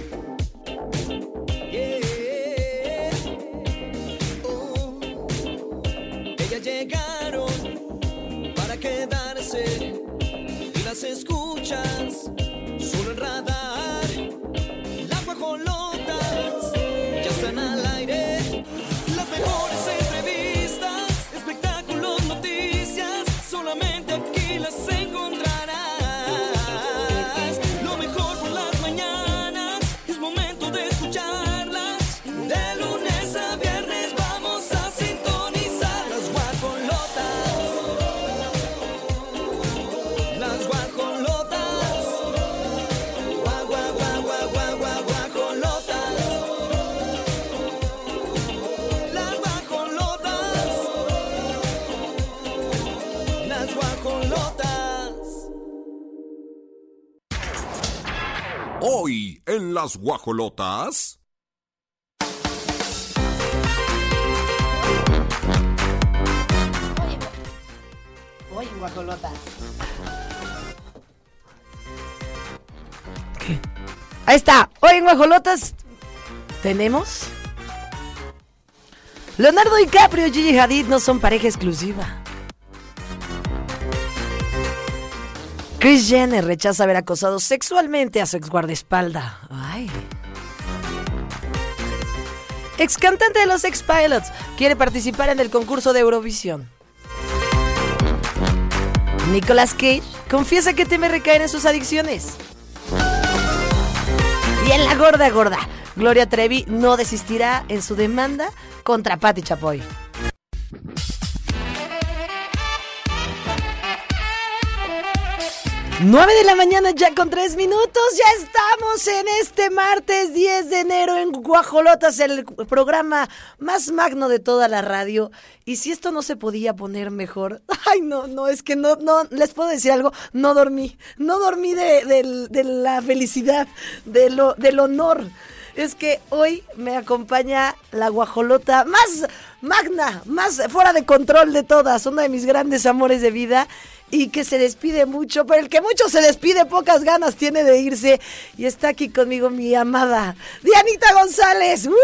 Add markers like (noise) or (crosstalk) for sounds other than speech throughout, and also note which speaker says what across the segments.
Speaker 1: Oh. las escuchas solo en radar. Las guajolotas ya están al aire. Las mejores entrevistas, espectáculos, noticias, solamente aquí las encontrarás. Lo mejor por las mañanas, es momento de escucharlas. De lunes a viernes vamos a sintonizar las guajolotas. Las guajolotas. Guau, guau, guau, guau, guau, guau, guajolotas. Las guajolotas. Las guajolotas.
Speaker 2: Hoy en las guajolotas.
Speaker 3: Oye, oye, guajolotas.
Speaker 4: Ahí está. Hoy en Guajolotas tenemos. Leonardo DiCaprio y Gigi Hadid no son pareja exclusiva. Chris Jenner rechaza haber acosado sexualmente a su ex guardaespalda. Ay. Ex cantante de los Ex Pilots quiere participar en el concurso de Eurovisión. Nicolas Cage confiesa que teme recaer en sus adicciones. Y en la gorda gorda, Gloria Trevi no desistirá en su demanda contra Patti Chapoy. Nueve de la mañana ya con tres minutos, ya estamos en este martes 10 de enero en Guajolotas, el programa más magno de toda la radio. Y si esto no se podía poner mejor, (laughs) ay no, no, es que no, no, les puedo decir algo, no dormí, no dormí de, del- de la felicidad, de lo, del honor. Es que hoy me acompaña la guajolota más magna, más fuera de control de todas, uno de mis grandes amores de vida y que se despide mucho, pero el que mucho se despide, pocas ganas tiene de irse. Y está aquí conmigo mi amada Dianita González. ¡Uh!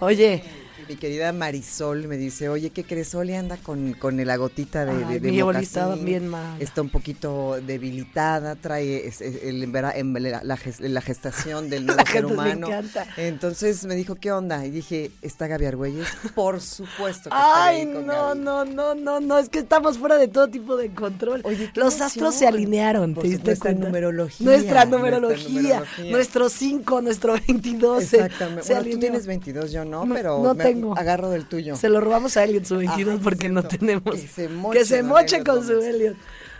Speaker 4: Oye,
Speaker 5: Mi querida Marisol me dice, oye, ¿qué crees? Oli anda con, con la gotita de, de-
Speaker 4: Ay,
Speaker 5: de
Speaker 4: mi Oli está
Speaker 5: mocasín,
Speaker 4: bien mala.
Speaker 5: Está un poquito debilitada, trae es- es- el embara- em- la, la ges- la
Speaker 4: (laughs)
Speaker 5: gestación del nuevo
Speaker 4: La
Speaker 5: ser
Speaker 4: gente- me
Speaker 5: humano.
Speaker 4: encanta.
Speaker 5: Entonces me dijo, ¿qué onda? Y dije, ¿está Gaby Argüelles? Por supuesto que estaré
Speaker 4: Ay,
Speaker 5: ahí con
Speaker 4: no,
Speaker 5: Gaby.
Speaker 4: no, no, no, no, es que estamos fuera de todo tipo de control.
Speaker 5: Oye, qué
Speaker 4: Los
Speaker 5: emoción.
Speaker 4: astros se alinearon,
Speaker 5: Por
Speaker 4: ¿te diste
Speaker 5: supuesto,
Speaker 4: cuenta?
Speaker 5: numerología,
Speaker 4: Nuestra
Speaker 5: nuestra
Speaker 4: numerología,
Speaker 5: numerología.
Speaker 4: nuestro 5, nuestro 22. se-
Speaker 5: Exactamente.
Speaker 4: se
Speaker 5: Bueno,
Speaker 4: alineó.
Speaker 5: tú tienes 22, yo no,
Speaker 4: No,
Speaker 5: pero
Speaker 4: no
Speaker 5: me
Speaker 4: tengo.
Speaker 5: agarro del tuyo.
Speaker 4: Se lo robamos a Elliot su 22
Speaker 5: Ajá,
Speaker 4: porque
Speaker 5: Ah, sí,
Speaker 4: no
Speaker 5: no.
Speaker 4: tenemos.
Speaker 5: Que se moche,
Speaker 4: Que se
Speaker 5: don
Speaker 4: moche
Speaker 5: Elliot
Speaker 4: con su
Speaker 5: Gómez.
Speaker 4: Elliot.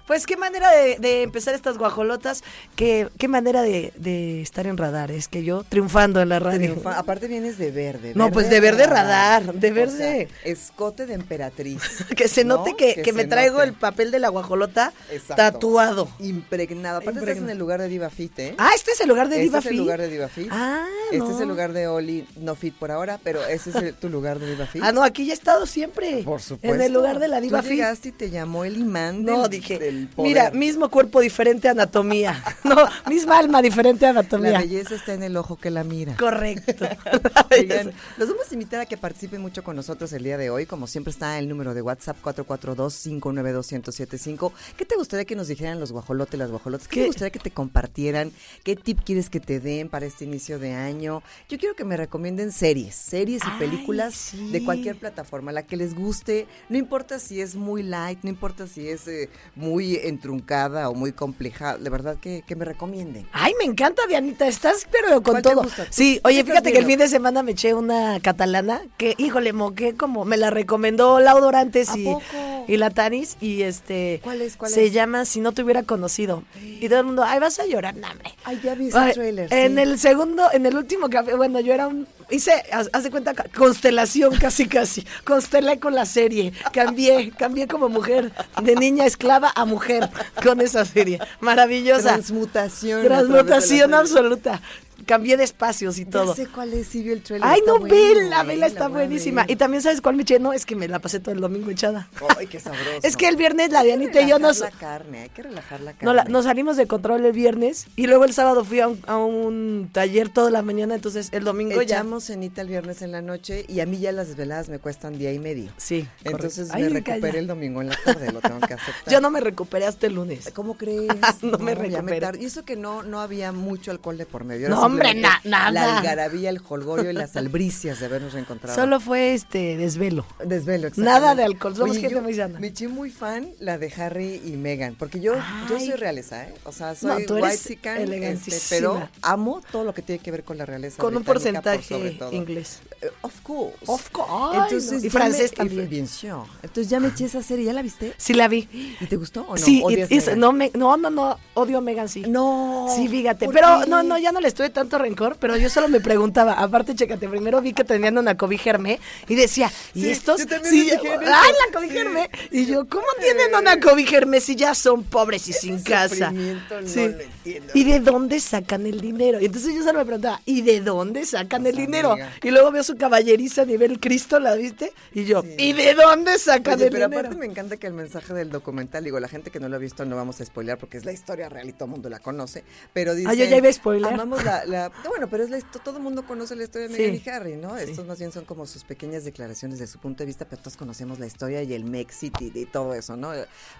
Speaker 4: Pues qué manera de, de empezar estas guajolotas, qué, qué manera de, de estar en radar. Es que yo triunfando en la radio.
Speaker 5: Triunfa- Aparte vienes de verde.
Speaker 4: No, pues de verde radar, de verde.
Speaker 5: O sea, escote
Speaker 4: (laughs)
Speaker 5: de emperatriz.
Speaker 4: (laughs) que se
Speaker 5: ¿no?
Speaker 4: note que, que, me
Speaker 5: se
Speaker 4: traigo
Speaker 5: note.
Speaker 4: el papel de la guajolota
Speaker 5: Exacto.
Speaker 4: tatuado.
Speaker 5: Impregnado. Aparte estás en
Speaker 4: Impregnado.
Speaker 5: el lugar de Diva Fit, ¿eh?
Speaker 4: Ah, este es el lugar de
Speaker 5: este
Speaker 4: Diva
Speaker 5: es el
Speaker 4: Fit?
Speaker 5: lugar de Diva Fit.
Speaker 4: Ah,
Speaker 5: Este
Speaker 4: no.
Speaker 5: es el lugar de Oli, no fit por ahora, pero ese es el- tu lugar de Diva Fit.
Speaker 4: Ah, no, aquí ya he estado siempre.
Speaker 5: Por supuesto.
Speaker 4: En el lugar de la Diva
Speaker 5: Tú
Speaker 4: Fit.
Speaker 5: llegaste y te llamó el imán
Speaker 4: No,
Speaker 5: del-
Speaker 4: dije,
Speaker 5: del poder.
Speaker 4: mira, mismo cuerpo, diferente anatomía. (laughs) No, misma alma, diferente anatomía.
Speaker 5: La belleza está en el ojo que la mira.
Speaker 4: Correcto.
Speaker 5: (laughs) Oigan, los vamos a invitar a que participen mucho con nosotros el día de hoy. Como siempre está el número de WhatsApp 442-592-1075. ¿Qué te gustaría que nos dijeran los guajolotes, las guajolotes? ¿Qué,
Speaker 4: ¿Qué?
Speaker 5: te gustaría que te compartieran? ¿Qué tip quieres que te den para este inicio de año? Yo quiero que me recomienden series, series y
Speaker 4: Ay,
Speaker 5: películas
Speaker 4: sí.
Speaker 5: de cualquier plataforma, la que les guste. No importa si es muy light, no importa si es eh, muy entruncada o muy compleja. De verdad que, que me recomienden.
Speaker 4: Ay, me encanta, Dianita. Estás, pero con
Speaker 5: ¿Cuál te
Speaker 4: todo.
Speaker 5: gusta?
Speaker 4: Sí,
Speaker 5: ¿Qué
Speaker 4: oye,
Speaker 5: estás
Speaker 4: fíjate que el fin
Speaker 5: viendo?
Speaker 4: de semana me eché una catalana que, híjole, moqué como. Me la recomendó Lau Dorantes
Speaker 5: ¿A
Speaker 4: y,
Speaker 5: poco?
Speaker 4: y la Tanis. Y este.
Speaker 5: ¿Cuál es, cuál
Speaker 4: se
Speaker 5: es?
Speaker 4: llama Si no te hubiera conocido. Y todo el mundo, ay, vas a llorar, no, hombre.
Speaker 5: Ay, ya vi ese
Speaker 4: Ay,
Speaker 5: tráiler,
Speaker 4: En
Speaker 5: sí.
Speaker 4: el segundo, en el último café, bueno, yo era un. Hice, haz, haz de cuenta, ca- constelación (laughs) casi, casi. Constelé con la serie. Cambié, cambié como mujer. De niña esclava a mujer con esa serie. Maravillosa.
Speaker 5: Transmutación. a través de la
Speaker 4: Transmutación
Speaker 5: serie.
Speaker 4: absoluta. cambié de espacios y todo.
Speaker 5: No sé cuál es, sí vi el trailer.
Speaker 4: Ay,
Speaker 5: está
Speaker 4: no,
Speaker 5: bueno,
Speaker 4: vela,
Speaker 5: güey,
Speaker 4: vela,
Speaker 5: la
Speaker 4: está
Speaker 5: voy a ver.
Speaker 4: buenísima. Y también, ¿sabes cuál me eché? No, es que me la pasé todo el domingo
Speaker 5: (laughs)
Speaker 4: echada.
Speaker 5: Ay, qué sabroso.
Speaker 4: Es que el viernes la
Speaker 5: Hay que
Speaker 4: Dianita y yo
Speaker 5: relajar
Speaker 4: nos,
Speaker 5: la carne, hay que relajar la carne.
Speaker 4: no, la- nos salimos de control el viernes y luego el sábado fui a un, a un taller toda la mañana, entonces el domingo
Speaker 5: Echamos cenita el viernes en la noche y a mí ya las desveladas me cuestan día y medio.
Speaker 4: ya. Sí. correcto.
Speaker 5: Entonces
Speaker 4: Ay,
Speaker 5: me
Speaker 4: me calla.
Speaker 5: recuperé el domingo en la tarde, lo
Speaker 4: (laughs)
Speaker 5: tengo que aceptar.
Speaker 4: Yo no me recuperé hasta el lunes.
Speaker 5: ¿Cómo crees?
Speaker 4: (laughs) No me
Speaker 5: ya
Speaker 4: recuperé.
Speaker 5: tar- Y eso que no, no había mucho alcohol de por medio. era
Speaker 4: No, hombre,
Speaker 5: simplemente
Speaker 4: na- nada.
Speaker 5: La algarabía, el jolgorio y las albricias de habernos reencontrado.
Speaker 4: Solo fue este desvelo.
Speaker 5: Desvelo,
Speaker 4: Nada
Speaker 5: exactamente.
Speaker 4: de alcohol, somos gente
Speaker 5: yo
Speaker 4: muy sana.
Speaker 5: Me eché muy fan la de Harry y Meghan, porque yo, yo soy
Speaker 4: Ay.
Speaker 5: realeza, ¿eh? O sea,
Speaker 4: No,
Speaker 5: soy
Speaker 4: tú eres
Speaker 5: whitezican,
Speaker 4: elegantísima.
Speaker 5: pero amo todo lo que tiene que ver con la realeza.
Speaker 4: Con un
Speaker 5: británica, por sobre
Speaker 4: porcentaje
Speaker 5: todo.
Speaker 4: inglés.
Speaker 5: Eh, Of course.
Speaker 4: Of course. Ay, no. Y
Speaker 5: ya me-
Speaker 4: francés
Speaker 5: y fr-
Speaker 4: también.
Speaker 5: bien sûr. Entonces ya me eché esa serie, ¿ya la viste?
Speaker 4: Sí la vi.
Speaker 5: ¿Y te gustó o no?
Speaker 4: sí,
Speaker 5: ¿Odias
Speaker 4: y- y-
Speaker 5: Meghan?
Speaker 4: no, me- no, no, no, odio a Megan, sí.
Speaker 5: No.
Speaker 4: Sí, fíjate,
Speaker 5: ¿por
Speaker 4: pero
Speaker 5: qué?
Speaker 4: no, no, ya no le estuve tanto rencor, pero yo solo me preguntaba, aparte, chécate, primero vi que tenían una cobija Hermé y decía, ¿y
Speaker 5: Sí,
Speaker 4: estos?
Speaker 5: yo también
Speaker 4: Sí,
Speaker 5: dije en eso.
Speaker 4: ¡ay, la cobija
Speaker 5: Sí.
Speaker 4: Hermé! Y yo, ¿cómo tienen una cobija Hermé si ya son pobres y sin casa?
Speaker 5: sufrimiento no lo entiendo.
Speaker 4: ¿Y de dónde sacan el dinero? Y entonces yo solo me preguntaba, ¿y de dónde sacan el
Speaker 5: Pues,
Speaker 4: dinero?
Speaker 5: amiga.
Speaker 4: Y luego veo su caballeriza a nivel Cristo, ¿la viste? Y yo, ¿y de dónde sacan
Speaker 5: Oye,
Speaker 4: el
Speaker 5: pero
Speaker 4: dinero?
Speaker 5: aparte me encanta que el mensaje del documental, digo, la gente que no lo ha visto no vamos a spoilear porque es la historia real y todo el mundo la conoce, pero dice...
Speaker 4: Ah, yo ya iba a spoilear.
Speaker 5: Amamos la... la- no, bueno, pero es la, hist- todo el mundo conoce la historia de
Speaker 4: Sí.
Speaker 5: Meghan y Harry, ¿no? Estos más bien son como sus pequeñas declaraciones de su punto de vista, pero todos conocemos la historia y el Mexit y, y todo eso, ¿no?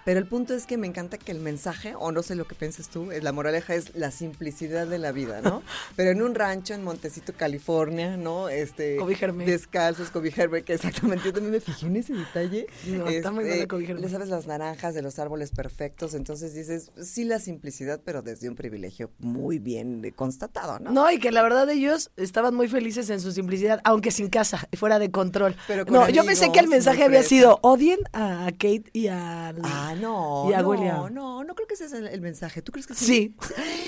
Speaker 5: Pero el punto es que me encanta que el mensaje, o no sé lo que piensas tú, eh, la moraleja es la simplicidad de la vida,
Speaker 4: (laughs)
Speaker 5: ¿no? pero en un rancho en Montecito, California, ¿no? Este...
Speaker 4: Cobija Hermé.
Speaker 5: Descalzos, cobija Hermé, que exactamente, yo también me fijé en ese detalle. Este,
Speaker 4: No, está muy buena cobija hermosa.
Speaker 5: Le sabes las naranjas de los árboles perfectos, entonces dices, sí la simplicidad, pero desde un privilegio muy bien eh, constatado, ¿no?
Speaker 4: No, y que la verdad ellos estaban muy felices en su simplicidad, aunque sin casa, y fuera de control.
Speaker 5: Pero con
Speaker 4: no, yo pensé que el
Speaker 5: amigos,
Speaker 4: mensaje
Speaker 5: muy
Speaker 4: había
Speaker 5: fresa.
Speaker 4: sido odien a Kate y a...
Speaker 5: Ah, no.
Speaker 4: Y a
Speaker 5: no,
Speaker 4: William.
Speaker 5: No, no creo que ese es el, el mensaje. ¿Tú crees que
Speaker 4: Sí.
Speaker 5: sí? (laughs)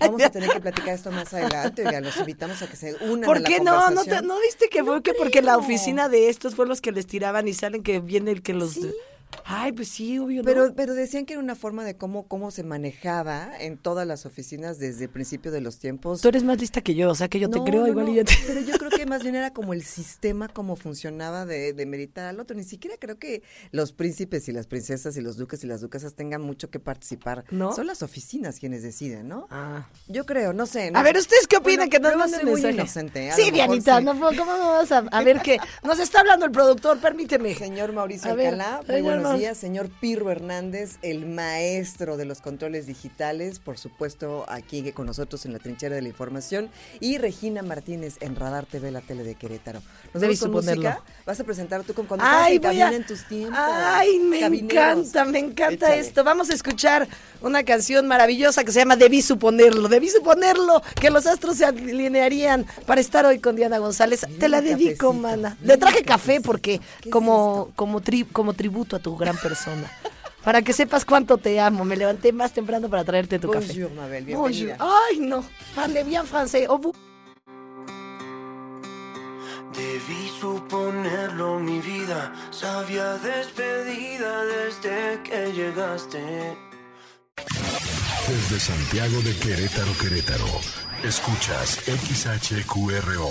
Speaker 5: Vamos a tener que platicar esto más adelante. Oigan, los invitamos a que se unan. a
Speaker 4: ¿Por
Speaker 5: la
Speaker 4: qué no? ¿No, te-
Speaker 5: conversación.
Speaker 4: no viste que
Speaker 5: No
Speaker 4: fue que porque la
Speaker 5: creo.
Speaker 4: oficina de estos fue los que les tiraban y salen que viene el que los... Ay, pues sí, obvio. ¿no?
Speaker 5: Pero, pero decían que era una forma de cómo, cómo se manejaba en todas las oficinas desde el principio de los tiempos.
Speaker 4: Tú eres más lista que yo, o sea que yo te
Speaker 5: No,
Speaker 4: creo
Speaker 5: no,
Speaker 4: igual
Speaker 5: no,
Speaker 4: y yo te...
Speaker 5: Pero yo creo que más bien era como el sistema, como funcionaba de, de meritar al otro. Ni siquiera creo que los príncipes y las princesas y los duques y las duquesas tengan mucho que participar.
Speaker 4: ¿No?
Speaker 5: Son las oficinas quienes deciden, ¿no?
Speaker 4: Ah.
Speaker 5: Yo creo, no sé.
Speaker 4: A
Speaker 5: no-
Speaker 4: ver, ¿ustedes qué opinan
Speaker 5: Bueno,
Speaker 4: que nos
Speaker 5: luego
Speaker 4: manden
Speaker 5: soy muy
Speaker 4: mensaje?
Speaker 5: inocente, ¿eh? a lo
Speaker 4: Sí,
Speaker 5: mejor
Speaker 4: Dianita,
Speaker 5: sí.
Speaker 4: no puedo- ¿cómo vamos a, a ver qué? Nos está hablando el productor, permíteme.
Speaker 5: Señor Mauricio
Speaker 4: A ver,
Speaker 5: Alcalá, muy
Speaker 4: señor
Speaker 5: buenos
Speaker 4: Mauricio.
Speaker 5: días. Señor Pirro Hernández, el maestro de los controles digitales, por supuesto, aquí con nosotros en la trinchera de la información. Y Regina Martínez en Radar TV, la tele de Querétaro. Nos
Speaker 4: Debí
Speaker 5: vamos con
Speaker 4: suponerlo.
Speaker 5: música. Vas a presentar tú con cuando estabas
Speaker 4: Ay,
Speaker 5: en
Speaker 4: voy
Speaker 5: cabina
Speaker 4: a...
Speaker 5: en tus tiempos.
Speaker 4: Ay, me
Speaker 5: Cabineros.
Speaker 4: encanta, me encanta
Speaker 5: Échale.
Speaker 4: esto. Vamos a escuchar una canción maravillosa que se llama Debí suponerlo. Debí suponerlo que los astros se alinearían para estar hoy con Diana González.
Speaker 5: Mira
Speaker 4: Te la
Speaker 5: el
Speaker 4: dedico,
Speaker 5: cafecito,
Speaker 4: mana.
Speaker 5: mira
Speaker 4: Le
Speaker 5: el
Speaker 4: traje café
Speaker 5: cafecito.
Speaker 4: porque
Speaker 5: ¿Qué es
Speaker 4: como como tri- como tributo a tu gran persona. Para que sepas cuánto te amo. Me levanté más temprano para traerte tu café.
Speaker 5: Bonjour, Mabel, bienvenida.
Speaker 4: Bonjour. Ay, no. Parle bien francés. Au vous.
Speaker 6: Debí suponerlo, mi vida sabía despedida desde que llegaste.
Speaker 7: Desde Santiago de Querétaro, Querétaro. Escuchas XHQRO.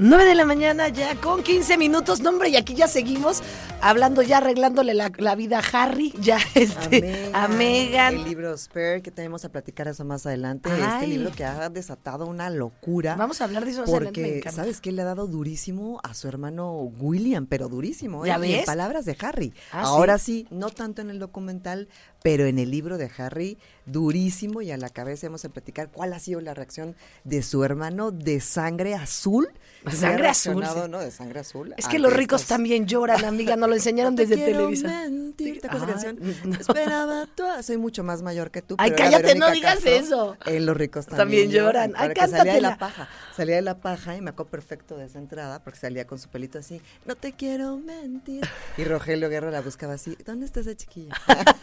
Speaker 4: Nueve de la mañana ya con 15 minutos. No, hombre, y aquí ya seguimos hablando, ya arreglándole la, la vida a Harry, ya (laughs) este, a Megan.
Speaker 5: El libro Spare, que tenemos a platicar eso más adelante. Este
Speaker 4: Ay.
Speaker 5: libro que ha desatado una locura.
Speaker 4: Vamos a hablar de eso más adelante, me
Speaker 5: Porque,
Speaker 4: encanta.
Speaker 5: ¿sabes qué? Le ha dado durísimo a su hermano William, pero durísimo. ¿eh?
Speaker 4: ¿Ya
Speaker 5: Y en
Speaker 4: ves?
Speaker 5: palabras de Harry.
Speaker 4: Ah,
Speaker 5: Ahora sí. no tanto en el documental, pero en el libro de Harry, durísimo. Y a la cabeza vamos a platicar cuál ha sido la reacción de su hermano de sangre azul había
Speaker 4: Sangre azul,
Speaker 5: reaccionado,
Speaker 4: sí.
Speaker 5: ¿no? De sangre azul.
Speaker 4: Es que
Speaker 5: ante
Speaker 4: los ricos
Speaker 5: estas-
Speaker 4: también lloran, amiga, nos lo enseñaron
Speaker 5: (laughs) Te
Speaker 4: desde (laughs)
Speaker 5: quiero
Speaker 4: Televisa.
Speaker 5: mentir, ¿te acuerdas de la
Speaker 4: Ay,
Speaker 5: canción?
Speaker 4: no.
Speaker 5: Esperaba tú. ah, Soy mucho más mayor que tú.
Speaker 4: Ay,
Speaker 5: pero era
Speaker 4: cállate, no
Speaker 5: Verónica
Speaker 4: digas
Speaker 5: Castro.
Speaker 4: eso.
Speaker 5: En los ricos también,
Speaker 4: También lloran. Ay,
Speaker 5: porque salía de
Speaker 4: cántatela.
Speaker 5: la paja. Salía de la paja y me acuerdo perfecto de esa entrada porque salía con su pelito así. No te quiero mentir. Y Rogelio Guerra la buscaba así. ¿Dónde está esa chiquilla?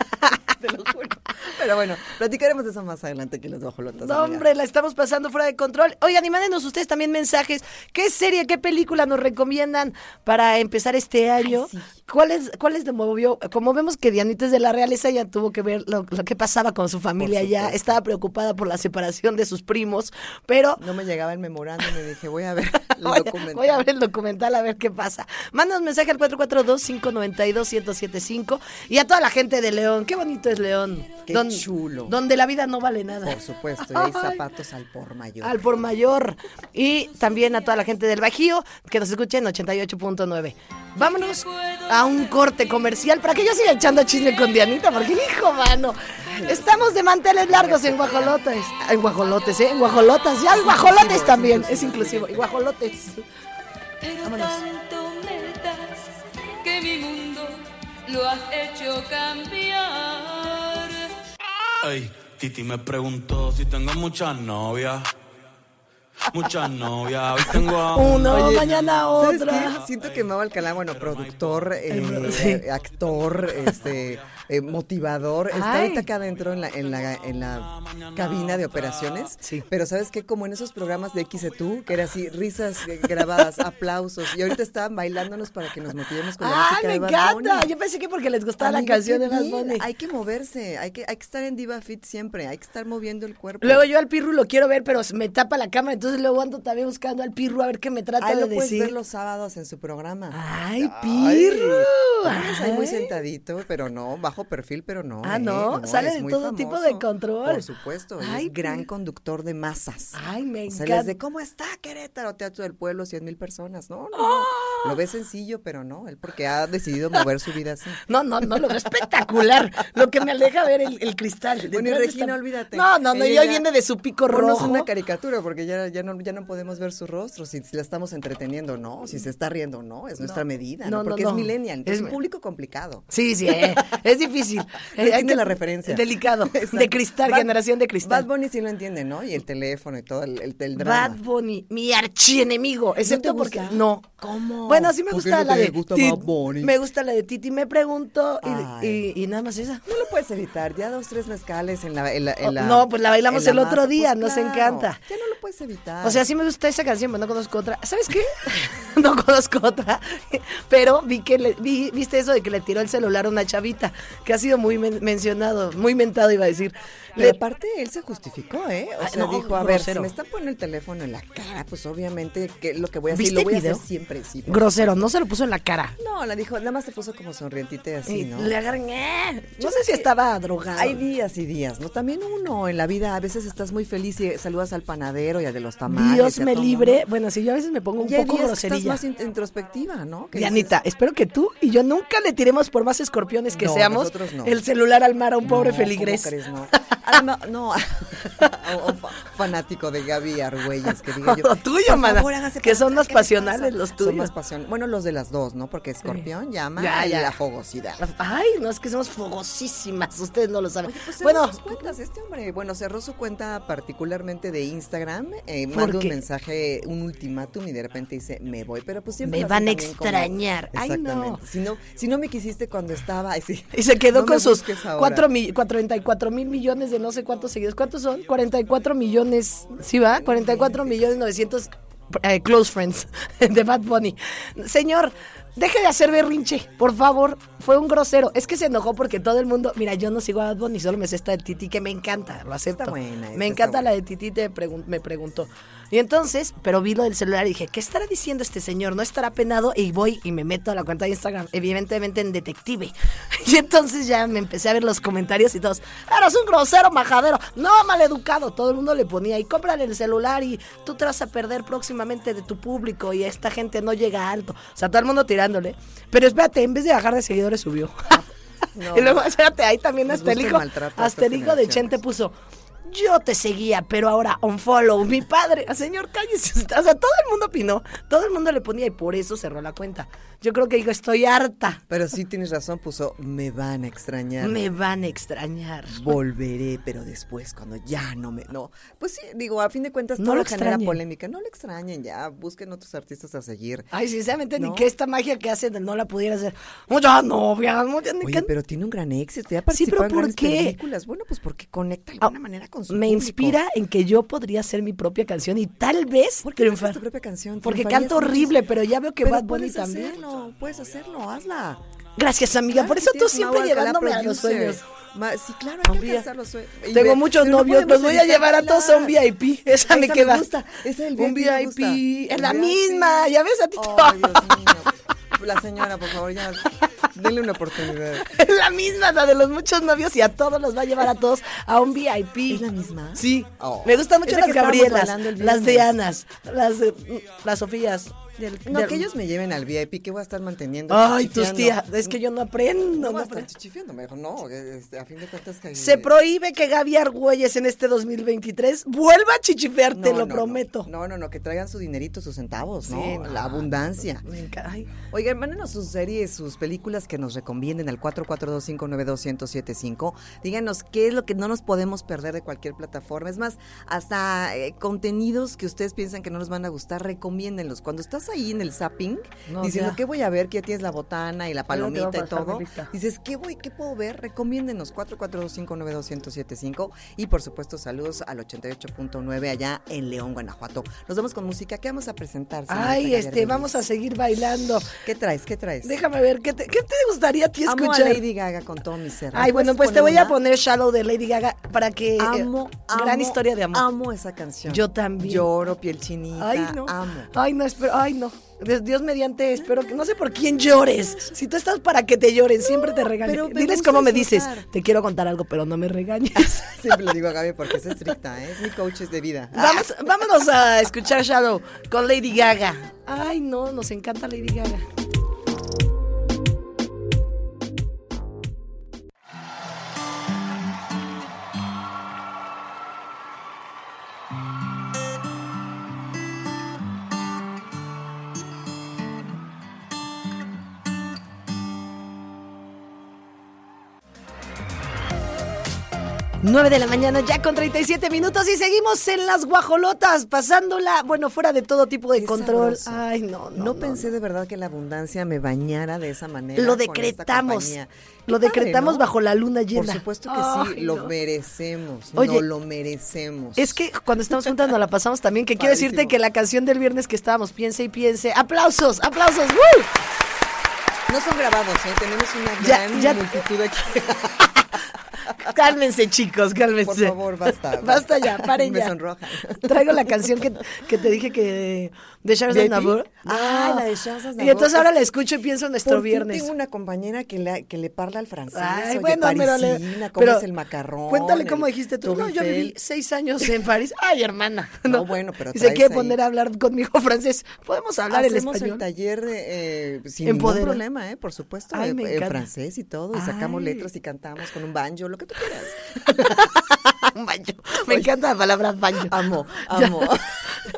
Speaker 5: (laughs) te lo juro. Pero bueno, platicaremos de eso más adelante que los bajolotas.
Speaker 4: No,
Speaker 5: amiga.
Speaker 4: hombre, la estamos pasando fuera de control. Oigan, y mándenos ustedes también mensajes. ¿Qué serie, qué película nos recomiendan para empezar este año? ¿Cuáles cuáles le movió? Como vemos que Dianita es de la realeza, ella tuvo que ver lo, lo que pasaba con su familia ya. Estaba preocupada por la separación de sus primos, pero
Speaker 5: No me llegaba el memorándum y dije, voy
Speaker 4: (laughs)
Speaker 5: a ver el
Speaker 4: voy, a,
Speaker 5: documental.
Speaker 4: voy a ver el documental a ver qué pasa. Manda un mensaje al 442-592-1075 y a toda la gente de León. Qué bonito es León.
Speaker 5: Qué chulo.
Speaker 4: Donde la vida no vale nada.
Speaker 5: Por supuesto, y hay
Speaker 4: Ay.
Speaker 5: zapatos al por mayor.
Speaker 4: Al por mayor. Y también a toda la gente del Bajío que nos escuche en 88.9. Vámonos a un corte comercial para que yo siga echando chisme con Dianita, porque hijo, mano. Estamos de manteles largos en guajolotes. Ah, En guajolotes, ¿eh? En guajolotas. Ya hay guajolotes también. Es inclusivo. Y guajolotes.
Speaker 8: Pero tanto me das que mi mundo lo has hecho cambiar.
Speaker 9: Ey, Titi me preguntó si tengo muchas novias. Muchas novias, hoy tengo a
Speaker 4: Uno, mañana
Speaker 5: ¿Sabes
Speaker 4: otra.
Speaker 5: qué? Siento que Mau Alcalá, bueno, productor, eh,
Speaker 4: pro- sí.
Speaker 5: eh, actor, este, eh, motivador, está
Speaker 4: Ay.
Speaker 5: ahorita acá adentro en la, en la, en la cabina de operaciones.
Speaker 4: Sí.
Speaker 5: Pero ¿sabes qué? Como en esos programas de X tú, que era así, risas eh, grabadas, aplausos. Y ahorita estaban bailándonos para que nos motivemos con la
Speaker 4: ¡Ah,
Speaker 5: música
Speaker 4: me
Speaker 5: de Bad Bunny.
Speaker 4: encanta! Yo pensé que porque les gustaba la
Speaker 5: Amiga,
Speaker 4: canción
Speaker 5: qué
Speaker 4: de Bad
Speaker 5: bien.
Speaker 4: Bunny.
Speaker 5: Hay que moverse, hay que, hay que estar en Diva Fit siempre, hay que estar moviendo el cuerpo.
Speaker 4: Luego yo al Pirru lo quiero ver, pero me tapa la cámara, entonces luego ando también buscando al Pirru a ver qué me trata
Speaker 5: Ahí
Speaker 4: de
Speaker 5: lo puedes
Speaker 4: decir. Ah,
Speaker 5: ver los sábados en su programa.
Speaker 4: Ay,
Speaker 5: Ay,
Speaker 4: Pirru.
Speaker 5: también es ahí muy
Speaker 4: Ay.
Speaker 5: sentadito, pero no, bajo perfil, pero no.
Speaker 4: Ah,
Speaker 5: ¿eh?
Speaker 4: ¿no? Sale
Speaker 5: es
Speaker 4: de
Speaker 5: muy
Speaker 4: todo tipo de control.
Speaker 5: Por supuesto, y
Speaker 4: Ay,
Speaker 5: es gran
Speaker 4: Pirru.
Speaker 5: conductor de masas.
Speaker 4: Ay, me
Speaker 5: Sales de
Speaker 4: encanta.
Speaker 5: cómo está Querétaro, Teatro del Pueblo, 100 mil personas. No, no,
Speaker 4: ¡Ah!
Speaker 5: no. Lo ve sencillo, pero no, él porque ha decidido mover su vida así.
Speaker 4: No, no, no, lo veo espectacular. Lo que me aleja ver el, el cristal.
Speaker 5: Bueno, y
Speaker 4: Detrás de
Speaker 5: Regina,
Speaker 4: esta-
Speaker 5: olvídate.
Speaker 4: No, no, no,
Speaker 5: Ella
Speaker 4: y hoy
Speaker 5: ya-
Speaker 4: viene de su pico
Speaker 5: Ponnos
Speaker 4: rojo.
Speaker 5: una caricatura, porque ya, ya, no, ya no podemos ver su rostro, si, si la estamos entreteniendo, no, si se está riendo, no, es nuestra medida,
Speaker 4: No,
Speaker 5: ¿no?
Speaker 4: no,
Speaker 5: porque
Speaker 4: no.
Speaker 5: es millennial,
Speaker 4: Es
Speaker 5: es un
Speaker 4: mi-
Speaker 5: público complicado.
Speaker 4: Sí, sí, eh, es difícil.
Speaker 5: No
Speaker 4: Eh, hay
Speaker 5: entiende
Speaker 4: que-
Speaker 5: Ah, la referencia.
Speaker 4: Delicado.
Speaker 5: (laughs) Exacto.
Speaker 4: De cristal,
Speaker 5: Bad-
Speaker 4: generación de cristal.
Speaker 5: Bad Bunny sí lo entiende, ¿no? Y el teléfono y todo el, el, el drama.
Speaker 4: Bad Bunny, mi archienemigo, excepto porque
Speaker 5: gusta?
Speaker 4: no.
Speaker 5: ¿Cómo?
Speaker 4: Bueno, sí me
Speaker 5: ¿Por qué
Speaker 4: gusta
Speaker 5: no
Speaker 4: la
Speaker 5: te
Speaker 4: de
Speaker 5: gusta
Speaker 4: Tit-
Speaker 5: Bad Bunny?
Speaker 4: Me gusta la de Titi, me pregunto y,
Speaker 5: Ay.
Speaker 4: y- y nada más esa.
Speaker 5: No lo puedes evitar, ya dos, tres mezcales en la... en la- en
Speaker 4: Oh,
Speaker 5: la-
Speaker 4: no, pues la bailamos
Speaker 5: en
Speaker 4: el otro
Speaker 5: masa. Pues
Speaker 4: día, nos encanta.
Speaker 5: Ya no lo puedes evitar.
Speaker 4: O sea, sí me gusta esa canción, pero no conozco otra. ¿Sabes qué? (laughs) no conozco otra. Pero vi que le- vi- viste eso de que le tiró el celular a una chavita, que ha sido muy men- mencionado, muy mentado iba a decir.
Speaker 5: Pero
Speaker 4: Le-
Speaker 5: aparte él se justificó, ¿eh? O
Speaker 4: Ah,
Speaker 5: sea,
Speaker 4: no,
Speaker 5: dijo, a ver, si
Speaker 4: grosero.
Speaker 5: me están poniendo el teléfono en la cara, pues obviamente que lo que voy a hacer,
Speaker 4: ¿Viste
Speaker 5: lo
Speaker 4: el
Speaker 5: voy a
Speaker 4: video?
Speaker 5: hacer siempre, sí. por
Speaker 4: Grosero, no se lo puso en la cara.
Speaker 5: No, la dijo, nada más se puso como sonrientita así,
Speaker 4: Y
Speaker 5: ¿no?
Speaker 4: Le agarran, "Eh".
Speaker 5: Yo
Speaker 4: No sé
Speaker 5: sé
Speaker 4: si
Speaker 5: que
Speaker 4: estaba drogado.
Speaker 5: Hay días y días, ¿no? También uno en la vida, a veces estás muy feliz y saludas al panadero y al de los tamales.
Speaker 4: Dios
Speaker 5: y a
Speaker 4: me
Speaker 5: todo el
Speaker 4: libre.
Speaker 5: mundo.
Speaker 4: Bueno, si yo a veces me pongo un
Speaker 5: Y hay
Speaker 4: poco
Speaker 5: días que estás
Speaker 4: groserilla.
Speaker 5: más in- introspectiva, ¿no? Que
Speaker 4: Dianita, espero que tú y yo nunca le tiremos por más escorpiones que
Speaker 5: No,
Speaker 4: seamos
Speaker 5: nosotros no.
Speaker 4: el celular al mar a un pobre
Speaker 5: No,
Speaker 4: feligrés.
Speaker 5: ¿cómo crees? No. Además, no. (laughs) o- o fa- fanático de Gaby Argüelles, que
Speaker 4: (laughs)
Speaker 5: digo yo.
Speaker 4: Lo tuyo,
Speaker 5: por
Speaker 4: mana,
Speaker 5: favor, hágase
Speaker 4: que
Speaker 5: para
Speaker 4: son
Speaker 5: atrás,
Speaker 4: más
Speaker 5: ¿qué les pasa?
Speaker 4: pasionales los
Speaker 5: Son más
Speaker 4: tuyos.
Speaker 5: pasionales. Bueno, los de las dos, ¿no? Porque Escorpión llama
Speaker 4: Ya,
Speaker 5: y
Speaker 4: ya.
Speaker 5: la fogosidad.
Speaker 4: Ay, no, es que somos fogosísimas, ustedes no lo saben.
Speaker 5: bueno,
Speaker 4: bueno,
Speaker 5: sus cuentas, este hombre, bueno, cerró su cuenta particularmente de Instagram, eh,
Speaker 4: ¿Por
Speaker 5: manda un
Speaker 4: qué?
Speaker 5: mensaje, un ultimátum y de repente dice, me voy, pero pues siempre...
Speaker 4: Me
Speaker 5: lo
Speaker 4: van
Speaker 5: hacen
Speaker 4: a
Speaker 5: también como-
Speaker 4: extrañar. Ay, no.
Speaker 5: Exactamente. Si no, si no me quisiste cuando estaba... (laughs) ay, sí.
Speaker 4: y se quedó
Speaker 5: No
Speaker 4: con
Speaker 5: me
Speaker 4: sus
Speaker 5: busques ahora.
Speaker 4: 4 mi- 44 mil millones de no sé cuántos seguidores. ¿Cuántos son? 44 millones, ¿sí va? 44 millones 900 eh, close friends (laughs) de Bad Bunny. Señor, deje de hacer berrinche, por favor. Fue un grosero. Es que se enojó porque todo el mundo. Mira, yo no sigo a Bad Bunny, solo me sé esta de Titi, que me encanta, lo acepto.
Speaker 5: Está buena,
Speaker 4: me
Speaker 5: está
Speaker 4: encanta
Speaker 5: buena.
Speaker 4: la de Titi, te pregun- me preguntó. Y entonces, pero vi lo del celular y dije, ¿qué estará diciendo este señor? No estará penado y voy y me meto a la cuenta de Instagram, evidentemente en detective. (laughs) Y entonces ya me empecé a ver los comentarios y todos, eres un grosero majadero, no maleducado. Todo el mundo le ponía, y cómprale el celular y tú te vas a perder próximamente de tu público y esta gente no llega alto. O sea, todo el mundo tirándole. Pero espérate, en vez de bajar de seguidores subió. (laughs)
Speaker 5: No.
Speaker 4: Y luego, espérate, ahí también
Speaker 5: Les gusta el
Speaker 4: asterisco,
Speaker 5: maltrato a estas
Speaker 4: asterisco de
Speaker 5: generaciones.
Speaker 4: Chente puso, Yo te seguía, pero ahora unfollow. Mi padre, (laughs) señor, cállese. O sea, todo el mundo opinó. Todo el mundo le ponía y por eso cerró la cuenta. Yo creo que digo, estoy harta.
Speaker 5: Pero sí tienes razón, puso, me van a extrañar.
Speaker 4: Me van a extrañar.
Speaker 5: Volveré, pero después, cuando ya no me. No. Pues sí, digo, a fin de cuentas,
Speaker 4: No
Speaker 5: todo
Speaker 4: lo
Speaker 5: genera
Speaker 4: extrañen.
Speaker 5: polémica. No le extrañen ya. Busquen otros artistas a seguir.
Speaker 4: Ay, sinceramente,
Speaker 5: No.
Speaker 4: ni que esta magia que hacen no la pudiera hacer. Pues Muchas novias, muchas ni
Speaker 5: Oye,
Speaker 4: que-
Speaker 5: pero tiene un gran éxito. Ya
Speaker 4: Sí, pero
Speaker 5: participó en
Speaker 4: ¿por
Speaker 5: grandes
Speaker 4: qué?
Speaker 5: películas. Bueno, pues porque conecta de alguna
Speaker 4: Ah,
Speaker 5: manera con su
Speaker 4: Me
Speaker 5: público.
Speaker 4: inspira en que yo podría hacer mi propia canción y tal vez
Speaker 5: ¿Por qué no haces
Speaker 4: triunfar.
Speaker 5: tu propia canción?
Speaker 4: Porque
Speaker 5: Triunfarías
Speaker 4: canto
Speaker 5: mucho.
Speaker 4: horrible, pero ya veo que
Speaker 5: Pero
Speaker 4: Bad Bunny
Speaker 5: puedes
Speaker 4: también.
Speaker 5: hacerlo, puedes hacerlo, hazla.
Speaker 4: Gracias, amiga.
Speaker 5: Claro
Speaker 4: Por
Speaker 5: que
Speaker 4: eso tú
Speaker 5: tienes
Speaker 4: siempre
Speaker 5: Mau Alcalá
Speaker 4: llevándome a los
Speaker 5: producer.
Speaker 4: sueños.
Speaker 5: Ma- sí, claro, hay que
Speaker 4: Zombie.
Speaker 5: alcanzar los sueños. Y
Speaker 4: Tengo
Speaker 5: ve-
Speaker 4: muchos
Speaker 5: pero no
Speaker 4: novios, los
Speaker 5: podemos
Speaker 4: voy a
Speaker 5: evitar
Speaker 4: llevar a todos a un
Speaker 5: bailar.
Speaker 4: VIP. Esa me queda.
Speaker 5: gusta, esa del
Speaker 4: un
Speaker 5: VIP me gusta.
Speaker 4: VIP. Es la
Speaker 5: Un VIP.
Speaker 4: misma. Ya ves a ti.
Speaker 5: Oh, Dios mío. La señora, por favor, ya, denle una oportunidad.
Speaker 4: (laughs) Es la misma, la de los muchos novios y a todos los va a llevar a todos a un VIP.
Speaker 5: ¿Es la misma?
Speaker 4: Sí.
Speaker 5: Oh.
Speaker 4: Me gustan mucho
Speaker 5: Es la
Speaker 4: las
Speaker 5: que estábamos
Speaker 4: Gabrielas,
Speaker 5: bailando el
Speaker 4: las Dianas,
Speaker 5: viernes.
Speaker 4: las, eh, las Sofías. del-
Speaker 5: No,
Speaker 4: del-
Speaker 5: que ellos me lleven al VIP, que voy a estar manteniendo.
Speaker 4: Ay, tus
Speaker 5: chichifiando.
Speaker 4: tías. Es que yo no aprendo.
Speaker 5: No, voy
Speaker 4: no
Speaker 5: a estar
Speaker 4: aprendo.
Speaker 5: chichifiando, mejor no. este, a fin de cuentas que...
Speaker 4: Se prohíbe que Gaby Argüelles en este 2023 vuelva a chichifear,
Speaker 5: No,
Speaker 4: te lo
Speaker 5: no, no.
Speaker 4: prometo.
Speaker 5: No, no, no, que traigan su dinerito, sus centavos, ¿no?
Speaker 4: Sí, no,
Speaker 5: La abundancia.
Speaker 4: Me encanta. Ay.
Speaker 5: Oigan, mándenos sus series, sus películas que nos recomienden al 442-592-1075. Díganos qué es lo que no nos podemos perder de cualquier plataforma. Es más, hasta eh, contenidos que ustedes piensan que no nos van a gustar, recomiéndenlos. Cuando estás ahí en el zapping,
Speaker 4: No,
Speaker 5: diciendo
Speaker 4: ya.
Speaker 5: qué voy a ver, que ya tienes la botana y la
Speaker 4: Creo que va a
Speaker 5: palomita y
Speaker 4: bajar mi
Speaker 5: todo,
Speaker 4: lista.
Speaker 5: dices, ¿qué voy, qué puedo ver? Recomiéndenos 442-592-1075. Y por supuesto, saludos al 88.9 allá en León, Guanajuato. Nos vemos con música. ¿Qué vamos a presentar? señorita
Speaker 4: Ay,
Speaker 5: Gabriela
Speaker 4: este, vamos a
Speaker 5: Ruiz?
Speaker 4: seguir bailando.
Speaker 5: ¿Qué traes? ¿Qué traes?
Speaker 4: Déjame ver, ¿qué te, qué te gustaría a ti
Speaker 5: Amo
Speaker 4: escuchar?
Speaker 5: a Lady Gaga con todo mi ser.
Speaker 4: Ay,
Speaker 5: ¿Me
Speaker 4: bueno,
Speaker 5: puedes
Speaker 4: pues te voy a
Speaker 5: una?
Speaker 4: poner Shallow de Lady Gaga para que... eh,
Speaker 5: Amo, amo,
Speaker 4: gran historia de amor.
Speaker 5: Amo esa canción.
Speaker 4: Yo también.
Speaker 5: Lloro, piel chinita.
Speaker 4: Ay, no.
Speaker 5: Amo.
Speaker 4: Ay, no, espero, ay, no. Dios- Dios mediante, espero que... No sé por quién llores. Si tú estás para que te lloren, siempre te
Speaker 5: pero
Speaker 4: regañen.
Speaker 5: me
Speaker 4: Diles
Speaker 5: gusta
Speaker 4: cómo me dices.
Speaker 5: disfrutar.
Speaker 4: Te quiero contar algo, pero no me
Speaker 5: (laughs)
Speaker 4: regañes.
Speaker 5: (laughs) Siempre le digo a Gaby porque es estricta, ¿eh? es mi coach es de vida.
Speaker 4: Vamos, vámonos a escuchar Shadow con Lady Gaga. Ay, no, nos encanta Lady Gaga. Nueve de la mañana ya con 37 minutos y seguimos en las guajolotas, pasándola, bueno, fuera de todo tipo de
Speaker 5: Qué
Speaker 4: control.
Speaker 5: sabroso.
Speaker 4: Ay, no, no.
Speaker 5: No, pensé de verdad que la abundancia me bañara de esa manera.
Speaker 4: Lo
Speaker 5: con esta
Speaker 4: decretamos.
Speaker 5: compañía.
Speaker 4: Lo
Speaker 5: Qué padre,
Speaker 4: decretamos
Speaker 5: ¿no?
Speaker 4: bajo la luna llena.
Speaker 5: Por supuesto que sí,
Speaker 4: Ay,
Speaker 5: lo
Speaker 4: no.
Speaker 5: merecemos.
Speaker 4: Oye,
Speaker 5: no lo merecemos.
Speaker 4: Es que cuando estamos juntas nos la pasamos también, que quiero decirte
Speaker 5: Padrísimo.
Speaker 4: que la canción del viernes que estábamos, piense y piense. ¡Aplausos! ¡Aplausos! ¡uh! ¡Woo!
Speaker 5: No son grabados, ¿eh? tenemos una
Speaker 4: Ya,
Speaker 5: gran
Speaker 4: ya-
Speaker 5: multitud aquí. (laughs)
Speaker 4: (laughs) Cálmense, chicos, cálmense.
Speaker 5: Por favor, basta,
Speaker 4: basta
Speaker 5: basta. (laughs)
Speaker 4: ya, paren
Speaker 5: Me
Speaker 4: ya.
Speaker 5: sonrojan.
Speaker 4: Traigo la canción que, que te dije que de Charles
Speaker 5: ¿Baby?
Speaker 4: Aznavour.
Speaker 5: Ah,
Speaker 4: No.
Speaker 5: la de Charles Aznavour.
Speaker 4: Y entonces ahora
Speaker 5: Es-
Speaker 4: la escucho y pienso en nuestro
Speaker 5: Por fin
Speaker 4: viernes.
Speaker 5: tengo una compañera que le, que le parla al francés.
Speaker 4: Ay,
Speaker 5: oye,
Speaker 4: bueno, pero le-
Speaker 5: parisina,
Speaker 4: pero
Speaker 5: comes el macarrón.
Speaker 4: Cuéntale
Speaker 5: el
Speaker 4: cómo dijiste tú. No, yo
Speaker 5: Toffifee".
Speaker 4: viví seis años en París. Ay, hermana.
Speaker 5: No, bueno, pero
Speaker 4: Y se
Speaker 5: traes
Speaker 4: quiere
Speaker 5: ahí-
Speaker 4: poner a hablar conmigo (laughs) francés. Podemos hablar el
Speaker 5: Hacemos el
Speaker 4: español.
Speaker 5: taller eh, sin
Speaker 4: Empoderar.
Speaker 5: ningún problema, eh, por supuesto,
Speaker 4: Ay,
Speaker 5: eh,
Speaker 4: me
Speaker 5: en
Speaker 4: encanta.
Speaker 5: francés y todo, y sacamos
Speaker 4: Ay.
Speaker 5: letras y cantamos con un banjo, lo que tú quieras.
Speaker 4: Un (laughs) baño. Me encanta la palabra baño.
Speaker 5: Amo,
Speaker 4: Ya-
Speaker 5: amo.
Speaker 4: (laughs)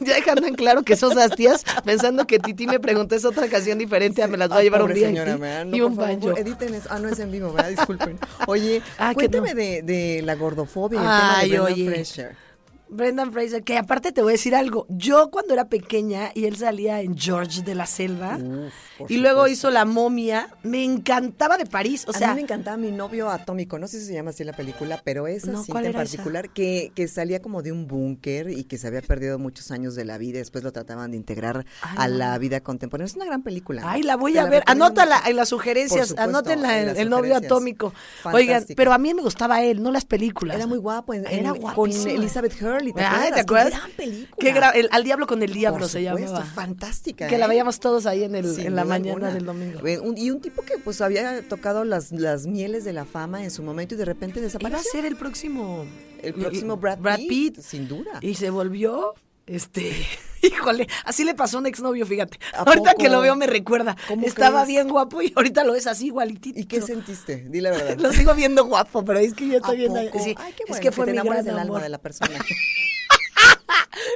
Speaker 4: Ya, dejando en claro que sos las tías, pensando que Titi me preguntó es otra canción diferente, a me las va a
Speaker 5: Ay,
Speaker 4: llevar un
Speaker 5: pobre
Speaker 4: día. en
Speaker 5: señora,
Speaker 4: ti
Speaker 5: ¿verdad? No,
Speaker 4: y
Speaker 5: por
Speaker 4: un
Speaker 5: favor,
Speaker 4: baño.
Speaker 5: Editen eso. Ah, no es en vivo,
Speaker 4: (laughs)
Speaker 5: ¿verdad? Disculpen. Oye,
Speaker 4: Ah, que no.
Speaker 5: cuéntame de, de la gordofobia,
Speaker 4: Ay,
Speaker 5: el tema de
Speaker 4: oye.
Speaker 5: Brendan Fraser.
Speaker 4: Brendan Fraser, que aparte te voy a decir algo. Yo cuando era pequeña y él salía en George de la Selva
Speaker 5: Uf, por
Speaker 4: y luego
Speaker 5: supuesto.
Speaker 4: hizo La Momia, me encantaba de París. O
Speaker 5: a
Speaker 4: sea,
Speaker 5: mí me encantaba mi novio atómico, no sé si se llama así la película, pero esa
Speaker 4: No, ¿cuál
Speaker 5: cinta en
Speaker 4: era esa?
Speaker 5: particular que, que salía como de un búnker y que se había perdido muchos años de la vida, después lo trataban de integrar
Speaker 4: Ay,
Speaker 5: a
Speaker 4: no.
Speaker 5: la vida contemporánea. Es una gran película.
Speaker 4: Ay, la voy
Speaker 5: Te
Speaker 4: a ver.
Speaker 5: recomiendo
Speaker 4: Anótala
Speaker 5: mucho.
Speaker 4: en las sugerencias.
Speaker 5: Por supuesto,
Speaker 4: Anótenla
Speaker 5: en
Speaker 4: en
Speaker 5: las
Speaker 4: el novio
Speaker 5: sugerencias.
Speaker 4: atómico. Oigan,
Speaker 5: Fantástico.
Speaker 4: pero a mí me gustaba él, no las películas.
Speaker 5: Era muy guapo. en- en-
Speaker 4: Era
Speaker 5: Con
Speaker 4: guapísimo.
Speaker 5: Elizabeth Hurley, ¿te
Speaker 4: Ay,
Speaker 5: acuerdas?
Speaker 4: ¿te acuerdas?
Speaker 5: Qué gran película.
Speaker 4: Qué gra- el- al diablo con el diablo
Speaker 5: Por
Speaker 4: se
Speaker 5: supuesto,
Speaker 4: llamaba.
Speaker 5: fantástica.
Speaker 4: Que la
Speaker 5: ¿eh?
Speaker 4: veíamos todos ahí en, el,
Speaker 5: Sin
Speaker 4: en la
Speaker 5: duda
Speaker 4: mañana
Speaker 5: alguna.
Speaker 4: del domingo.
Speaker 5: Eh, un- y un tipo que pues había tocado las, las mieles de la fama en su momento y de repente
Speaker 4: Iba a
Speaker 5: desapareció.
Speaker 4: ser el próximo.
Speaker 5: El próximo Brad, Pitt, sin duda.
Speaker 4: Y se volvió. Este. (laughs) Híjole, así le pasó a un exnovio, fíjate.
Speaker 5: ¿A
Speaker 4: Ahorita
Speaker 5: poco?
Speaker 4: que lo veo me recuerda.
Speaker 5: ¿Cómo
Speaker 4: Estaba
Speaker 5: crees?
Speaker 4: bien guapo y ahorita lo es así igualitito.
Speaker 5: ¿Y qué sentiste? Di la
Speaker 4: (laughs)
Speaker 5: verdad.
Speaker 4: Lo sigo viendo guapo, pero es que yo
Speaker 5: ¿A
Speaker 4: estoy viendo.
Speaker 5: poco?
Speaker 4: sí,
Speaker 5: Ay, qué
Speaker 4: es
Speaker 5: bueno,
Speaker 4: que fue
Speaker 5: te
Speaker 4: mi
Speaker 5: enamoras
Speaker 4: gran
Speaker 5: del alma
Speaker 4: amor. (laughs)
Speaker 5: de la persona.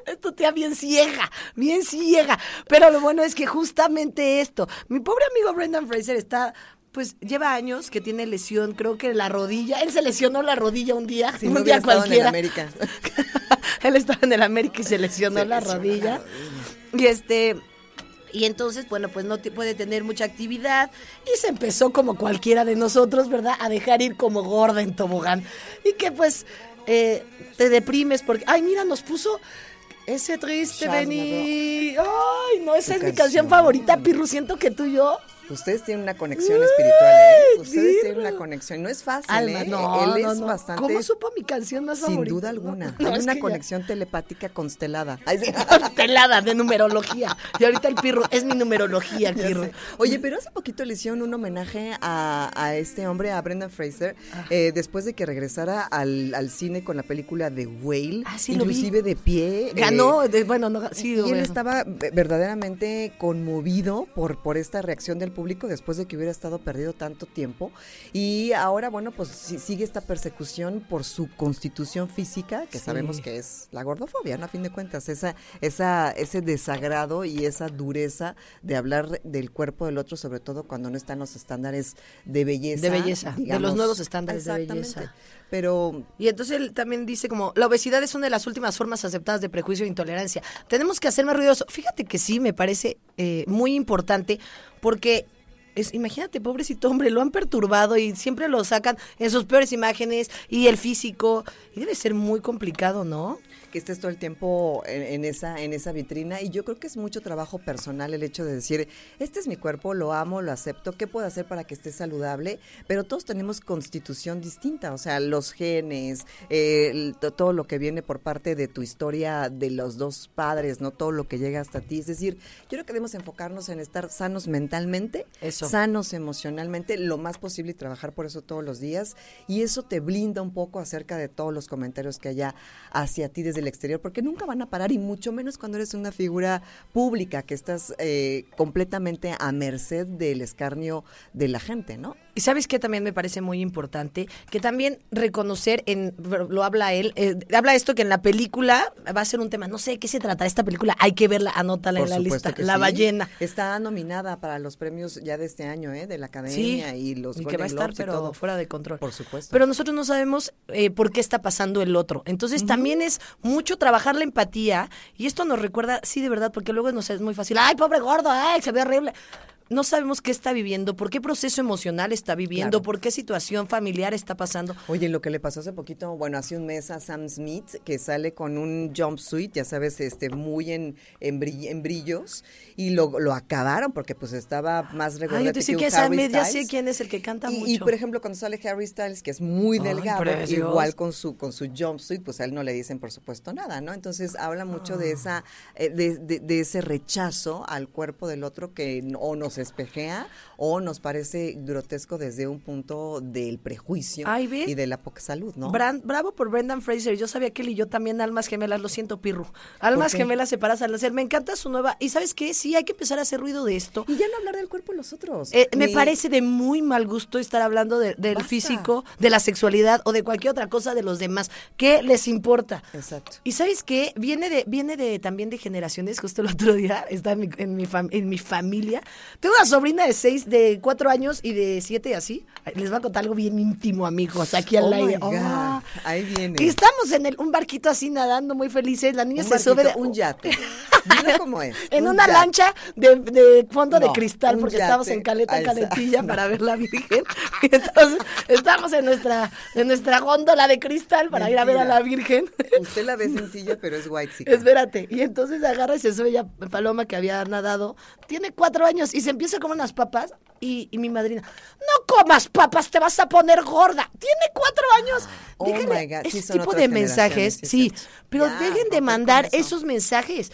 Speaker 4: Es tu tía bien ciega, bien ciega. Pero lo bueno es que justamente esto, mi pobre amigo Brendan Fraser está, pues lleva años que tiene lesión, creo que la rodilla, él se lesionó la rodilla un día,
Speaker 5: Si
Speaker 4: un
Speaker 5: no hubiera
Speaker 4: día
Speaker 5: estado en el
Speaker 4: cualquiera.
Speaker 5: América.
Speaker 4: (laughs) él estaba en el América y se lesionó, la, rodilla. Y este... Y entonces, bueno, pues no te- puede tener mucha actividad. Y se empezó como cualquiera de nosotros, ¿verdad? A dejar ir como gorda en tobogán. Y que pues eh, te deprimes porque... Ay, mira, nos puso ese triste
Speaker 5: Charles
Speaker 4: venir. Ay, no, esa es
Speaker 5: Tu
Speaker 4: mi canción
Speaker 5: canción.
Speaker 4: favorita, Pirru. Siento que tú y yo...
Speaker 5: Ustedes tienen una conexión espiritual, ¿eh? Ustedes
Speaker 4: Dirro.
Speaker 5: tienen una conexión. No es fácil,
Speaker 4: Alma,
Speaker 5: ¿eh?
Speaker 4: no,
Speaker 5: Él
Speaker 4: no,
Speaker 5: es
Speaker 4: no.
Speaker 5: bastante...
Speaker 4: ¿Cómo supo mi canción más
Speaker 5: Sin
Speaker 4: favorita?
Speaker 5: duda
Speaker 4: No,
Speaker 5: alguna.
Speaker 4: no,
Speaker 5: Hay
Speaker 4: es
Speaker 5: una
Speaker 4: que ya- (laughs)
Speaker 5: conexión telepática constelada. Ay, sí.
Speaker 4: Constelada de numerología. Y ahorita el pirro es mi numerología, el
Speaker 5: Ya
Speaker 4: pirro.
Speaker 5: sé. Oye, pero hace poquito le hicieron un homenaje a, a este hombre, a Brendan Fraser,
Speaker 4: Ah.
Speaker 5: eh, después de que regresara al, al cine con la película The Whale,
Speaker 4: Ah, sí, lo vi.
Speaker 5: inclusive de pie. eh,
Speaker 4: Ganó, de- bueno, no, sí,
Speaker 5: y él
Speaker 4: bueno.
Speaker 5: estaba ve- verdaderamente conmovido por, por esta reacción del público después de que hubiera estado perdido tanto tiempo. Y ahora, bueno, pues si- sigue esta persecución por su constitución física, que
Speaker 4: Sí.
Speaker 5: sabemos que es la gordofobia, ¿no? A fin de cuentas, esa, esa, ese desagrado y esa dureza de hablar del cuerpo del otro, sobre todo cuando no están los estándares de belleza.
Speaker 4: De belleza, de los nuevos estándares de
Speaker 5: Exactamente.
Speaker 4: belleza.
Speaker 5: Pero
Speaker 4: Y entonces él también dice como, la obesidad es una de las últimas formas aceptadas de prejuicio e intolerancia. Tenemos que hacer más ruidoso. Fíjate que sí, me parece eh, muy importante porque... Es, imagínate, pobrecito hombre, lo han perturbado y siempre lo sacan en sus peores imágenes y el físico. Y debe ser muy complicado, ¿no?
Speaker 5: que estés todo el tiempo en, en esa en esa vitrina y yo creo que es mucho trabajo personal el hecho de decir este es mi cuerpo lo amo lo acepto qué puedo hacer para que esté saludable pero todos tenemos constitución distinta o sea los genes eh, el- to- todo lo que viene por parte de tu historia de los dos padres no todo lo que llega hasta ti es decir yo creo que debemos enfocarnos en estar sanos mentalmente
Speaker 4: Eso.
Speaker 5: sanos emocionalmente lo más posible y trabajar por eso todos los días y eso te blinda un poco acerca de todos los comentarios que haya hacia ti desde el exterior porque nunca van a parar y mucho menos cuando eres una figura pública que estás eh, completamente a merced del escarnio de la gente, ¿no?
Speaker 4: Y sabes que también me parece muy importante, que también reconocer, en lo habla él, eh, habla esto que en la película va a ser un tema, no sé de qué se trata esta película, hay que verla, anótala
Speaker 5: Por
Speaker 4: en la
Speaker 5: supuesto
Speaker 4: lista,
Speaker 5: que
Speaker 4: La
Speaker 5: sí.
Speaker 4: ballena.
Speaker 5: Está nominada para los premios ya de este año, ¿eh? De la
Speaker 4: Sí,
Speaker 5: academia y los
Speaker 4: que va a
Speaker 5: Golden
Speaker 4: estar
Speaker 5: Globes y
Speaker 4: pero
Speaker 5: todo.
Speaker 4: fuera de control.
Speaker 5: Por supuesto.
Speaker 4: Pero nosotros no sabemos eh, por qué está pasando el otro. Entonces también es mucho trabajar la empatía y esto nos recuerda, sí, de verdad, porque luego nos es muy fácil, ay, pobre gordo, ay, se ve horrible. No sabemos qué está viviendo, por qué proceso emocional está viviendo,
Speaker 5: Claro.
Speaker 4: por qué situación familiar está pasando.
Speaker 5: Oye, lo que le pasó hace poquito, bueno, hace un mes a Sam Smith, que sale con un jumpsuit, ya sabes, este, muy en, en, brill- en brillos, y lo, lo acabaron porque pues estaba más
Speaker 4: Ay,
Speaker 5: regular.
Speaker 4: yo te sé que esa media, ya sé quién es el que canta
Speaker 5: y,
Speaker 4: mucho.
Speaker 5: Y por ejemplo, cuando sale Harry Styles, que es muy
Speaker 4: Ay,
Speaker 5: delgado,
Speaker 4: precioso.
Speaker 5: igual con su con su jumpsuit, pues a él no le dicen por supuesto nada, ¿no? Entonces habla mucho
Speaker 4: Ah.
Speaker 5: de esa eh, de, de- de ese rechazo al cuerpo del otro que n- o nos espejea o nos parece grotesco desde un punto del prejuicio
Speaker 4: Ay, ¿ves?
Speaker 5: y de la poca salud, ¿no?
Speaker 4: Bran- bravo por Brendan Fraser. Yo sabía que él y yo también, almas gemelas, lo siento, pirru. Almas
Speaker 5: qué?
Speaker 4: gemelas separadas al hacer. Me encanta su nueva. ¿Y sabes qué? Sí, hay que empezar a hacer ruido de esto.
Speaker 5: y ya no hablar del cuerpo de los otros.
Speaker 4: Eh, me
Speaker 5: Ni-
Speaker 4: parece de muy mal gusto estar hablando de- del
Speaker 5: Basta.
Speaker 4: físico, de la sexualidad o de cualquier otra cosa de los demás. ¿Qué les importa?
Speaker 5: Exacto.
Speaker 4: Y sabes qué, viene de, viene de también de generaciones, justo el otro día, (laughs) está en mi, en mi, fam- en mi familia. Tengo una sobrina de seis, de cuatro años y de siete y así. Ay, Les voy a contar algo bien íntimo, amigos, aquí al
Speaker 5: Oh my
Speaker 4: aire.
Speaker 5: God.
Speaker 4: Ah.
Speaker 5: Ahí viene.
Speaker 4: Y estamos en el, un barquito así nadando, muy felices. La niña
Speaker 5: Un
Speaker 4: se sube de
Speaker 5: barquito, un yate.
Speaker 4: (laughs)
Speaker 5: Dilo cómo es,
Speaker 4: en
Speaker 5: un
Speaker 4: una
Speaker 5: yate.
Speaker 4: lancha de, de fondo de
Speaker 5: No,
Speaker 4: cristal,
Speaker 5: un
Speaker 4: porque
Speaker 5: yate.
Speaker 4: estábamos en caleta,
Speaker 5: Ah, esa-
Speaker 4: calentilla
Speaker 5: (laughs) no.
Speaker 4: para ver la Virgen. (laughs) Entonces, estamos en nuestra, en nuestra góndola de cristal para ir a ver a
Speaker 5: Mentira.
Speaker 4: la Virgen.
Speaker 5: Usted la ve sencilla, pero es white
Speaker 4: (laughs)
Speaker 5: chica.
Speaker 4: Espérate. Y entonces agarra y se sube ya Paloma que había nadado. Tiene cuatro años y se empieza a comer unas papas. Y, y mi madrina, no comas papas, te vas a poner gorda. Tiene cuatro años.
Speaker 5: Oh
Speaker 4: Déjenle
Speaker 5: my God, sí
Speaker 4: ese
Speaker 5: son
Speaker 4: tipo
Speaker 5: otras
Speaker 4: de mensajes,
Speaker 5: generaciones,
Speaker 4: sí,
Speaker 5: sí, cierto.
Speaker 4: pero
Speaker 5: Ya,
Speaker 4: dejen
Speaker 5: romper
Speaker 4: de
Speaker 5: con
Speaker 4: mandar
Speaker 5: eso.
Speaker 4: esos mensajes.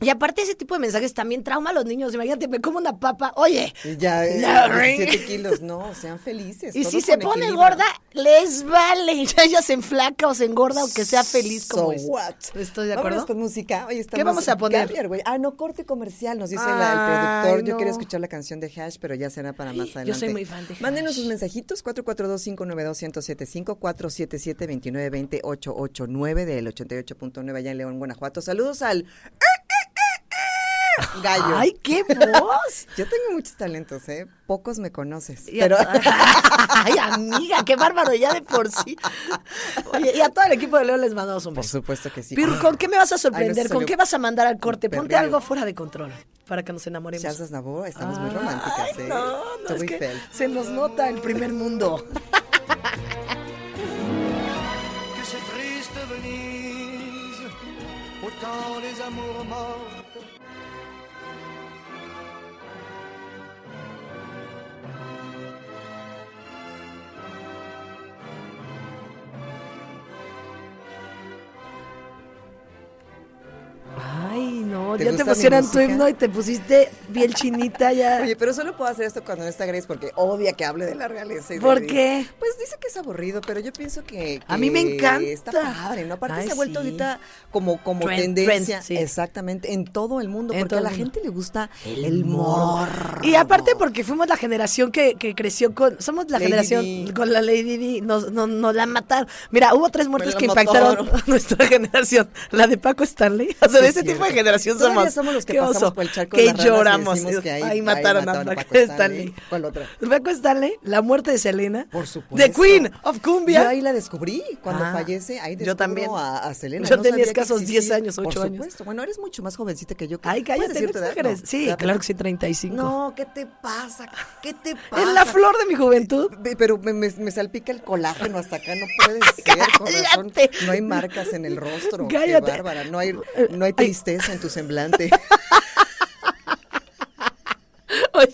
Speaker 4: Y aparte ese tipo de mensajes también trauma a los niños. Imagínate, me como una papa. Oye,
Speaker 5: Y ya, eh,
Speaker 4: la
Speaker 5: 17
Speaker 4: ring.
Speaker 5: kilos, no, sean felices.
Speaker 4: Y
Speaker 5: todo
Speaker 4: si se
Speaker 5: con
Speaker 4: pone
Speaker 5: equilibrio.
Speaker 4: gorda, les vale. (laughs) Ya ella se enflaca o se engorda o que sea feliz
Speaker 5: So
Speaker 4: como es.
Speaker 5: what?
Speaker 4: Estoy de
Speaker 5: Vámonos
Speaker 4: acuerdo.
Speaker 5: con música. Oye,
Speaker 4: ¿Qué vamos a poner?
Speaker 5: Gabriel, güey. ah, no, corte comercial, nos dice la-
Speaker 4: Ay,
Speaker 5: el productor. Yo
Speaker 4: no.
Speaker 5: quiero escuchar la canción de Hash, pero ya será para más adelante.
Speaker 4: soy muy fan de Hash.
Speaker 5: Mándenos sus mensajitos, 442-592-1075, 477-2920-889 del 88.9 allá en León, Guanajuato. Saludos al... Gallo.
Speaker 4: Ay, qué
Speaker 5: (laughs)
Speaker 4: voz.
Speaker 5: Yo tengo muchos talentos, ¿eh? Pocos me conoces.
Speaker 4: Y a-
Speaker 5: (laughs) pero...
Speaker 4: Ay, amiga, qué bárbaro, ya de por sí. Oye, y a todo el equipo de Leo les mandamos un
Speaker 5: Por
Speaker 4: beso.
Speaker 5: supuesto que sí. Ah,
Speaker 4: Pirru, ¿con qué me vas a
Speaker 5: Ay, no sé,
Speaker 4: sorprender? ¿Con
Speaker 5: salió
Speaker 4: qué vas a mandar al corte? Ponte
Speaker 5: perdido.
Speaker 4: algo fuera de control para que nos enamoremos.
Speaker 5: Charles Aznavour, estamos muy románticas, ¿eh?
Speaker 4: No, no,
Speaker 5: Estoy
Speaker 4: es
Speaker 5: muy
Speaker 4: que
Speaker 5: fel.
Speaker 4: se nos nota el primer
Speaker 5: (laughs)
Speaker 4: mundo.
Speaker 6: que c'est triste Venise, autant les amours morts.
Speaker 4: Ay, no,
Speaker 5: ¿Te
Speaker 4: ya te
Speaker 5: gusta mi
Speaker 4: pusieron tu
Speaker 5: música?
Speaker 4: himno y te pusiste piel chinita ya.
Speaker 5: Oye, pero solo puedo hacer esto cuando no está Grace porque odia que hable de la realeza. y de-
Speaker 4: ¿Por qué?
Speaker 5: Pues dice que es aburrido, pero yo pienso que,
Speaker 4: A mí me
Speaker 5: que
Speaker 4: encanta.
Speaker 5: Está padre, ¿no? Aparte
Speaker 4: Ay,
Speaker 5: se ha vuelto
Speaker 4: sí.
Speaker 5: ahorita como, como
Speaker 4: Trend,
Speaker 5: tendencia.
Speaker 4: trend, sí.
Speaker 5: Exactamente, en todo el mundo,
Speaker 4: En
Speaker 5: porque
Speaker 4: todo
Speaker 5: a la
Speaker 4: el mundo.
Speaker 5: gente le gusta el mor.
Speaker 4: Y aparte porque fuimos la generación que, que creció con... Somos la
Speaker 5: Lady
Speaker 4: generación
Speaker 5: Di.
Speaker 4: con la Lady Di. Nos, no- nos la mataron. Mira, hubo tres muertes
Speaker 5: la
Speaker 4: que impactaron
Speaker 5: mataron.
Speaker 4: (laughs) nuestra generación. La de Paco Stanley. O sea, de
Speaker 5: es
Speaker 4: ese tipo de
Speaker 5: cierto.
Speaker 4: generación
Speaker 5: Todavía
Speaker 4: somos.
Speaker 5: somos los que
Speaker 4: Qué
Speaker 5: pasamos
Speaker 4: oso.
Speaker 5: por el charco de
Speaker 4: Que
Speaker 5: las ranas y
Speaker 4: lloramos.
Speaker 5: decimos que ahí-
Speaker 4: ahí,
Speaker 5: ahí
Speaker 4: mataron a
Speaker 5: mataron a
Speaker 4: Paco
Speaker 5: Paco
Speaker 4: Stanley.
Speaker 5: Stanley. ¿Cuál otra?
Speaker 4: Paco Stanley, la muerte de Selena.
Speaker 5: Por supuesto.
Speaker 4: The Queen of Cumbia.
Speaker 5: Yo ahí la descubrí cuando
Speaker 4: Ah,
Speaker 5: fallece. Ahí
Speaker 4: yo
Speaker 5: descubro
Speaker 4: también.
Speaker 5: A, a Selena.
Speaker 4: Yo
Speaker 5: no
Speaker 4: tenía
Speaker 5: sabía que
Speaker 4: escasos 10
Speaker 5: existía.
Speaker 4: años, 8
Speaker 5: Por
Speaker 4: años.
Speaker 5: supuesto. Bueno, eres mucho más jovencita que yo.
Speaker 4: Ay,
Speaker 5: ¿Puedes
Speaker 4: cállate,
Speaker 5: decir
Speaker 4: no
Speaker 5: tu edad?
Speaker 4: exageres.
Speaker 5: No.
Speaker 4: Sí,
Speaker 5: ¿Verdad?
Speaker 4: claro que sí, 35.
Speaker 5: No, ¿qué te pasa? ¿Qué te
Speaker 4: (laughs)
Speaker 5: pasa?
Speaker 4: En la flor de mi juventud.
Speaker 5: Ve, Pero me, me- me salpica el colágeno hasta acá, no
Speaker 4: (laughs)
Speaker 5: puede ser, con razón.
Speaker 4: Cállate.
Speaker 5: No hay marcas en el rostro. qué
Speaker 4: Cállate. Eh,
Speaker 5: bárbara. No hay, no hay tristeza en
Speaker 4: (laughs)
Speaker 5: tu semblante.
Speaker 4: (laughs) Oye,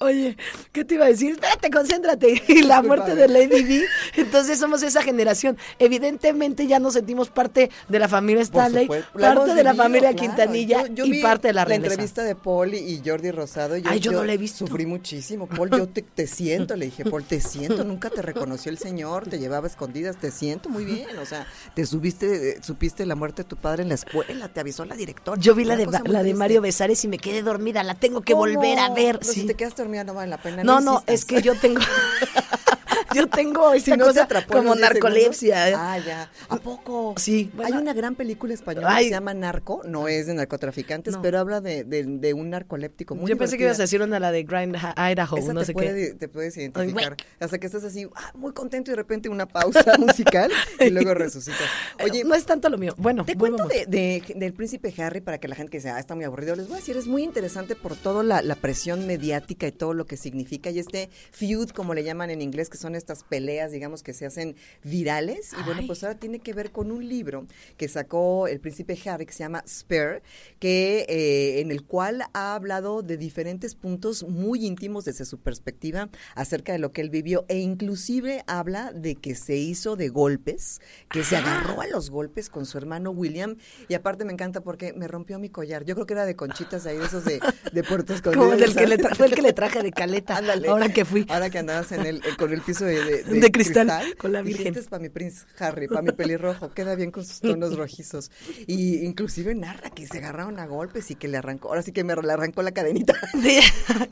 Speaker 4: oye, ¿qué te iba a decir? Espérate, concéntrate. (laughs) Y la muerte de Lady Di. Entonces somos esa generación. Evidentemente ya nos sentimos parte de la familia Stanley,
Speaker 5: Por supuesto. La
Speaker 4: parte
Speaker 5: hemos
Speaker 4: de la
Speaker 5: vivido,
Speaker 4: familia
Speaker 5: claro.
Speaker 4: Quintanilla
Speaker 5: Yo- yo
Speaker 4: y
Speaker 5: vi
Speaker 4: parte de la
Speaker 5: La
Speaker 4: realeza.
Speaker 5: entrevista de Paul y Jordi Rosado.
Speaker 4: Ay, yo no la he visto.
Speaker 5: Sufrí muchísimo. Paul, yo te, te siento, le dije, Paul,
Speaker 4: (laughs)
Speaker 5: te siento. Nunca te reconoció el señor, te llevaba a escondidas, te siento muy bien. O sea, te subiste, eh, supiste la muerte de tu padre en la escuela, te avisó la directora.
Speaker 4: Yo vi la
Speaker 5: Una
Speaker 4: de,
Speaker 5: cosa muy
Speaker 4: la de
Speaker 5: triste.
Speaker 4: Mario Besares y me quedé dormida. La tengo que volver a
Speaker 5: ¿Cómo?
Speaker 4: ver.
Speaker 5: No, Si
Speaker 4: sí.
Speaker 5: te quedas dormida no vale la pena.
Speaker 4: No, no,
Speaker 5: insistas.
Speaker 4: es que yo tengo. (laughs) yo tengo esta
Speaker 5: (laughs) Si no te
Speaker 4: cosa
Speaker 5: atrapó en
Speaker 4: como
Speaker 5: los diez
Speaker 4: narcolepsia. ¿eh?
Speaker 5: segundos. Ah, ya. ¿A poco?
Speaker 4: Sí, bueno.
Speaker 5: Hay una gran película española
Speaker 4: Ay.
Speaker 5: que se llama Narco. No es de narcotraficantes,
Speaker 4: No.
Speaker 5: pero habla de, de- de un narcoléptico muy
Speaker 4: Yo pensé que
Speaker 5: divertida.
Speaker 4: ibas a decir una la de Grind Idaho,
Speaker 5: Esa
Speaker 4: no
Speaker 5: te,
Speaker 4: sé qué.
Speaker 5: puede, te puedes identificar.
Speaker 4: güey.
Speaker 5: Hasta que estás así, ah, muy contento y de repente una pausa (laughs) musical y
Speaker 4: (laughs)
Speaker 5: luego resucitas. Oye,
Speaker 4: no es tanto lo mío. Bueno,
Speaker 5: te
Speaker 4: volvamos.
Speaker 5: cuento de, de- del príncipe Harry para que la gente que dice, ah, está muy aburrido, les voy a decir, es muy interesante por toda la, la presión mediática y todo lo que significa. Y este feud, como le llaman en inglés, que son estas peleas, digamos, que se hacen virales. Y bueno,
Speaker 4: Ay.
Speaker 5: pues ahora tiene que ver con un libro que sacó el príncipe Harry que se llama Spare, que, eh, en el cual ha hablado de diferentes puntos muy íntimos desde su perspectiva acerca de lo que él vivió e inclusive habla de que se hizo de golpes, que se agarró a los golpes con su hermano William y aparte me encanta porque me rompió mi collar. Yo creo que era de conchitas ahí de esos de, de puertos
Speaker 4: (laughs)
Speaker 5: con
Speaker 4: Como el del que le tra- fue el que le traje de caleta.
Speaker 5: (laughs) Ándale.
Speaker 4: Ahora que fui.
Speaker 5: Ahora que andabas en el, eh, con el piso de, (laughs) de-
Speaker 4: De cristal, con la
Speaker 5: dije,
Speaker 4: Virgen.
Speaker 5: Este es para mi Prince Harry, para mi pelirrojo. Queda bien con sus tonos rojizos. Y inclusive narra que se agarraron a golpes y que le arrancó. Ahora sí que me le arrancó la cadenita.
Speaker 4: (laughs) De-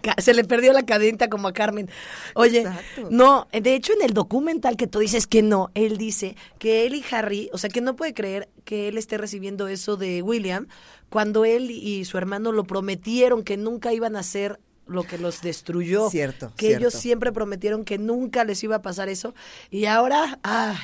Speaker 4: ca- se le perdió la cadenita como a Carmen. Oye,
Speaker 5: Exacto.
Speaker 4: no, de hecho en el documental que tú dices que no, él dice que él y Harry, o sea, que no puede creer que él esté recibiendo eso de William cuando él y su hermano lo prometieron que nunca iban a hacer lo que los destruyó.
Speaker 5: Cierto,
Speaker 4: Que ellos
Speaker 5: cierto.
Speaker 4: siempre prometieron que nunca les iba a pasar eso y ahora, ay,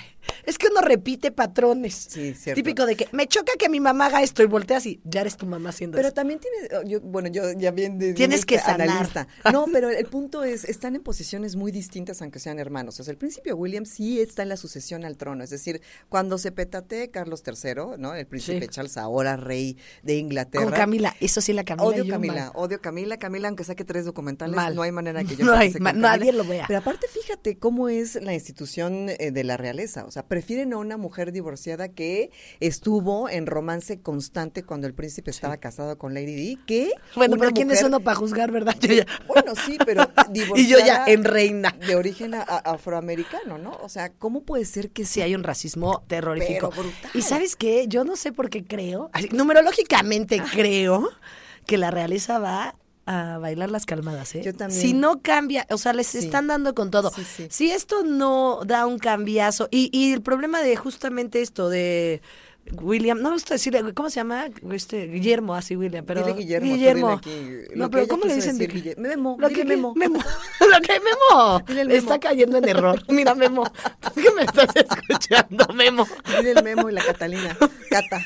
Speaker 4: es que uno repite patrones.
Speaker 5: Sí, cierto.
Speaker 4: Típico de que me choca que mi mamá haga esto y volteas y ya eres tu mamá haciendo
Speaker 5: (laughs) Pero
Speaker 4: eso.
Speaker 5: también tienes, oh, yo, bueno, yo ya bien de,
Speaker 4: Tienes que
Speaker 5: este
Speaker 4: sanar.
Speaker 5: (laughs) analista. No, pero el punto es, están en posiciones muy distintas aunque sean hermanos. O sea, el príncipe William sí está en la sucesión al trono. Es decir, cuando se petatee Carlos III, ¿no? El príncipe
Speaker 4: Sí.
Speaker 5: Charles, ahora rey de Inglaterra.
Speaker 4: Con Camila, eso sí la Camila.
Speaker 5: Odio
Speaker 4: y yo,
Speaker 5: Camila,
Speaker 4: man.
Speaker 5: odio Camila, Camila, aunque saque tres documentales,
Speaker 4: Mal.
Speaker 5: no hay manera que
Speaker 4: (laughs)
Speaker 5: yo
Speaker 4: No hay,
Speaker 5: empatice con
Speaker 4: ma-
Speaker 5: Camila.
Speaker 4: nadie lo vea.
Speaker 5: Pero aparte, fíjate fíjate cómo es la institución eh, de la realeza. O sea, prefieren a una mujer divorciada que estuvo en romance constante cuando el príncipe estaba casado con Lady Di que.
Speaker 4: Bueno,
Speaker 5: una
Speaker 4: pero ¿quién es
Speaker 5: mujer-
Speaker 4: uno para juzgar, verdad? Yo ya-
Speaker 5: Bueno, sí, pero divorciada.
Speaker 4: (laughs) y yo ya en reina.
Speaker 5: De origen a- a- afroamericano, ¿no? O sea, ¿cómo puede ser (laughs) que
Speaker 4: Sí, hay un racismo terrorífico.
Speaker 5: Pero brutal.
Speaker 4: Y sabes qué, yo no sé por qué creo, así, numerológicamente creo que la realeza va a bailar las calmadas, ¿eh?
Speaker 5: Yo también.
Speaker 4: Si no cambia, o sea, les
Speaker 5: Sí.
Speaker 4: están dando con todo.
Speaker 5: Sí, sí.
Speaker 4: Si esto no da un cambiazo, y, y el problema de justamente esto, de William, no me gusta decirle, ¿cómo se llama? Este, Guillermo, así William, pero...
Speaker 5: Dile Guillermo, tú dile aquí,
Speaker 4: No,
Speaker 5: lo que
Speaker 4: pero
Speaker 5: ella
Speaker 4: ¿cómo le
Speaker 5: quiso
Speaker 4: dicen?
Speaker 5: decir,
Speaker 4: Guille-
Speaker 5: Guille- Memo,
Speaker 4: Lo
Speaker 5: dile
Speaker 4: que
Speaker 5: Memo.
Speaker 4: Memo. (laughs) Lo que Memo.
Speaker 5: Dile el
Speaker 4: Está
Speaker 5: Memo.
Speaker 4: cayendo en
Speaker 5: (laughs)
Speaker 4: error. Mira, Memo. ¿Tú que me estás escuchando, Memo? (laughs)
Speaker 5: Dile el Memo y la Catalina. Cata.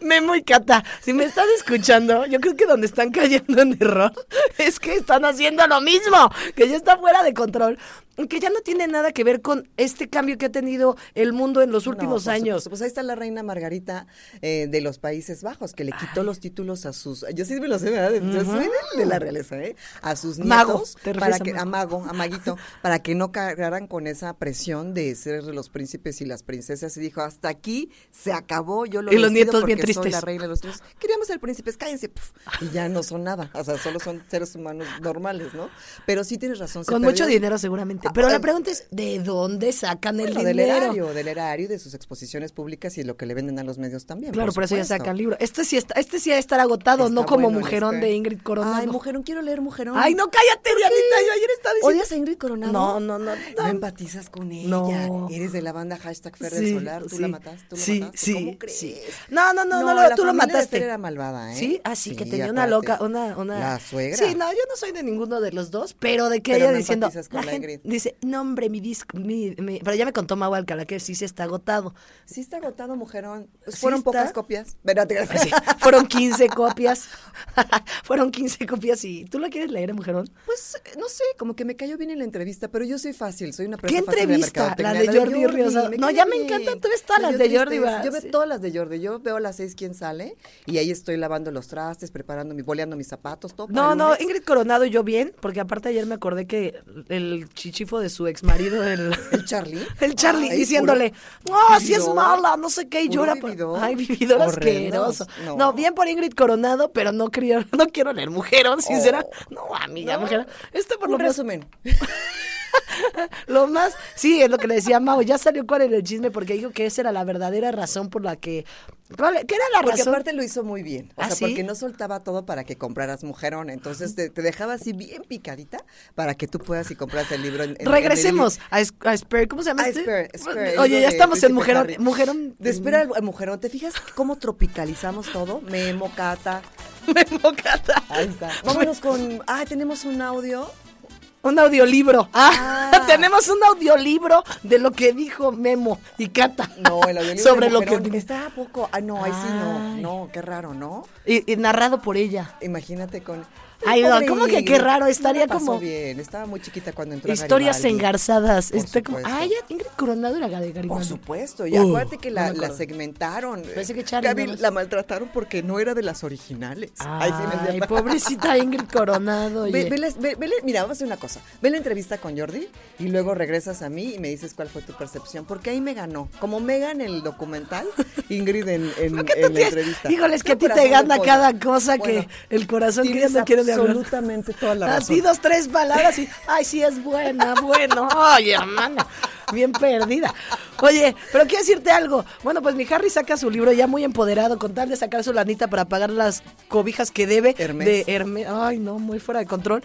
Speaker 4: Memo y Cata, si me estás escuchando, yo creo que donde están cayendo en error (laughs) es que están haciendo lo mismo, que ya está fuera de control, y que ya no tiene nada que ver con este cambio que ha tenido el mundo en los últimos
Speaker 5: No, por
Speaker 4: años.
Speaker 5: supuesto. Pues ahí está la reina Margarita eh, de los Países Bajos, que le quitó los títulos a sus. Yo sí me los sé, ¿verdad? Yo soy de, de la realeza, ¿eh? A sus
Speaker 4: Mago,
Speaker 5: nietos.
Speaker 4: te refieres
Speaker 5: para
Speaker 4: a
Speaker 5: que, a Mago,
Speaker 4: (laughs)
Speaker 5: a Maguito, para que no cargaran con esa presión de ser los príncipes y las princesas. Y dijo, hasta aquí se acabó. Yo lo
Speaker 4: Y los
Speaker 5: decido
Speaker 4: nietos bien
Speaker 5: porque soy
Speaker 4: tristes.
Speaker 5: la reina de los tres. Queríamos ser príncipes, cállense. puf, y ya no son nada. O sea, solo son seres humanos normales, ¿no? Pero sí tienes razón. se
Speaker 4: Con mucho
Speaker 5: perdió.
Speaker 4: dinero seguramente.
Speaker 5: Ah,
Speaker 4: Pero la
Speaker 5: ah,
Speaker 4: pregunta es, ¿de dónde sacan el
Speaker 5: bueno, del
Speaker 4: dinero?
Speaker 5: erario, del erario y de sus exposiciones públicas y lo que le venden a los medios también.
Speaker 4: Claro, por, eso ya
Speaker 5: supuesto.
Speaker 4: sacan libro. Este sí, está, este sí ha de estar agotado,
Speaker 5: Está
Speaker 4: no como
Speaker 5: bueno,
Speaker 4: mujerón
Speaker 5: este.
Speaker 4: de Ingrid Coronado.
Speaker 5: Ay, mujerón, quiero leer mujerón.
Speaker 4: Ay, no, cállate, Dianita, yo ayer estaba diciendo...
Speaker 5: ¿Odias a Ingrid Coronado?
Speaker 4: No, no, no,
Speaker 5: No,
Speaker 4: no.
Speaker 5: empatizas con ella.
Speaker 4: No.
Speaker 5: Eres de la banda hashtag Fer
Speaker 4: Sí,
Speaker 5: del Solar. Tú la mataste, tú la
Speaker 4: sí,
Speaker 5: mataste.
Speaker 4: Sí,
Speaker 5: ¿Cómo crees?
Speaker 4: sí. No, no, no, no, lo-
Speaker 5: la
Speaker 4: tú lo
Speaker 5: familia de Fer
Speaker 4: mataste.
Speaker 5: era malvada, ¿eh?
Speaker 4: Sí, así que
Speaker 5: Sí,
Speaker 4: tenía una
Speaker 5: acuérdate.
Speaker 4: loca, una, una.
Speaker 5: La suegra.
Speaker 4: Sí, no, yo no soy de ninguno de los dos, pero de que
Speaker 5: Pero
Speaker 4: ella
Speaker 5: no
Speaker 4: diciendo.
Speaker 5: empatizas con
Speaker 4: la
Speaker 5: la
Speaker 4: gente
Speaker 5: Ingrid.
Speaker 4: dice, no, hombre, mi disco, mi, mi- Pero ya me contó Mau Alcalá que sí se está agotado.
Speaker 5: Sí está agotado, mujerón.
Speaker 4: Sí
Speaker 5: Fueron
Speaker 4: está.
Speaker 5: pocas copias. Espérate,
Speaker 4: Pues sí, fueron 15 copias. (laughs) fueron 15 copias y. ¿Tú lo quieres leer, mujerón?
Speaker 5: Pues eh, no sé, como que me cayó bien en la entrevista, pero yo soy fácil, soy una
Speaker 4: ¿Qué
Speaker 5: persona fácil
Speaker 4: entrevista?
Speaker 5: de mercadotecnia.
Speaker 4: La de Jordi Riosa. No,
Speaker 5: cae
Speaker 4: ya me
Speaker 5: bien.
Speaker 4: encantan todas estas,
Speaker 5: Me
Speaker 4: las
Speaker 5: dio
Speaker 4: de Jordi,
Speaker 5: tristeza.
Speaker 4: va,
Speaker 5: Yo veo
Speaker 4: sí.
Speaker 5: todas las de Jordi, yo veo a las seis quién sale y ahí estoy lavando los trastes, preparando mi, boleando mis zapatos, todo. para
Speaker 4: No,
Speaker 5: el
Speaker 4: no,
Speaker 5: lunes.
Speaker 4: Ingrid Coronado y yo bien, porque aparte ayer me acordé que el chichifo de su ex marido, el,
Speaker 5: ¿El Charlie?
Speaker 4: (laughs) el Charlie,
Speaker 5: Ay,
Speaker 4: diciéndole,
Speaker 5: puro
Speaker 4: no, si es
Speaker 5: vividor,
Speaker 4: mala, no sé qué, y
Speaker 5: puro
Speaker 4: llora. por-
Speaker 5: vividor,
Speaker 4: Ay, vividor
Speaker 5: horrendos,
Speaker 4: asqueroso. No.
Speaker 5: no.
Speaker 4: bien por Ingrid Coronado, pero no, quiero, no quiero leer mujerón, sincera. No, amiga,
Speaker 5: Oh, No.
Speaker 4: mujer. Esto por lo
Speaker 5: Un
Speaker 4: menos
Speaker 5: resumen.
Speaker 4: lo más, sí, es lo que le decía Mau, ya salió cuál era el chisme, porque dijo que esa era la verdadera razón por la que. ¿Cuál- ¿Qué era la
Speaker 5: Porque
Speaker 4: razón?
Speaker 5: aparte lo hizo muy bien. O
Speaker 4: ¿Ah,
Speaker 5: sea,
Speaker 4: sí?
Speaker 5: porque no soltaba todo para que compraras mujerón. Entonces te, te dejaba así bien picadita para que tú puedas y compras el libro. en- en- en el-
Speaker 4: Regresemos a, Sp- a Spare, ¿cómo se llama?
Speaker 5: Ah,
Speaker 4: este?
Speaker 5: espera, espera, el
Speaker 4: Oye,
Speaker 5: libro
Speaker 4: ya
Speaker 5: de
Speaker 4: estamos en
Speaker 5: Príncipe
Speaker 4: mujerón.
Speaker 5: Harry.
Speaker 4: Mujerón. mm.
Speaker 5: De espera al al mujerón. ¿Te fijas cómo tropicalizamos todo? Memo, Cata.
Speaker 4: Memo Cata.
Speaker 5: (laughs) Ahí está. Vámonos con. Ah, tenemos un audio.
Speaker 4: Un audiolibro. Ah,
Speaker 5: Ah.
Speaker 4: (laughs) tenemos un audiolibro de lo que dijo Memo y Cata.
Speaker 5: No, el
Speaker 4: (laughs)
Speaker 5: audio
Speaker 4: Sobre lo que.
Speaker 5: Está a poco. Ah, no, ahí sí no.
Speaker 4: Ay.
Speaker 5: No, qué raro, ¿no?
Speaker 4: Y, y narrado por ella.
Speaker 5: Imagínate con.
Speaker 4: Ay, no,
Speaker 5: pobre
Speaker 4: ¿cómo que
Speaker 5: Ingrid,
Speaker 4: qué raro?
Speaker 5: no la
Speaker 4: Estaría
Speaker 5: pasó
Speaker 4: como-
Speaker 5: bien. Estaba muy chiquita cuando entró. a
Speaker 4: Historias
Speaker 5: Garibaldi.
Speaker 4: engarzadas.
Speaker 5: Por
Speaker 4: Está como.
Speaker 5: supuesto.
Speaker 4: Ay, ya Ingrid Coronado era de Garibaldi.
Speaker 5: Por supuesto, y acuérdate que la, la segmentaron.
Speaker 4: Parece que Charlie
Speaker 5: Gaby,
Speaker 4: nada más.
Speaker 5: la maltrataron porque no era de las originales. Ahí sí no es
Speaker 4: Ay,
Speaker 5: cierto.
Speaker 4: pobrecita Ingrid Coronado.
Speaker 5: Ve-
Speaker 4: oye.
Speaker 5: ve la- ve- ve la- mira, vamos a hacer una cosa. Ve la entrevista con Jordi y luego regresas a mí y me dices cuál fue tu percepción. Porque ahí me ganó. Como me gana
Speaker 4: (laughs)
Speaker 5: el documental, Ingrid en, en,
Speaker 4: ¿Por qué tú
Speaker 5: en la
Speaker 4: tienes-
Speaker 5: entrevista.
Speaker 4: Híjoles que a
Speaker 5: Qué
Speaker 4: ti te
Speaker 5: corazón de
Speaker 4: gana
Speaker 5: pollo.
Speaker 4: cada cosa
Speaker 5: Bueno,
Speaker 4: que el corazón que ya
Speaker 5: tienes
Speaker 4: no quiere de hablar.
Speaker 5: Absolutamente toda la
Speaker 4: Así
Speaker 5: razón.
Speaker 4: dos, tres palabras y, ay, sí es buena, bueno. Oye, hermana, bien perdida. Oye, pero quiero decirte algo. Bueno, pues mi Harry saca su libro ya muy empoderado con tal de sacar su lanita para pagar las cobijas que debe
Speaker 5: Hermes.
Speaker 4: de Hermes. Ay, no, muy fuera de control.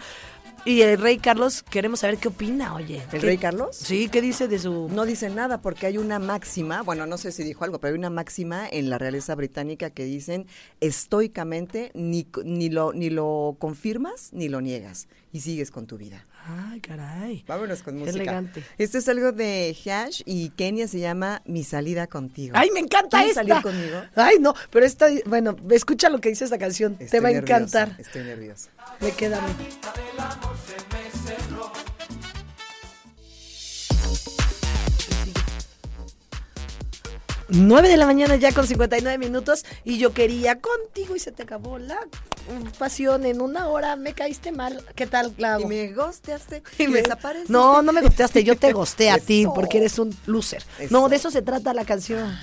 Speaker 4: Y el rey Carlos, queremos saber qué opina, oye.
Speaker 5: ¿El
Speaker 4: ¿Qué-
Speaker 5: rey Carlos?
Speaker 4: Sí, ¿qué dice de su
Speaker 5: No dice nada porque hay una máxima, bueno, no sé si dijo algo, pero hay una máxima en la realeza británica que dicen estoicamente ni, co- ni, lo, ni lo confirmas ni lo niegas y sigues con tu vida.
Speaker 4: Ay, caray.
Speaker 5: Vámonos con
Speaker 4: Qué
Speaker 5: música.
Speaker 4: elegante.
Speaker 5: Esto es algo de Hash y Kenia se llama Mi salida contigo.
Speaker 4: Ay, me encanta
Speaker 5: ¿Quieres
Speaker 4: esta.
Speaker 5: salir conmigo?
Speaker 4: Ay, no, pero esta, bueno, escucha lo que dice esta canción. Te
Speaker 5: Estoy
Speaker 4: va a
Speaker 5: nerviosa,
Speaker 4: encantar.
Speaker 5: Estoy nerviosa.
Speaker 4: Me queda a mí. 9 de la mañana ya con 59 minutos y yo quería contigo y se te acabó la pasión en una hora. Me caíste mal. ¿Qué tal, Clau?
Speaker 5: Y me
Speaker 4: (laughs)
Speaker 5: gosteaste y me desapareciste.
Speaker 4: No, no me gosteaste, yo te gosté a ti porque eres un loser. No, de eso se trata la canción.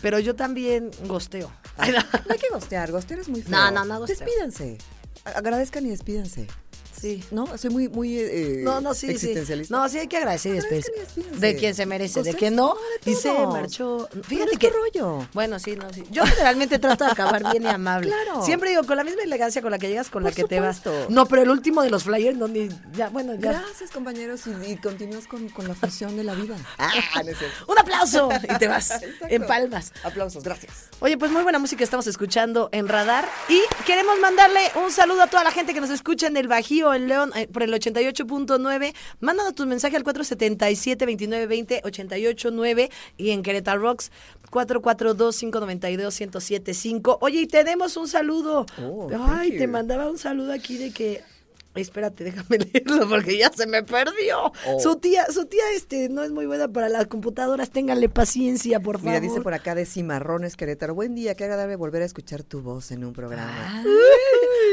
Speaker 4: Pero yo también gosteo.
Speaker 5: Ay, no. No hay que gostear, gostear es muy feo.
Speaker 4: No, no, no gosteo.
Speaker 5: Despídanse. A- Agradezcan y despídanse.
Speaker 4: Sí.
Speaker 5: ¿No? Soy muy, muy eh,
Speaker 4: No, no, sí, sí.
Speaker 5: existencialista.
Speaker 4: No, sí hay que agradecer y
Speaker 5: Pero es que
Speaker 4: despedirse.
Speaker 5: despídense.
Speaker 4: De quien se merece, de
Speaker 5: Ustedes
Speaker 4: quien no.
Speaker 5: no, de
Speaker 4: Y se
Speaker 5: todos.
Speaker 4: marchó.
Speaker 5: Pero
Speaker 4: Fíjate
Speaker 5: es
Speaker 4: que.
Speaker 5: tu rollo.
Speaker 4: Bueno, sí, no, sí. Yo generalmente trato de acabar bien y amable.
Speaker 5: Claro.
Speaker 4: Siempre digo, con la misma elegancia con la que llegas, con la
Speaker 5: Por
Speaker 4: que te vas.
Speaker 5: supuesto.
Speaker 4: No, pero el último de los flyers, no, ni. Ya, bueno, ya.
Speaker 5: Gracias, compañeros, y, y continúas con, con la función de la vida. Ah, no es cierto.
Speaker 4: (laughs) ¡Un
Speaker 5: (laughs)
Speaker 4: aplauso! Y te vas.
Speaker 5: Exacto.
Speaker 4: en palmas.
Speaker 5: Aplausos, gracias.
Speaker 4: Oye, pues muy buena música estamos escuchando en Radar. Y queremos mandarle un saludo a toda la gente que nos escucha en el Bajío, en León, eh, por el 88.9. Mándanos tu mensaje al 477-2920-889 y en Querétaro Rocks 442-592-1075. Oye, y tenemos un saludo.
Speaker 5: Oh,
Speaker 4: Ay,
Speaker 5: thank you.
Speaker 4: te mandaba un saludo aquí de que... Espérate, déjame (laughs) leerlo porque ya se me perdió.
Speaker 5: Oh.
Speaker 4: Su tía, su tía este no es muy buena para las computadoras. Ténganle paciencia, por favor.
Speaker 5: Mira, dice por acá de Cimarrones Querétaro. Buen día, qué agradable volver a escuchar tu voz en un programa.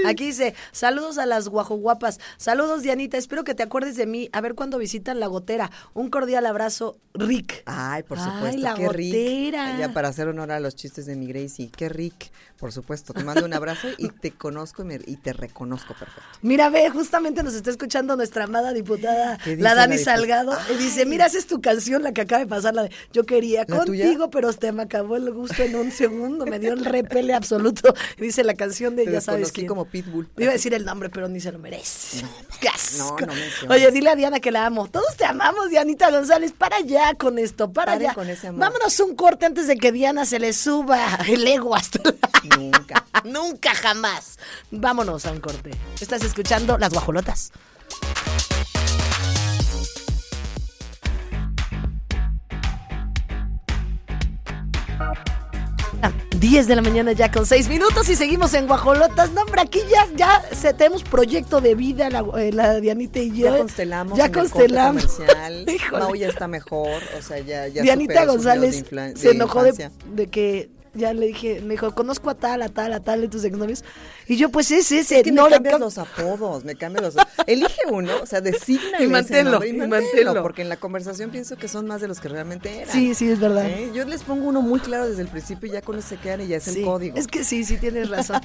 Speaker 4: Aquí dice, saludos a las guajoguapas, saludos Dianita, espero que te acuerdes de mí, a ver cuándo visitan la gotera. Un cordial abrazo, Rick.
Speaker 5: Ay, por
Speaker 4: Ah, Ay,
Speaker 5: supuesto,
Speaker 4: la
Speaker 5: qué rico.
Speaker 4: gotera.
Speaker 5: Ya para hacer honor a los chistes de mi Gracie, qué rico. Por supuesto, te mando un abrazo
Speaker 4: (laughs)
Speaker 5: y te conozco y, me- y te reconozco perfecto.
Speaker 4: Mira, ve, justamente nos está escuchando nuestra amada diputada,
Speaker 5: ¿Qué dice
Speaker 4: la Dani
Speaker 5: la dipu-
Speaker 4: Salgado, y dice, mira, esa es tu canción, la que acaba de pasar, la de Yo quería
Speaker 5: ¿La tuya?
Speaker 4: contigo, pero te me acabó el gusto en un segundo, me dio el repele absoluto, (laughs) dice la canción de
Speaker 5: Te
Speaker 4: Ya sabes
Speaker 5: desconocí
Speaker 4: quién.
Speaker 5: como Pitbull.
Speaker 4: Iba a decir el nombre, pero ni se lo merece. (laughs) ¡Qué asco!
Speaker 5: no menciones.
Speaker 4: Oye, dile a Diana que la amo. Todos te amamos, Dianita González. Para allá con esto, para
Speaker 5: Paren
Speaker 4: allá.
Speaker 5: con ese amor.
Speaker 4: Vámonos un corte antes de que Diana se le suba el ego hasta la-
Speaker 5: Nunca.
Speaker 4: (laughs) Nunca jamás. Vámonos a un corte. Estás escuchando Las Guajolotas. Ah, 10 de la mañana ya con 6 minutos y seguimos en Guajolotas. No, hombre, aquí ya, ya se- tenemos proyecto de vida, la, eh, la Dianita y yo.
Speaker 5: Ya constelamos.
Speaker 4: Ya
Speaker 5: en el corte
Speaker 4: constelamos. (laughs)
Speaker 5: comercial.
Speaker 4: Híjole.
Speaker 5: Mau ya está mejor. O sea, ya. ya
Speaker 4: Dianita
Speaker 5: superó sus
Speaker 4: González
Speaker 5: miedos de inflan-
Speaker 4: se
Speaker 5: de
Speaker 4: enojó de,
Speaker 5: infancia.
Speaker 4: de que ya le dije, me dijo, conozco a tal, a tal, a tal de tus exnovios. Y yo, pues es ese,
Speaker 5: que
Speaker 4: no
Speaker 5: me
Speaker 4: le
Speaker 5: cambias
Speaker 4: cam-
Speaker 5: los apodos, me cambias los Elige uno, o sea,
Speaker 4: (laughs)
Speaker 5: designa
Speaker 4: Y manténlo,
Speaker 5: y
Speaker 4: y
Speaker 5: manténlo,
Speaker 4: manténlo.
Speaker 5: Porque en la conversación pienso que son más de los que realmente eran.
Speaker 4: Sí, sí, es verdad.
Speaker 5: ¿Eh? Yo les pongo uno muy claro desde el principio y ya con eso se quedan y ya es
Speaker 4: Sí,
Speaker 5: el código.
Speaker 4: Es que sí, sí tienes razón.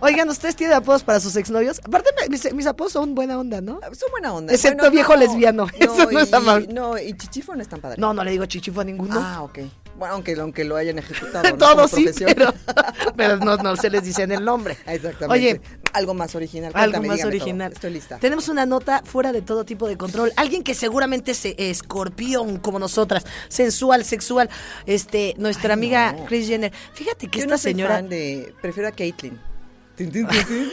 Speaker 4: Oigan, ¿ustedes tienen apodos para sus exnovios? Aparte, me- mis, mis apodos son buena onda, ¿no?
Speaker 5: Ah, Son buena onda.
Speaker 4: Excepto viejo lesbiano, (laughs) eso no es amable.
Speaker 5: y, no, y chichifo no es tan padre.
Speaker 4: No, no le digo chichifo a ninguno. (laughs)
Speaker 5: Ah, ok. Bueno, aunque, aunque lo hayan ejecutado. ¿no? Como
Speaker 4: Todos sí,
Speaker 5: profesión.
Speaker 4: pero, (laughs) pero no, no se les dice en el nombre.
Speaker 5: (laughs) Exactamente.
Speaker 4: Oye,
Speaker 5: algo más original.
Speaker 4: Algo
Speaker 5: cuéntame,
Speaker 4: más
Speaker 5: dígame todo.
Speaker 4: original.
Speaker 5: Estoy lista.
Speaker 4: Tenemos una nota fuera de todo tipo de control. Alguien que seguramente es eh, escorpión como nosotras, sensual, sexual. Este, nuestra
Speaker 5: Ay,
Speaker 4: amiga
Speaker 5: no.
Speaker 4: Chris Jenner. Fíjate que
Speaker 5: Yo
Speaker 4: esta
Speaker 5: no soy
Speaker 4: señora.
Speaker 5: fan de- prefiero a Caitlyn. Tin, tin,
Speaker 4: (laughs)
Speaker 5: tin, tin.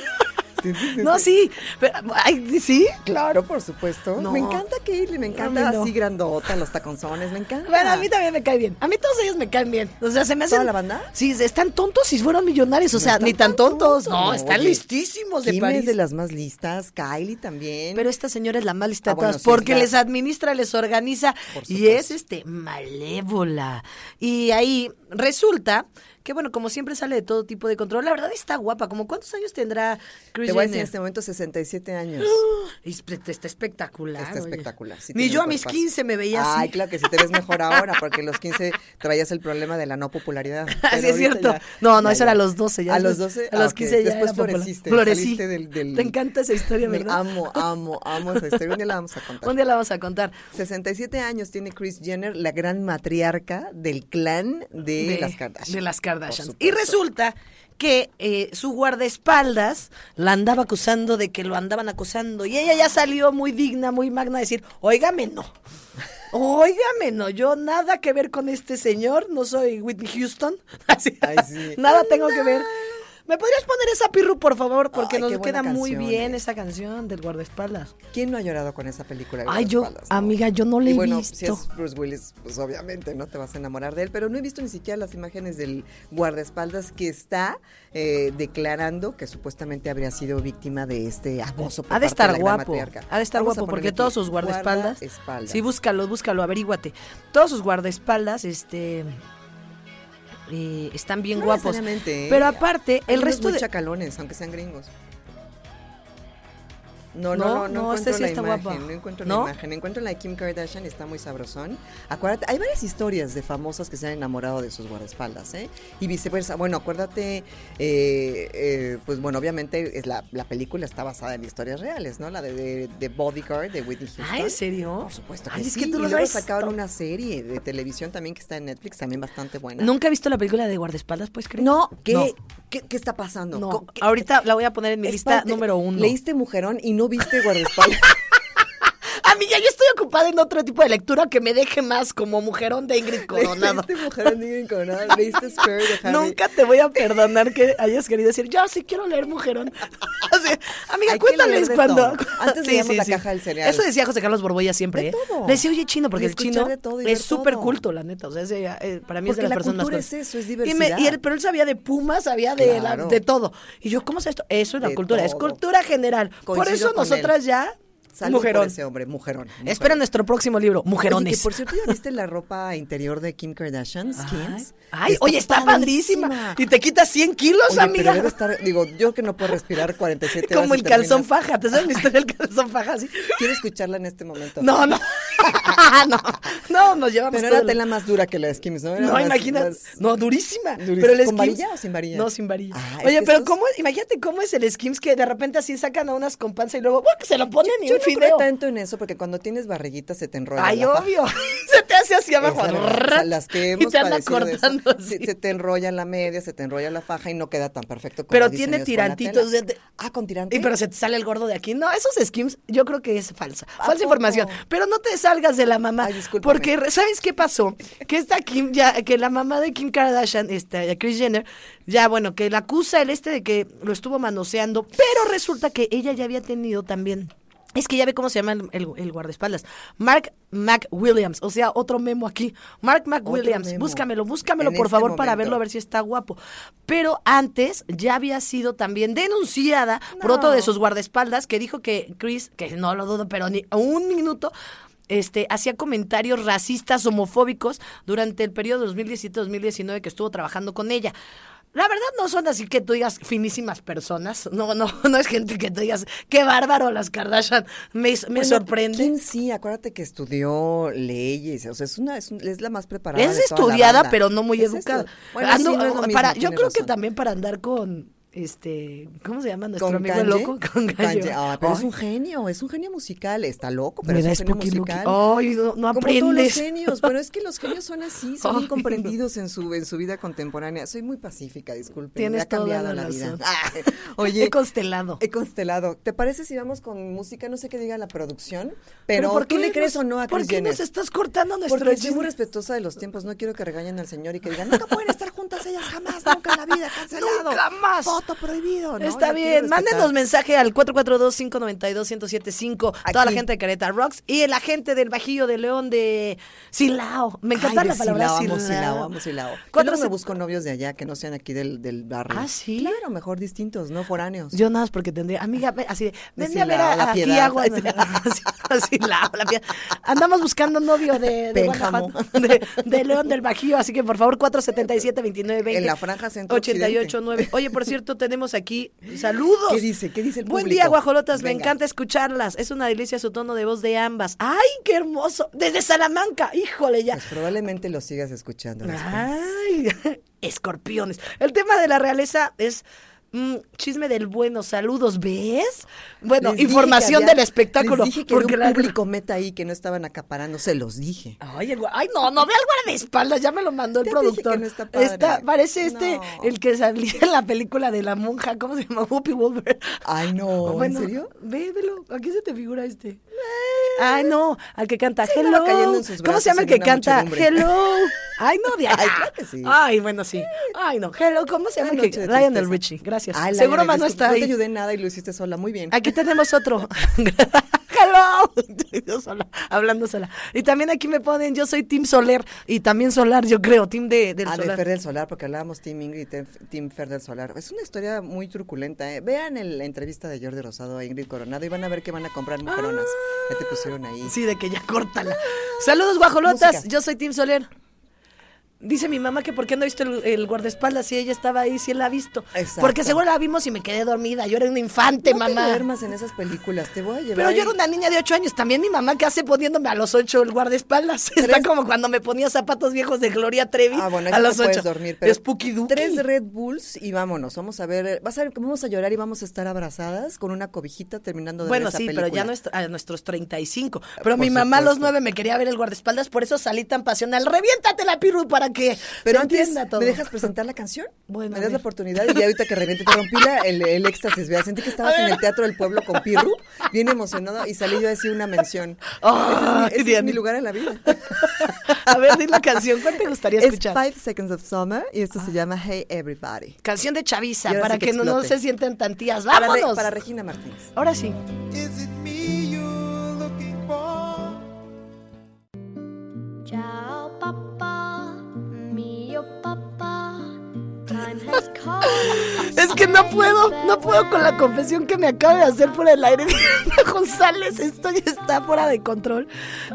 Speaker 5: Tin, tin, tin,
Speaker 4: No,
Speaker 5: tin.
Speaker 4: sí. pero- ay, sí.
Speaker 5: Claro, por supuesto.
Speaker 4: No.
Speaker 5: Me encanta Caitlyn, me
Speaker 4: A
Speaker 5: encanta
Speaker 4: mí no.
Speaker 5: así grandota, los taconzones, me encanta.
Speaker 4: Bueno, a mí también me cae bien. A mí todos ellos me caen bien. O sea, se me hacen.
Speaker 5: ¿Toda la banda?
Speaker 4: Sí, están tontos y fueron millonarios. O sea,
Speaker 5: están
Speaker 4: ni tan
Speaker 5: tan
Speaker 4: tontos.
Speaker 5: tontos,
Speaker 4: No,
Speaker 5: no,
Speaker 4: están
Speaker 5: oye.
Speaker 4: listísimos de
Speaker 5: Kim
Speaker 4: París.
Speaker 5: es de las más listas, Kylie también.
Speaker 4: Pero esta señora es la más lista de
Speaker 5: Ah, bueno,
Speaker 4: todas,
Speaker 5: sí,
Speaker 4: porque
Speaker 5: es la-
Speaker 4: les administra, les organiza
Speaker 5: Por
Speaker 4: y
Speaker 5: supuesto.
Speaker 4: es este malévola. Y ahí resulta que bueno, como siempre sale de todo tipo de control. La verdad está guapa, como cuántos años tendrá Chris
Speaker 5: te voy a decir
Speaker 4: Jenner?
Speaker 5: en este momento
Speaker 4: (gasps)
Speaker 5: 67 años.
Speaker 4: Y espe- Está espectacular.
Speaker 5: Está
Speaker 4: oye.
Speaker 5: espectacular. sí
Speaker 4: Ni
Speaker 5: tiene
Speaker 4: yo a
Speaker 5: un
Speaker 4: mis
Speaker 5: cuerpazo.
Speaker 4: 15 me veía así.
Speaker 5: Ay, claro que sí te
Speaker 4: (laughs)
Speaker 5: ves mejor ahora, porque a los 15 traías el problema de la no
Speaker 4: (laughs)
Speaker 5: popularidad. (laughs) Pero
Speaker 4: Así es
Speaker 5: ahorita
Speaker 4: cierto.
Speaker 5: ya-
Speaker 4: no, no,
Speaker 5: ya,
Speaker 4: eso era a
Speaker 5: ya.
Speaker 4: los 12 ya.
Speaker 5: A
Speaker 4: después-
Speaker 5: los 12.
Speaker 4: A los
Speaker 5: ah, ok.
Speaker 4: 15 ya
Speaker 5: Después
Speaker 4: era popular.
Speaker 5: floreciste.
Speaker 4: Florecí.
Speaker 5: saliste del- del-
Speaker 4: Te encanta esa historia,
Speaker 5: Me
Speaker 4: ¿verdad? (laughs)
Speaker 5: Amo, amo, amo esa historia. Un día la vamos a contar.
Speaker 4: Un día la vamos a contar.
Speaker 5: 67 años tiene Kris Jenner, la gran matriarca del clan de, las Kardashian.
Speaker 4: de las Kardashians.
Speaker 5: Por
Speaker 4: Y
Speaker 5: supuesto.
Speaker 4: resulta que eh, su guardaespaldas la andaba acusando de que lo andaban acusando. Y ella ya salió muy digna, muy magna a decir, óigame no. Óigame, no, yo nada que ver con este señor, no soy Whitney Houston, (laughs) Así,
Speaker 5: Ay, sí.
Speaker 4: nada tengo que ver. ¿Me podrías poner esa pirru, por favor? Porque
Speaker 5: Ay,
Speaker 4: nos
Speaker 5: qué buena
Speaker 4: queda muy
Speaker 5: canción,
Speaker 4: bien
Speaker 5: eh.
Speaker 4: esa canción del guardaespaldas.
Speaker 5: ¿Quién no ha llorado con esa película? de
Speaker 4: Ay,
Speaker 5: las
Speaker 4: yo,
Speaker 5: espaldas, no?
Speaker 4: amiga, yo no la he
Speaker 5: y bueno, si
Speaker 4: visto.
Speaker 5: es Bruce Willis, pues obviamente no te vas a enamorar de él, pero no he visto ni siquiera las imágenes del guardaespaldas que está eh, declarando que supuestamente habría sido víctima de este acoso. por
Speaker 4: Ha de
Speaker 5: parte
Speaker 4: estar
Speaker 5: la gran
Speaker 4: guapo.
Speaker 5: matriarca.
Speaker 4: Ha de estar
Speaker 5: Vamos a
Speaker 4: guapo
Speaker 5: ponerle
Speaker 4: porque
Speaker 5: aquí,
Speaker 4: todos sus guardaespaldas.
Speaker 5: guardaespaldas.
Speaker 4: Sí, búscalo, búscalo, averíguate. Todos sus guardaespaldas, este. eh, están bien
Speaker 5: No
Speaker 4: guapos.
Speaker 5: necesariamente, ¿eh?
Speaker 4: Pero aparte,
Speaker 5: Hay
Speaker 4: el
Speaker 5: unos
Speaker 4: resto
Speaker 5: muy
Speaker 4: de...
Speaker 5: chacalones, aunque sean gringos. No, no, no, no, encuentro
Speaker 4: este sí
Speaker 5: la
Speaker 4: está
Speaker 5: imagen,
Speaker 4: guapa.
Speaker 5: no encuentro
Speaker 4: ¿No?
Speaker 5: la imagen. Encuentro la de Kim Kardashian y está muy sabrosón. Acuérdate, hay varias historias de famosas que se han enamorado de sus guardaespaldas, ¿eh? Y viceversa. Bueno, acuérdate, eh, eh, pues bueno, obviamente es la, la película está basada en historias reales, ¿no? La de, de- de Bodyguard, de Whitney Houston.
Speaker 4: Ah, ¿en serio?
Speaker 5: Por supuesto que
Speaker 4: Ay, es
Speaker 5: sí.
Speaker 4: que tú
Speaker 5: y
Speaker 4: lo
Speaker 5: luego
Speaker 4: sabes
Speaker 5: sacaron
Speaker 4: todo.
Speaker 5: una serie de televisión también que está en Netflix, también bastante buena.
Speaker 4: Nunca he visto la película de guardaespaldas, ¿puedes creer?
Speaker 5: No, ¿qué,
Speaker 4: No,
Speaker 5: ¿qué, qué está pasando?
Speaker 4: no.
Speaker 5: Co- qué-
Speaker 4: ahorita la voy a poner en mi lista
Speaker 5: Espérate,
Speaker 4: número uno.
Speaker 5: Leíste Mujerón y no
Speaker 4: (laughs)
Speaker 5: viste Guardaespaldas.
Speaker 4: A mí ya yo estoy ocupada en otro tipo de lectura que me deje más como mujerón
Speaker 5: (laughs)
Speaker 4: de Ingrid Coronado.
Speaker 5: Leíste Mujerón de Ingrid Coronado, leíste Spare de Harry.
Speaker 4: Nunca te voy a perdonar que hayas querido decir, yo sí quiero leer Mujerón.
Speaker 5: (laughs)
Speaker 4: O sea, amiga,
Speaker 5: Hay que leer
Speaker 4: cuéntales
Speaker 5: de
Speaker 4: cuando... (laughs)
Speaker 5: todo. Antes leíamos La Caja del Cereal.
Speaker 4: Eso decía José Carlos Borboya siempre.
Speaker 5: De
Speaker 4: ¿eh?
Speaker 5: todo.
Speaker 4: Le decía, oye, chino, porque
Speaker 5: Y
Speaker 4: el
Speaker 5: escuchar
Speaker 4: chino
Speaker 5: de todo y ver
Speaker 4: es súper
Speaker 5: todo.
Speaker 4: culto, la neta. O sea, ese, eh, para mí es de las
Speaker 5: Porque la
Speaker 4: personas
Speaker 5: cultura
Speaker 4: más
Speaker 5: es eso, es
Speaker 4: Y me- Y
Speaker 5: diversidad.
Speaker 4: él, pero él sabía de Puma, sabía de, la-
Speaker 5: Claro.
Speaker 4: de todo. Y yo, ¿cómo es esto? Eso es la
Speaker 5: De
Speaker 4: cultura, es
Speaker 5: todo.
Speaker 4: cultura general. por
Speaker 5: Coincido
Speaker 4: eso
Speaker 5: con él.
Speaker 4: nosotras ya...
Speaker 5: Salud
Speaker 4: mujerón.
Speaker 5: por ese hombre, Mujerón. mujerón.
Speaker 4: Espera nuestro próximo libro,
Speaker 5: Oye,
Speaker 4: Mujerones.
Speaker 5: que por cierto, ¿ya viste la ropa interior de Kim Kardashian? Skims.
Speaker 4: Ay, oye, está padrísima. Y te quitas 100 kilos,
Speaker 5: Oye,
Speaker 4: amiga.
Speaker 5: pero debe estar, digo, yo que no puedo respirar 47
Speaker 4: (laughs)
Speaker 5: horas
Speaker 4: Como
Speaker 5: y
Speaker 4: el calzón
Speaker 5: terminas-
Speaker 4: faja. ¿Te sabes la historia del calzón faja?
Speaker 5: (laughs)
Speaker 4: así?
Speaker 5: Quiero escucharla en este momento.
Speaker 4: No, (laughs) no. no, no, nos llevamos
Speaker 5: Pero
Speaker 4: todo
Speaker 5: era
Speaker 4: lo-
Speaker 5: tela más dura que la de Skims, ¿no? Era
Speaker 4: No,
Speaker 5: más-
Speaker 4: imagínate.
Speaker 5: más-
Speaker 4: No, durísima.
Speaker 5: Durísima.
Speaker 4: Pero el
Speaker 5: ¿Con
Speaker 4: Skims-
Speaker 5: varilla o sin varilla?
Speaker 4: No, sin varilla.
Speaker 5: Ah, es
Speaker 4: Oye,
Speaker 5: que
Speaker 4: pero
Speaker 5: estos-
Speaker 4: cómo, imagínate cómo es el Skims que de repente así sacan a unas con panza y luego ¡buah! que se lo ponen y
Speaker 5: Yo
Speaker 4: un
Speaker 5: no creo
Speaker 4: fideo.
Speaker 5: tanto en eso porque cuando tienes barriguita se te enrolla.
Speaker 4: Ay,
Speaker 5: la faja.
Speaker 4: obvio. (laughs) se te hace hacia
Speaker 5: Esa
Speaker 4: abajo.
Speaker 5: es la verdad. O sea, las que hemos
Speaker 4: (laughs) y te anda
Speaker 5: padecido de eso,
Speaker 4: cortando así.
Speaker 5: se, se te enrolla la media, se te enrolla la faja y no queda tan perfecto como
Speaker 4: Pero
Speaker 5: dicen
Speaker 4: tiene
Speaker 5: ellos con la
Speaker 4: tirantitos,
Speaker 5: tela.
Speaker 4: ya te-
Speaker 5: Ah, con tirantes.
Speaker 4: Y pero se te sale el gordo de aquí. No, esos skims yo creo que es falsa. Falsa
Speaker 5: poco?
Speaker 4: información. Pero no te salgas de la mamá.
Speaker 5: Ay, discúlpame.
Speaker 4: porque, re- ¿sabes qué pasó? Que esta Kim, ya, que la mamá de Kim Kardashian, este, Chris Jenner, ya bueno, que la acusa el este de que lo estuvo manoseando, pero resulta que ella ya había tenido también. Es que ya ve cómo se llama el, el- el guardaespaldas. Mark McWilliams. O sea, otro memo aquí. Mark McWilliams.
Speaker 5: memo.
Speaker 4: Búscamelo, búscamelo,
Speaker 5: En
Speaker 4: por
Speaker 5: este
Speaker 4: favor, para
Speaker 5: momento.
Speaker 4: verlo, a ver si está guapo. Pero antes ya había sido también denunciada por otro de sus guardaespaldas que dijo que Chris, que no lo dudo, pero ni un minuto, este, hacía comentarios racistas, homofóbicos durante el periodo 2017-2019 que estuvo trabajando con ella. La verdad no son así que tú digas finísimas personas, no, (laughs) no, no es gente que tú digas, qué bárbaro las Kardashian, me, me
Speaker 5: Bueno,
Speaker 4: sorprende.
Speaker 5: Kim sí, acuérdate que estudió leyes, o sea, es una es, un- es la más preparada.
Speaker 4: Es
Speaker 5: de toda la
Speaker 4: estudiada,
Speaker 5: banda.
Speaker 4: pero no muy
Speaker 5: Es
Speaker 4: educada.
Speaker 5: estu- Bueno,
Speaker 4: Ando-
Speaker 5: sí, no es lo mismo,
Speaker 4: para- yo
Speaker 5: tienes
Speaker 4: creo que
Speaker 5: razón.
Speaker 4: también para andar con este, ¿cómo se llama nuestro amigo
Speaker 5: Kanye?
Speaker 4: loco? (laughs) Con Kanye.
Speaker 5: Ah, pero es
Speaker 4: Ay,
Speaker 5: un genio, es un genio musical, está loco, pero
Speaker 4: me
Speaker 5: es
Speaker 4: da
Speaker 5: un genio
Speaker 4: spooky looky.
Speaker 5: musical.
Speaker 4: Ay, no, no
Speaker 5: Como todos los
Speaker 4: aprendes.
Speaker 5: genios, pero es que
Speaker 4: (laughs)
Speaker 5: los genios son así, son
Speaker 4: Ay,
Speaker 5: incomprendidos en su en su vida contemporánea. Soy muy pacífica, disculpen.
Speaker 4: Tienes
Speaker 5: me ha cambiado
Speaker 4: toda la
Speaker 5: la, vida.
Speaker 4: razón. (laughs)
Speaker 5: Ah, (laughs) oye,
Speaker 4: He constelado.
Speaker 5: he constelado. ¿Te parece si vamos con música? No sé qué diga la producción, pero,
Speaker 4: ¿por
Speaker 5: ¿tú
Speaker 4: qué
Speaker 5: le crees
Speaker 4: nos-
Speaker 5: o no a
Speaker 4: ¿Por
Speaker 5: Kris
Speaker 4: qué
Speaker 5: Jenner?
Speaker 4: nos estás cortando nuestro
Speaker 5: Porque soy muy
Speaker 4: chisme?
Speaker 5: respetuosa de los tiempos. No quiero que regañen al señor y que digan, nunca pueden estar juntas ellas jamás, nunca en la vida, cancelado.
Speaker 4: (laughs) Nunca más.
Speaker 5: Foto prohibido. ¿no?
Speaker 4: Está
Speaker 5: Yo quiero
Speaker 4: bien,
Speaker 5: respetar.
Speaker 4: mándenos mensaje al 442-592-1075, toda la
Speaker 5: Aquí.
Speaker 4: gente de Careta Rocks y la gente del Bajillo de León de Silao. Me encanta
Speaker 5: Ay,
Speaker 4: la
Speaker 5: de
Speaker 4: palabra
Speaker 5: Silao,
Speaker 4: Silao.
Speaker 5: amo Silao, amo Silao. Yo
Speaker 4: Cuatro
Speaker 5: luego me
Speaker 4: se-
Speaker 5: busco novios de allá que no sean aquí del, del barrio.
Speaker 4: ¿Ah, sí?
Speaker 5: Claro, mejor distintos, no foráneos.
Speaker 4: Yo nada más porque tendría, amiga, ve- así, de, venme a
Speaker 5: Silao,
Speaker 4: ver a,
Speaker 5: La
Speaker 4: aquí
Speaker 5: Piedad.
Speaker 4: agua.
Speaker 5: (laughs)
Speaker 4: (laughs) Así, así, la, la piedad. Andamos buscando novio de, de
Speaker 5: Pénjamo.
Speaker 4: Guanajuato, (laughs) de, de León del Bajío, así que por favor, 477-2920.
Speaker 5: En la franja centro
Speaker 4: 889. Oye, por cierto, tenemos aquí saludos.
Speaker 5: ¿Qué dice? ¿Qué dice el
Speaker 4: Buen
Speaker 5: público?
Speaker 4: día, guajolotas, me
Speaker 5: Venga.
Speaker 4: encanta escucharlas. Es una delicia su tono de voz de ambas. ¡Ay, qué hermoso! Desde Salamanca, híjole ya.
Speaker 5: Pues probablemente lo sigas escuchando. después.
Speaker 4: Ay, (laughs) escorpiones. El tema de la realeza es mm, chisme del bueno. Saludos, ¿ves? Bueno,
Speaker 5: Les dije
Speaker 4: información
Speaker 5: que había-
Speaker 4: del espectáculo.
Speaker 5: Les dije que había
Speaker 4: porque
Speaker 5: un
Speaker 4: la-
Speaker 5: público meta ahí que no estaban acaparando, se los dije.
Speaker 4: Ay, el gua- ay, no, no ve al guardaespaldas, ya me lo mandó el
Speaker 5: Ya te dije
Speaker 4: productor.
Speaker 5: que no está padre.
Speaker 4: parece este,
Speaker 5: No.
Speaker 4: el que salía en la película de la monja, ¿cómo se llama? Whoopi Wolver.
Speaker 5: Ay, no, ¿en serio?
Speaker 4: Ve, velo, ¿a quién se te figura este? Ay, no, al que canta
Speaker 5: Se
Speaker 4: Hello.
Speaker 5: andaba cayendo en sus
Speaker 4: ¿Cómo
Speaker 5: brazos
Speaker 4: se llama el
Speaker 5: en
Speaker 4: que
Speaker 5: una
Speaker 4: canta
Speaker 5: muchedumbre. (laughs)
Speaker 4: Hello? Ay, no, de
Speaker 5: Ay, claro que sí.
Speaker 4: Ay, bueno, sí. Ay, no, Hello, ¿cómo se llama
Speaker 5: Una
Speaker 4: el
Speaker 5: noche
Speaker 4: que?
Speaker 5: de
Speaker 4: Lionel
Speaker 5: tristeza.
Speaker 4: Richie, gracias.
Speaker 5: Ay,
Speaker 4: Seguro
Speaker 5: Lionel,
Speaker 4: más no
Speaker 5: disculpa,
Speaker 4: está
Speaker 5: No
Speaker 4: ahí.
Speaker 5: te ayudé en nada y lo hiciste sola, muy bien.
Speaker 4: Aquí tenemos
Speaker 5: (laughs)
Speaker 4: otro. (laughs) Hello. Yo sola, hablando sola. Y también aquí me ponen, yo soy Team Soler y también Solar, yo creo, Team de, del
Speaker 5: Ah, de
Speaker 4: Solar.
Speaker 5: Fer del Solar, porque hablábamos Team Ingrid y Team- Team Fer del Solar. Es una historia muy truculenta. ¿eh? Vean el- la entrevista de Jordi Rosado a Ingrid Coronado y van a ver que van a comprar mujeronas.
Speaker 4: Ah.
Speaker 5: Ya te pusieron ahí.
Speaker 4: Sí, de que ya córtala. Saludos, guajolotas.
Speaker 5: Música.
Speaker 4: Yo soy Team Soler. Dice mi mamá que por qué no he visto el, el guardaespaldas si ella estaba ahí, si él la ha visto.
Speaker 5: Exacto.
Speaker 4: Porque seguro la vimos y me quedé dormida. Yo era una infante,
Speaker 5: no te
Speaker 4: mamá.
Speaker 5: duermas en esas películas, te voy a llevar.
Speaker 4: Pero yo
Speaker 5: ahí.
Speaker 4: era una niña de ocho años. También mi mamá, que hace poniéndome a los ocho el guardaespaldas? (laughs) Está como cuando me ponía zapatos viejos de Gloria Trevi
Speaker 5: Ah, bueno, ahí
Speaker 4: a
Speaker 5: sí te
Speaker 4: los ocho.
Speaker 5: puedes dormir, pero
Speaker 4: Spooky Dooky.
Speaker 5: Tres Red Bulls y vámonos, vamos a ver, vas a ver, vamos a llorar y vamos a estar abrazadas con una cobijita terminando de ver
Speaker 4: Bueno,
Speaker 5: esa
Speaker 4: sí, pero ya
Speaker 5: película.
Speaker 4: no est- a nuestros 35. Pero
Speaker 5: Por
Speaker 4: mi mamá a los
Speaker 5: supuesto.
Speaker 4: nueve me quería ver el guardaespaldas, por eso salí tan pasional. Reviéntate la piru para que
Speaker 5: Pero
Speaker 4: se
Speaker 5: antes,
Speaker 4: entienda todo.
Speaker 5: ¿me dejas presentar la canción?
Speaker 4: Bueno,
Speaker 5: ¿Me
Speaker 4: a
Speaker 5: das la
Speaker 4: ver.
Speaker 5: oportunidad? Y ya ahorita que reviente, te rompí la- el, el éxtasis, vea, sentí que estabas en el Teatro del Pueblo con Pirru, bien emocionado, y salí yo a decir una mención.
Speaker 4: Ay,
Speaker 5: ese es mi, ese es
Speaker 4: Diana.
Speaker 5: mi lugar en la vida.
Speaker 4: (laughs) a ver, di la canción. ¿Cuál te gustaría
Speaker 5: Es
Speaker 4: escuchar? Ah.
Speaker 5: Five Seconds of Summer, y esto se llama Hey Everybody.
Speaker 4: Canción de Chavisa,
Speaker 5: Y ahora
Speaker 4: para
Speaker 5: sí
Speaker 4: que,
Speaker 5: que
Speaker 4: no, no
Speaker 5: explote.
Speaker 4: se sientan tantías.
Speaker 5: Para,
Speaker 4: ¡Vámonos!
Speaker 5: Re- para Regina Martínez.
Speaker 4: Ahora sí.
Speaker 6: Is it me you're looking for?
Speaker 10: Ciao, Papa, mio Papa. Time has come.
Speaker 4: Es que no puedo, no puedo con la confesión que me acaba de hacer por el aire. (laughs) Diana González, esto ya está fuera de control.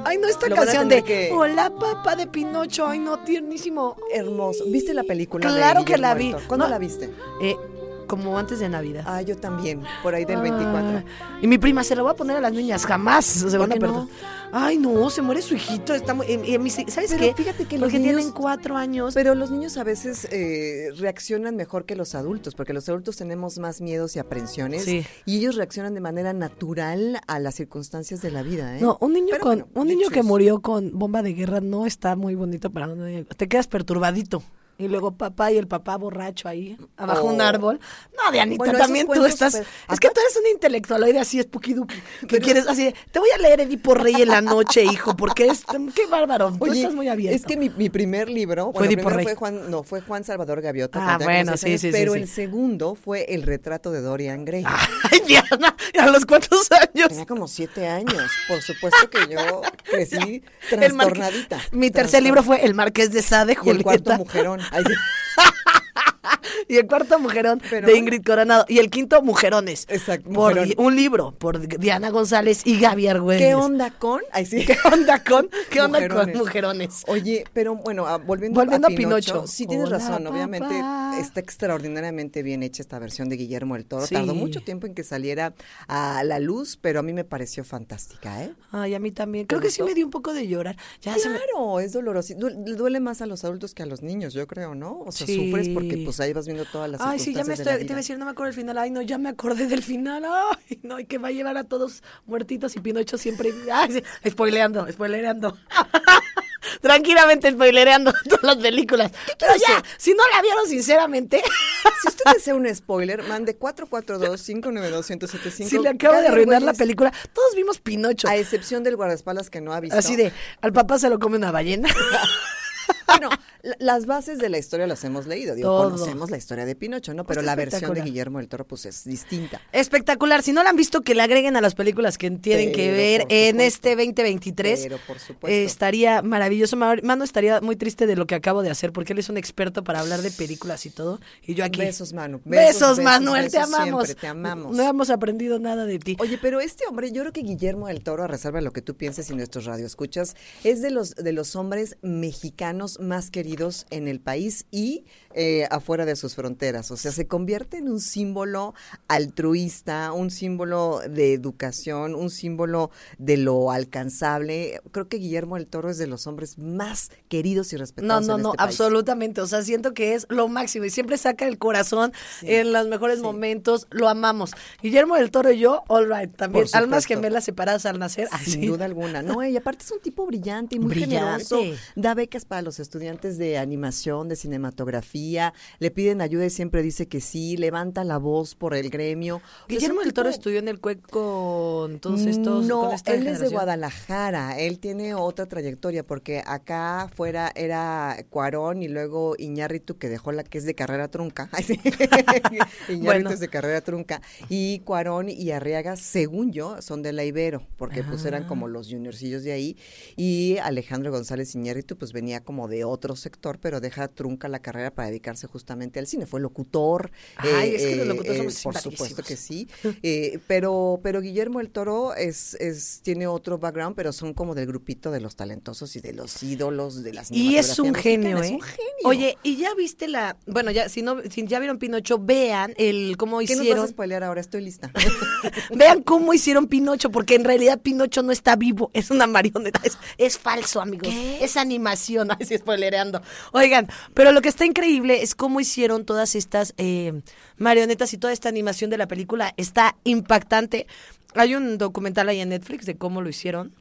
Speaker 4: Ay, no, esta
Speaker 5: Lo van a
Speaker 4: canción de
Speaker 5: tener que-
Speaker 4: Hola, papá de Pinocho. Ay, no, tiernísimo. Eh,
Speaker 5: Hermoso. ¿Viste la película? de
Speaker 4: Claro que la
Speaker 5: Guillermo
Speaker 4: vi.
Speaker 5: del Toro? ¿Cuándo
Speaker 4: No.
Speaker 5: la viste?
Speaker 4: Eh, como antes de Navidad.
Speaker 5: Ah, yo también, por ahí del 24.
Speaker 4: Ah, y mi prima se la voy a poner a las niñas, jamás se van a
Speaker 5: qué
Speaker 4: perder.
Speaker 5: no?
Speaker 4: Ay, no, se muere su hijito. Está muy- eh, eh, mis- ¿Sabes
Speaker 5: Pero
Speaker 4: qué?
Speaker 5: fíjate que los
Speaker 4: Porque
Speaker 5: niños-
Speaker 4: tienen cuatro años.
Speaker 5: Pero los niños a veces eh, reaccionan mejor que los adultos, porque los adultos tenemos más miedos y aprensiones,
Speaker 4: Sí.
Speaker 5: y ellos reaccionan de manera natural a las circunstancias de la vida. ¿eh?
Speaker 4: No, un niño,
Speaker 5: Pero
Speaker 4: con,
Speaker 5: bueno,
Speaker 4: un niño
Speaker 5: dicho
Speaker 4: que
Speaker 5: es-
Speaker 4: murió con bomba de guerra no está muy bonito para un niño. Te quedas perturbadito. Y luego papá y el papá borracho ahí, abajo
Speaker 5: Oh.
Speaker 4: un árbol. No, Dianita,
Speaker 5: Bueno, esos
Speaker 4: también tú
Speaker 5: cuentos,
Speaker 4: estás...
Speaker 5: pero-
Speaker 4: Es que tú eres un intelectualoide así, es que quieres así... de, Te voy a leer Edipo Rey en la noche, hijo, porque es... Qué bárbaro, tú
Speaker 5: Oye,
Speaker 4: estás muy abierto.
Speaker 5: Es que mi, mi primer libro,
Speaker 4: Fue
Speaker 5: bueno,
Speaker 4: Edipo
Speaker 5: primero
Speaker 4: Rey.
Speaker 5: fue Juan, no, fue Juan Salvador Gaviota.
Speaker 4: Ah,
Speaker 5: cuando tenía
Speaker 4: bueno,
Speaker 5: seis
Speaker 4: sí, sí, sí,
Speaker 5: Pero
Speaker 4: sí. Ah.
Speaker 5: el segundo fue El retrato de Dorian Gray.
Speaker 4: (laughs) Ay, Diana, ¿a los cuántos años?
Speaker 5: Tenía como siete años. Por supuesto que yo
Speaker 4: (laughs)
Speaker 5: crecí
Speaker 4: El Marqués-
Speaker 5: trastornadita.
Speaker 4: Mi tercer
Speaker 5: Trastor-
Speaker 4: libro fue El Marqués de Sade,
Speaker 5: Y el cuarto
Speaker 4: Julieta.
Speaker 5: mujerón. Ay, sí.
Speaker 4: (laughs) Y el cuarto Mujerón
Speaker 5: Pero-
Speaker 4: de Ingrid Coronado. Y el quinto Mujerones.
Speaker 5: Exacto,
Speaker 4: Por
Speaker 5: Mujerón.
Speaker 4: Di- un libro por Diana González y Gaby Argüelles.
Speaker 5: ¿Qué onda con? Ay,
Speaker 4: (laughs)
Speaker 5: sí.
Speaker 4: ¿Qué onda con? ¿Qué onda
Speaker 5: Mujerones.
Speaker 4: con Mujerones?
Speaker 5: Oye, pero bueno, ah, volviendo,
Speaker 4: Volviendo
Speaker 5: a
Speaker 4: a
Speaker 5: Pinocho.
Speaker 4: Pinocho.
Speaker 5: Sí, tienes
Speaker 4: Hola,
Speaker 5: razón. Obviamente
Speaker 4: papá.
Speaker 5: está extraordinariamente bien hecha esta versión de Guillermo del Toro.
Speaker 4: Sí.
Speaker 5: Tardó mucho tiempo en que saliera a la luz, pero a mí me pareció fantástica, ¿eh?
Speaker 4: Ay, a mí también. Creo que sí
Speaker 5: gustó?
Speaker 4: me dio un poco de llorar. Ya se me-
Speaker 5: Claro, es doloroso. Du- Le duele más a los adultos que a los niños, yo creo, ¿no? O sea,
Speaker 4: Sí.
Speaker 5: sufres porque pues ahí vas viendo todas las
Speaker 4: Ay, sí, ya me
Speaker 5: circunstancias de la
Speaker 4: estoy. Te iba a
Speaker 5: vida.
Speaker 4: decir, no me acuerdo el final. Ay, no, ya me acordé del final. Ay, no, y que va a llevar a todos muertitos y Pinocho siempre. Ay, sí, spoileando, spoileando. (laughs) Tranquilamente spoilereando (laughs) todas las películas. Pero ya, si no la vieron sinceramente,
Speaker 5: (laughs)
Speaker 4: (laughs)
Speaker 5: Si usted desea un spoiler, mande 442 592 1075
Speaker 4: si le acabo de
Speaker 5: Cada
Speaker 4: arruinar
Speaker 5: güey
Speaker 4: la
Speaker 5: es-
Speaker 4: película, todos vimos Pinocho.
Speaker 5: A excepción del guardaespaldas que no ha visto.
Speaker 4: Así de, al papá se lo come una ballena.
Speaker 5: (laughs) Bueno, la- las bases de la historia las hemos leído, digo,
Speaker 4: Todo.
Speaker 5: conocemos la historia de Pinocho, ¿no? Pero
Speaker 4: Está
Speaker 5: la versión de
Speaker 4: espectacular.
Speaker 5: Guillermo del Toro, pues es distinta.
Speaker 4: Espectacular. Si no la han visto, que la agreguen a las películas que tienen que
Speaker 5: Pero,
Speaker 4: ver
Speaker 5: por
Speaker 4: en
Speaker 5: supuesto.
Speaker 4: este 2023.
Speaker 5: Pero, por supuesto.
Speaker 4: Eh, estaría maravilloso. Ma- Mano estaría muy triste de lo que acabo de hacer porque él es un experto para hablar de películas y todo. Y yo aquí.
Speaker 5: Besos, Manu.
Speaker 4: Besos,
Speaker 5: Besos,
Speaker 4: Manuel.
Speaker 5: besos,
Speaker 4: te
Speaker 5: besos
Speaker 4: amamos.
Speaker 5: siempre, te amamos.
Speaker 4: No hemos aprendido nada de ti.
Speaker 5: Oye, pero este hombre, yo creo que Guillermo del Toro, a reserva de lo que tú pienses y nuestros radioescuchas, es de los, de los hombres mexicanos más queridos en el país y eh, afuera de sus fronteras. O sea, se convierte en un símbolo altruista, un símbolo de educación, un símbolo de lo alcanzable. Creo que Guillermo del Toro es de los hombres más queridos y
Speaker 4: No,
Speaker 5: respetados.
Speaker 4: no,
Speaker 5: en
Speaker 4: no,
Speaker 5: este país.
Speaker 4: absolutamente. O sea, siento que es lo máximo y siempre saca el corazón en los mejores momentos. Lo amamos. Guillermo del Toro y yo, all right, también.
Speaker 5: Por
Speaker 4: Almas
Speaker 5: supuesto.
Speaker 4: gemelas separadas al nacer. Así.
Speaker 5: ah, Sin duda alguna, ¿no? Y aparte es un tipo brillante y muy
Speaker 4: Brillante.
Speaker 5: generoso. Da becas para los estudiantes de animación, de cinematografía, le piden ayuda y siempre dice que sí, levanta la voz por el gremio. O sea, es
Speaker 4: Guillermo
Speaker 5: un
Speaker 4: del Toro
Speaker 5: tipo-
Speaker 4: estudió en el CUEC con todos estos.
Speaker 5: No,
Speaker 4: con esta
Speaker 5: él es de
Speaker 4: generación.
Speaker 5: Guadalajara, él tiene otra trayectoria, porque acá fuera era Cuarón y luego Iñárritu, que dejó la que es de carrera trunca. (laughs)
Speaker 4: (laughs)
Speaker 5: Ay, sí. Iñárritu
Speaker 4: Bueno.
Speaker 5: es de carrera trunca. Y Cuarón y Arriaga, según yo, son de la Ibero, porque
Speaker 4: Ah.
Speaker 5: pues eran como los juniorcillos de ahí. Y Alejandro González Iñárritu, pues venía como de otros sector, pero deja trunca la carrera para dedicarse justamente al cine. Fue locutor. eh,
Speaker 4: Ay, es que los locutores somos
Speaker 5: Por supuesto que sí. Eh, pero, pero Guillermo el Toro es, es, tiene otro background, pero son como del grupito de los talentosos y de los ídolos de las
Speaker 4: Y es un genio, ¿eh?
Speaker 5: Es un genio.
Speaker 4: Oye, y ya viste la. Bueno, ya si no, si ya vieron Pinocho, vean el cómo
Speaker 5: ¿Qué
Speaker 4: hicieron.
Speaker 5: nos vas a spoilear ahora?
Speaker 4: (laughs)
Speaker 5: Estoy lista.
Speaker 4: Vean cómo hicieron Pinocho, porque en realidad Pinocho no está vivo, es una marioneta, es, es falso, amigos, es animación, (laughs) así spoilereando. Oigan, pero lo que está increíble es cómo hicieron todas estas eh, marionetas y toda esta animación de la película, está impactante. Hay un documental ahí en Netflix de cómo lo hicieron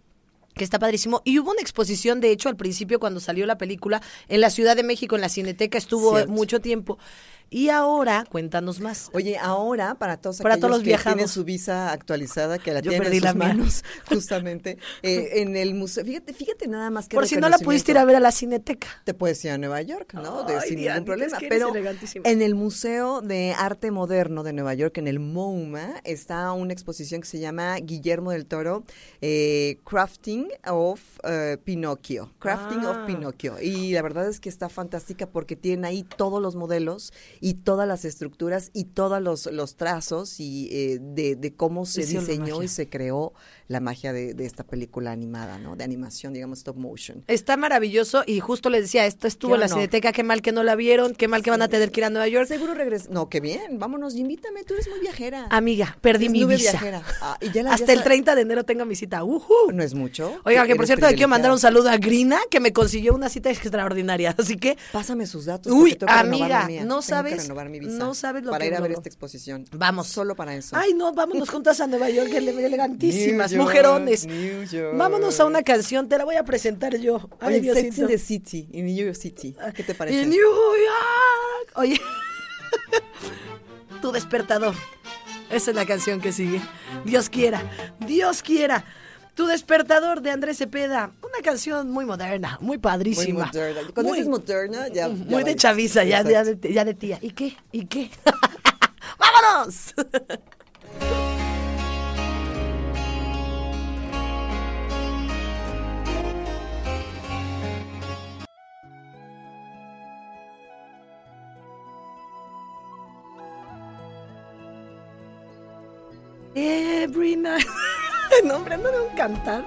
Speaker 4: que está padrísimo. Y hubo una exposición, de hecho, al principio cuando salió la película, en la Ciudad de México, en la Cineteca, estuvo
Speaker 5: Cierto.
Speaker 4: mucho tiempo. Y ahora, cuéntanos más.
Speaker 5: Oye, ahora para todos
Speaker 4: Para
Speaker 5: aquellos
Speaker 4: todos los
Speaker 5: que
Speaker 4: viajados.
Speaker 5: tienen su visa actualizada que la
Speaker 4: Yo
Speaker 5: tienen
Speaker 4: perdí
Speaker 5: en
Speaker 4: la
Speaker 5: sus
Speaker 4: mía.
Speaker 5: manos (laughs) justamente eh, en el museo. Fíjate, fíjate nada más que
Speaker 4: Por si no la pudiste ir a ver a la Cineteca.
Speaker 5: te puedes ir a Nueva York, ¿no? De-
Speaker 4: Ay,
Speaker 5: sin
Speaker 4: Dianita,
Speaker 5: ningún problema.
Speaker 4: es que eres
Speaker 5: Pero
Speaker 4: elegantísima.
Speaker 5: en el Museo de Arte Moderno de Nueva York, en el MoMA, está una exposición que se llama Guillermo del Toro, eh, Crafting of eh, Pinocchio. Crafting
Speaker 4: Ah.
Speaker 5: of Pinocchio. Y la verdad es que está fantástica porque tienen ahí todos los modelos y todas las estructuras y todos los, los trazos y eh, de, de cómo se
Speaker 4: Hicieron la
Speaker 5: diseñó
Speaker 4: magia.
Speaker 5: y se creó la magia de, de esta película animada, ¿no? De animación, digamos, stop motion.
Speaker 4: Está maravilloso y justo les decía, esto estuvo
Speaker 5: Qué
Speaker 4: en la
Speaker 5: honor.
Speaker 4: Cineteca, qué mal que no la vieron, qué mal que van a tener que ir a Nueva York.
Speaker 5: Seguro regres No, qué bien. Vámonos, invítame. Tú eres muy viajera.
Speaker 4: Amiga, perdí
Speaker 5: Eres
Speaker 4: mi
Speaker 5: nube
Speaker 4: visa.
Speaker 5: viajera. Ah, y ya la-
Speaker 4: Hasta
Speaker 5: ya
Speaker 4: el
Speaker 5: está-
Speaker 4: 30 de enero tengo mi cita. ¡Ujú!
Speaker 5: No es mucho.
Speaker 4: Oiga, que por cierto, le
Speaker 5: Eres
Speaker 4: quiero
Speaker 5: privilegiada.
Speaker 4: mandar un saludo a Grina, que me consiguió una cita extraordinaria. (laughs) Así que
Speaker 5: Pásame sus datos.
Speaker 4: Uy,
Speaker 5: porque tengo que renovar
Speaker 4: amiga,
Speaker 5: la mía.
Speaker 4: no
Speaker 5: Tengo que
Speaker 4: sabes-
Speaker 5: renovar mi visa
Speaker 4: no sabes lo
Speaker 5: para
Speaker 4: que
Speaker 5: ir a ver
Speaker 4: logró.
Speaker 5: esta exposición.
Speaker 4: Vamos.
Speaker 5: Solo para eso.
Speaker 4: Ay, no, vámonos juntas a Nueva York, ele- elegantísimas,
Speaker 5: New York,
Speaker 4: mujerones.
Speaker 5: New York.
Speaker 4: Vámonos a una canción, te la voy a presentar yo. Ay,
Speaker 5: Oye, Sex
Speaker 4: Diosito.
Speaker 5: in the City, en New York City. Ah, ¿Qué te parece?
Speaker 4: En New York. Oye, (laughs) tu despertador. Esa es la canción que sigue. Dios quiera, Dios quiera. Tu despertador de Andrés Cepeda. Una canción muy moderna, muy
Speaker 5: Muy
Speaker 4: padrísima.
Speaker 5: moderna. Cuando
Speaker 4: Muy-
Speaker 5: dices moderna, ya. ya
Speaker 4: muy de
Speaker 5: vale.
Speaker 4: chaviza, ya, ya,
Speaker 5: Exacto.
Speaker 4: de, ya de tía. ¿Y qué? ¿Y qué? (laughs) ¡Vámonos! Every night. (laughs) no, hombre, ando de un cantar.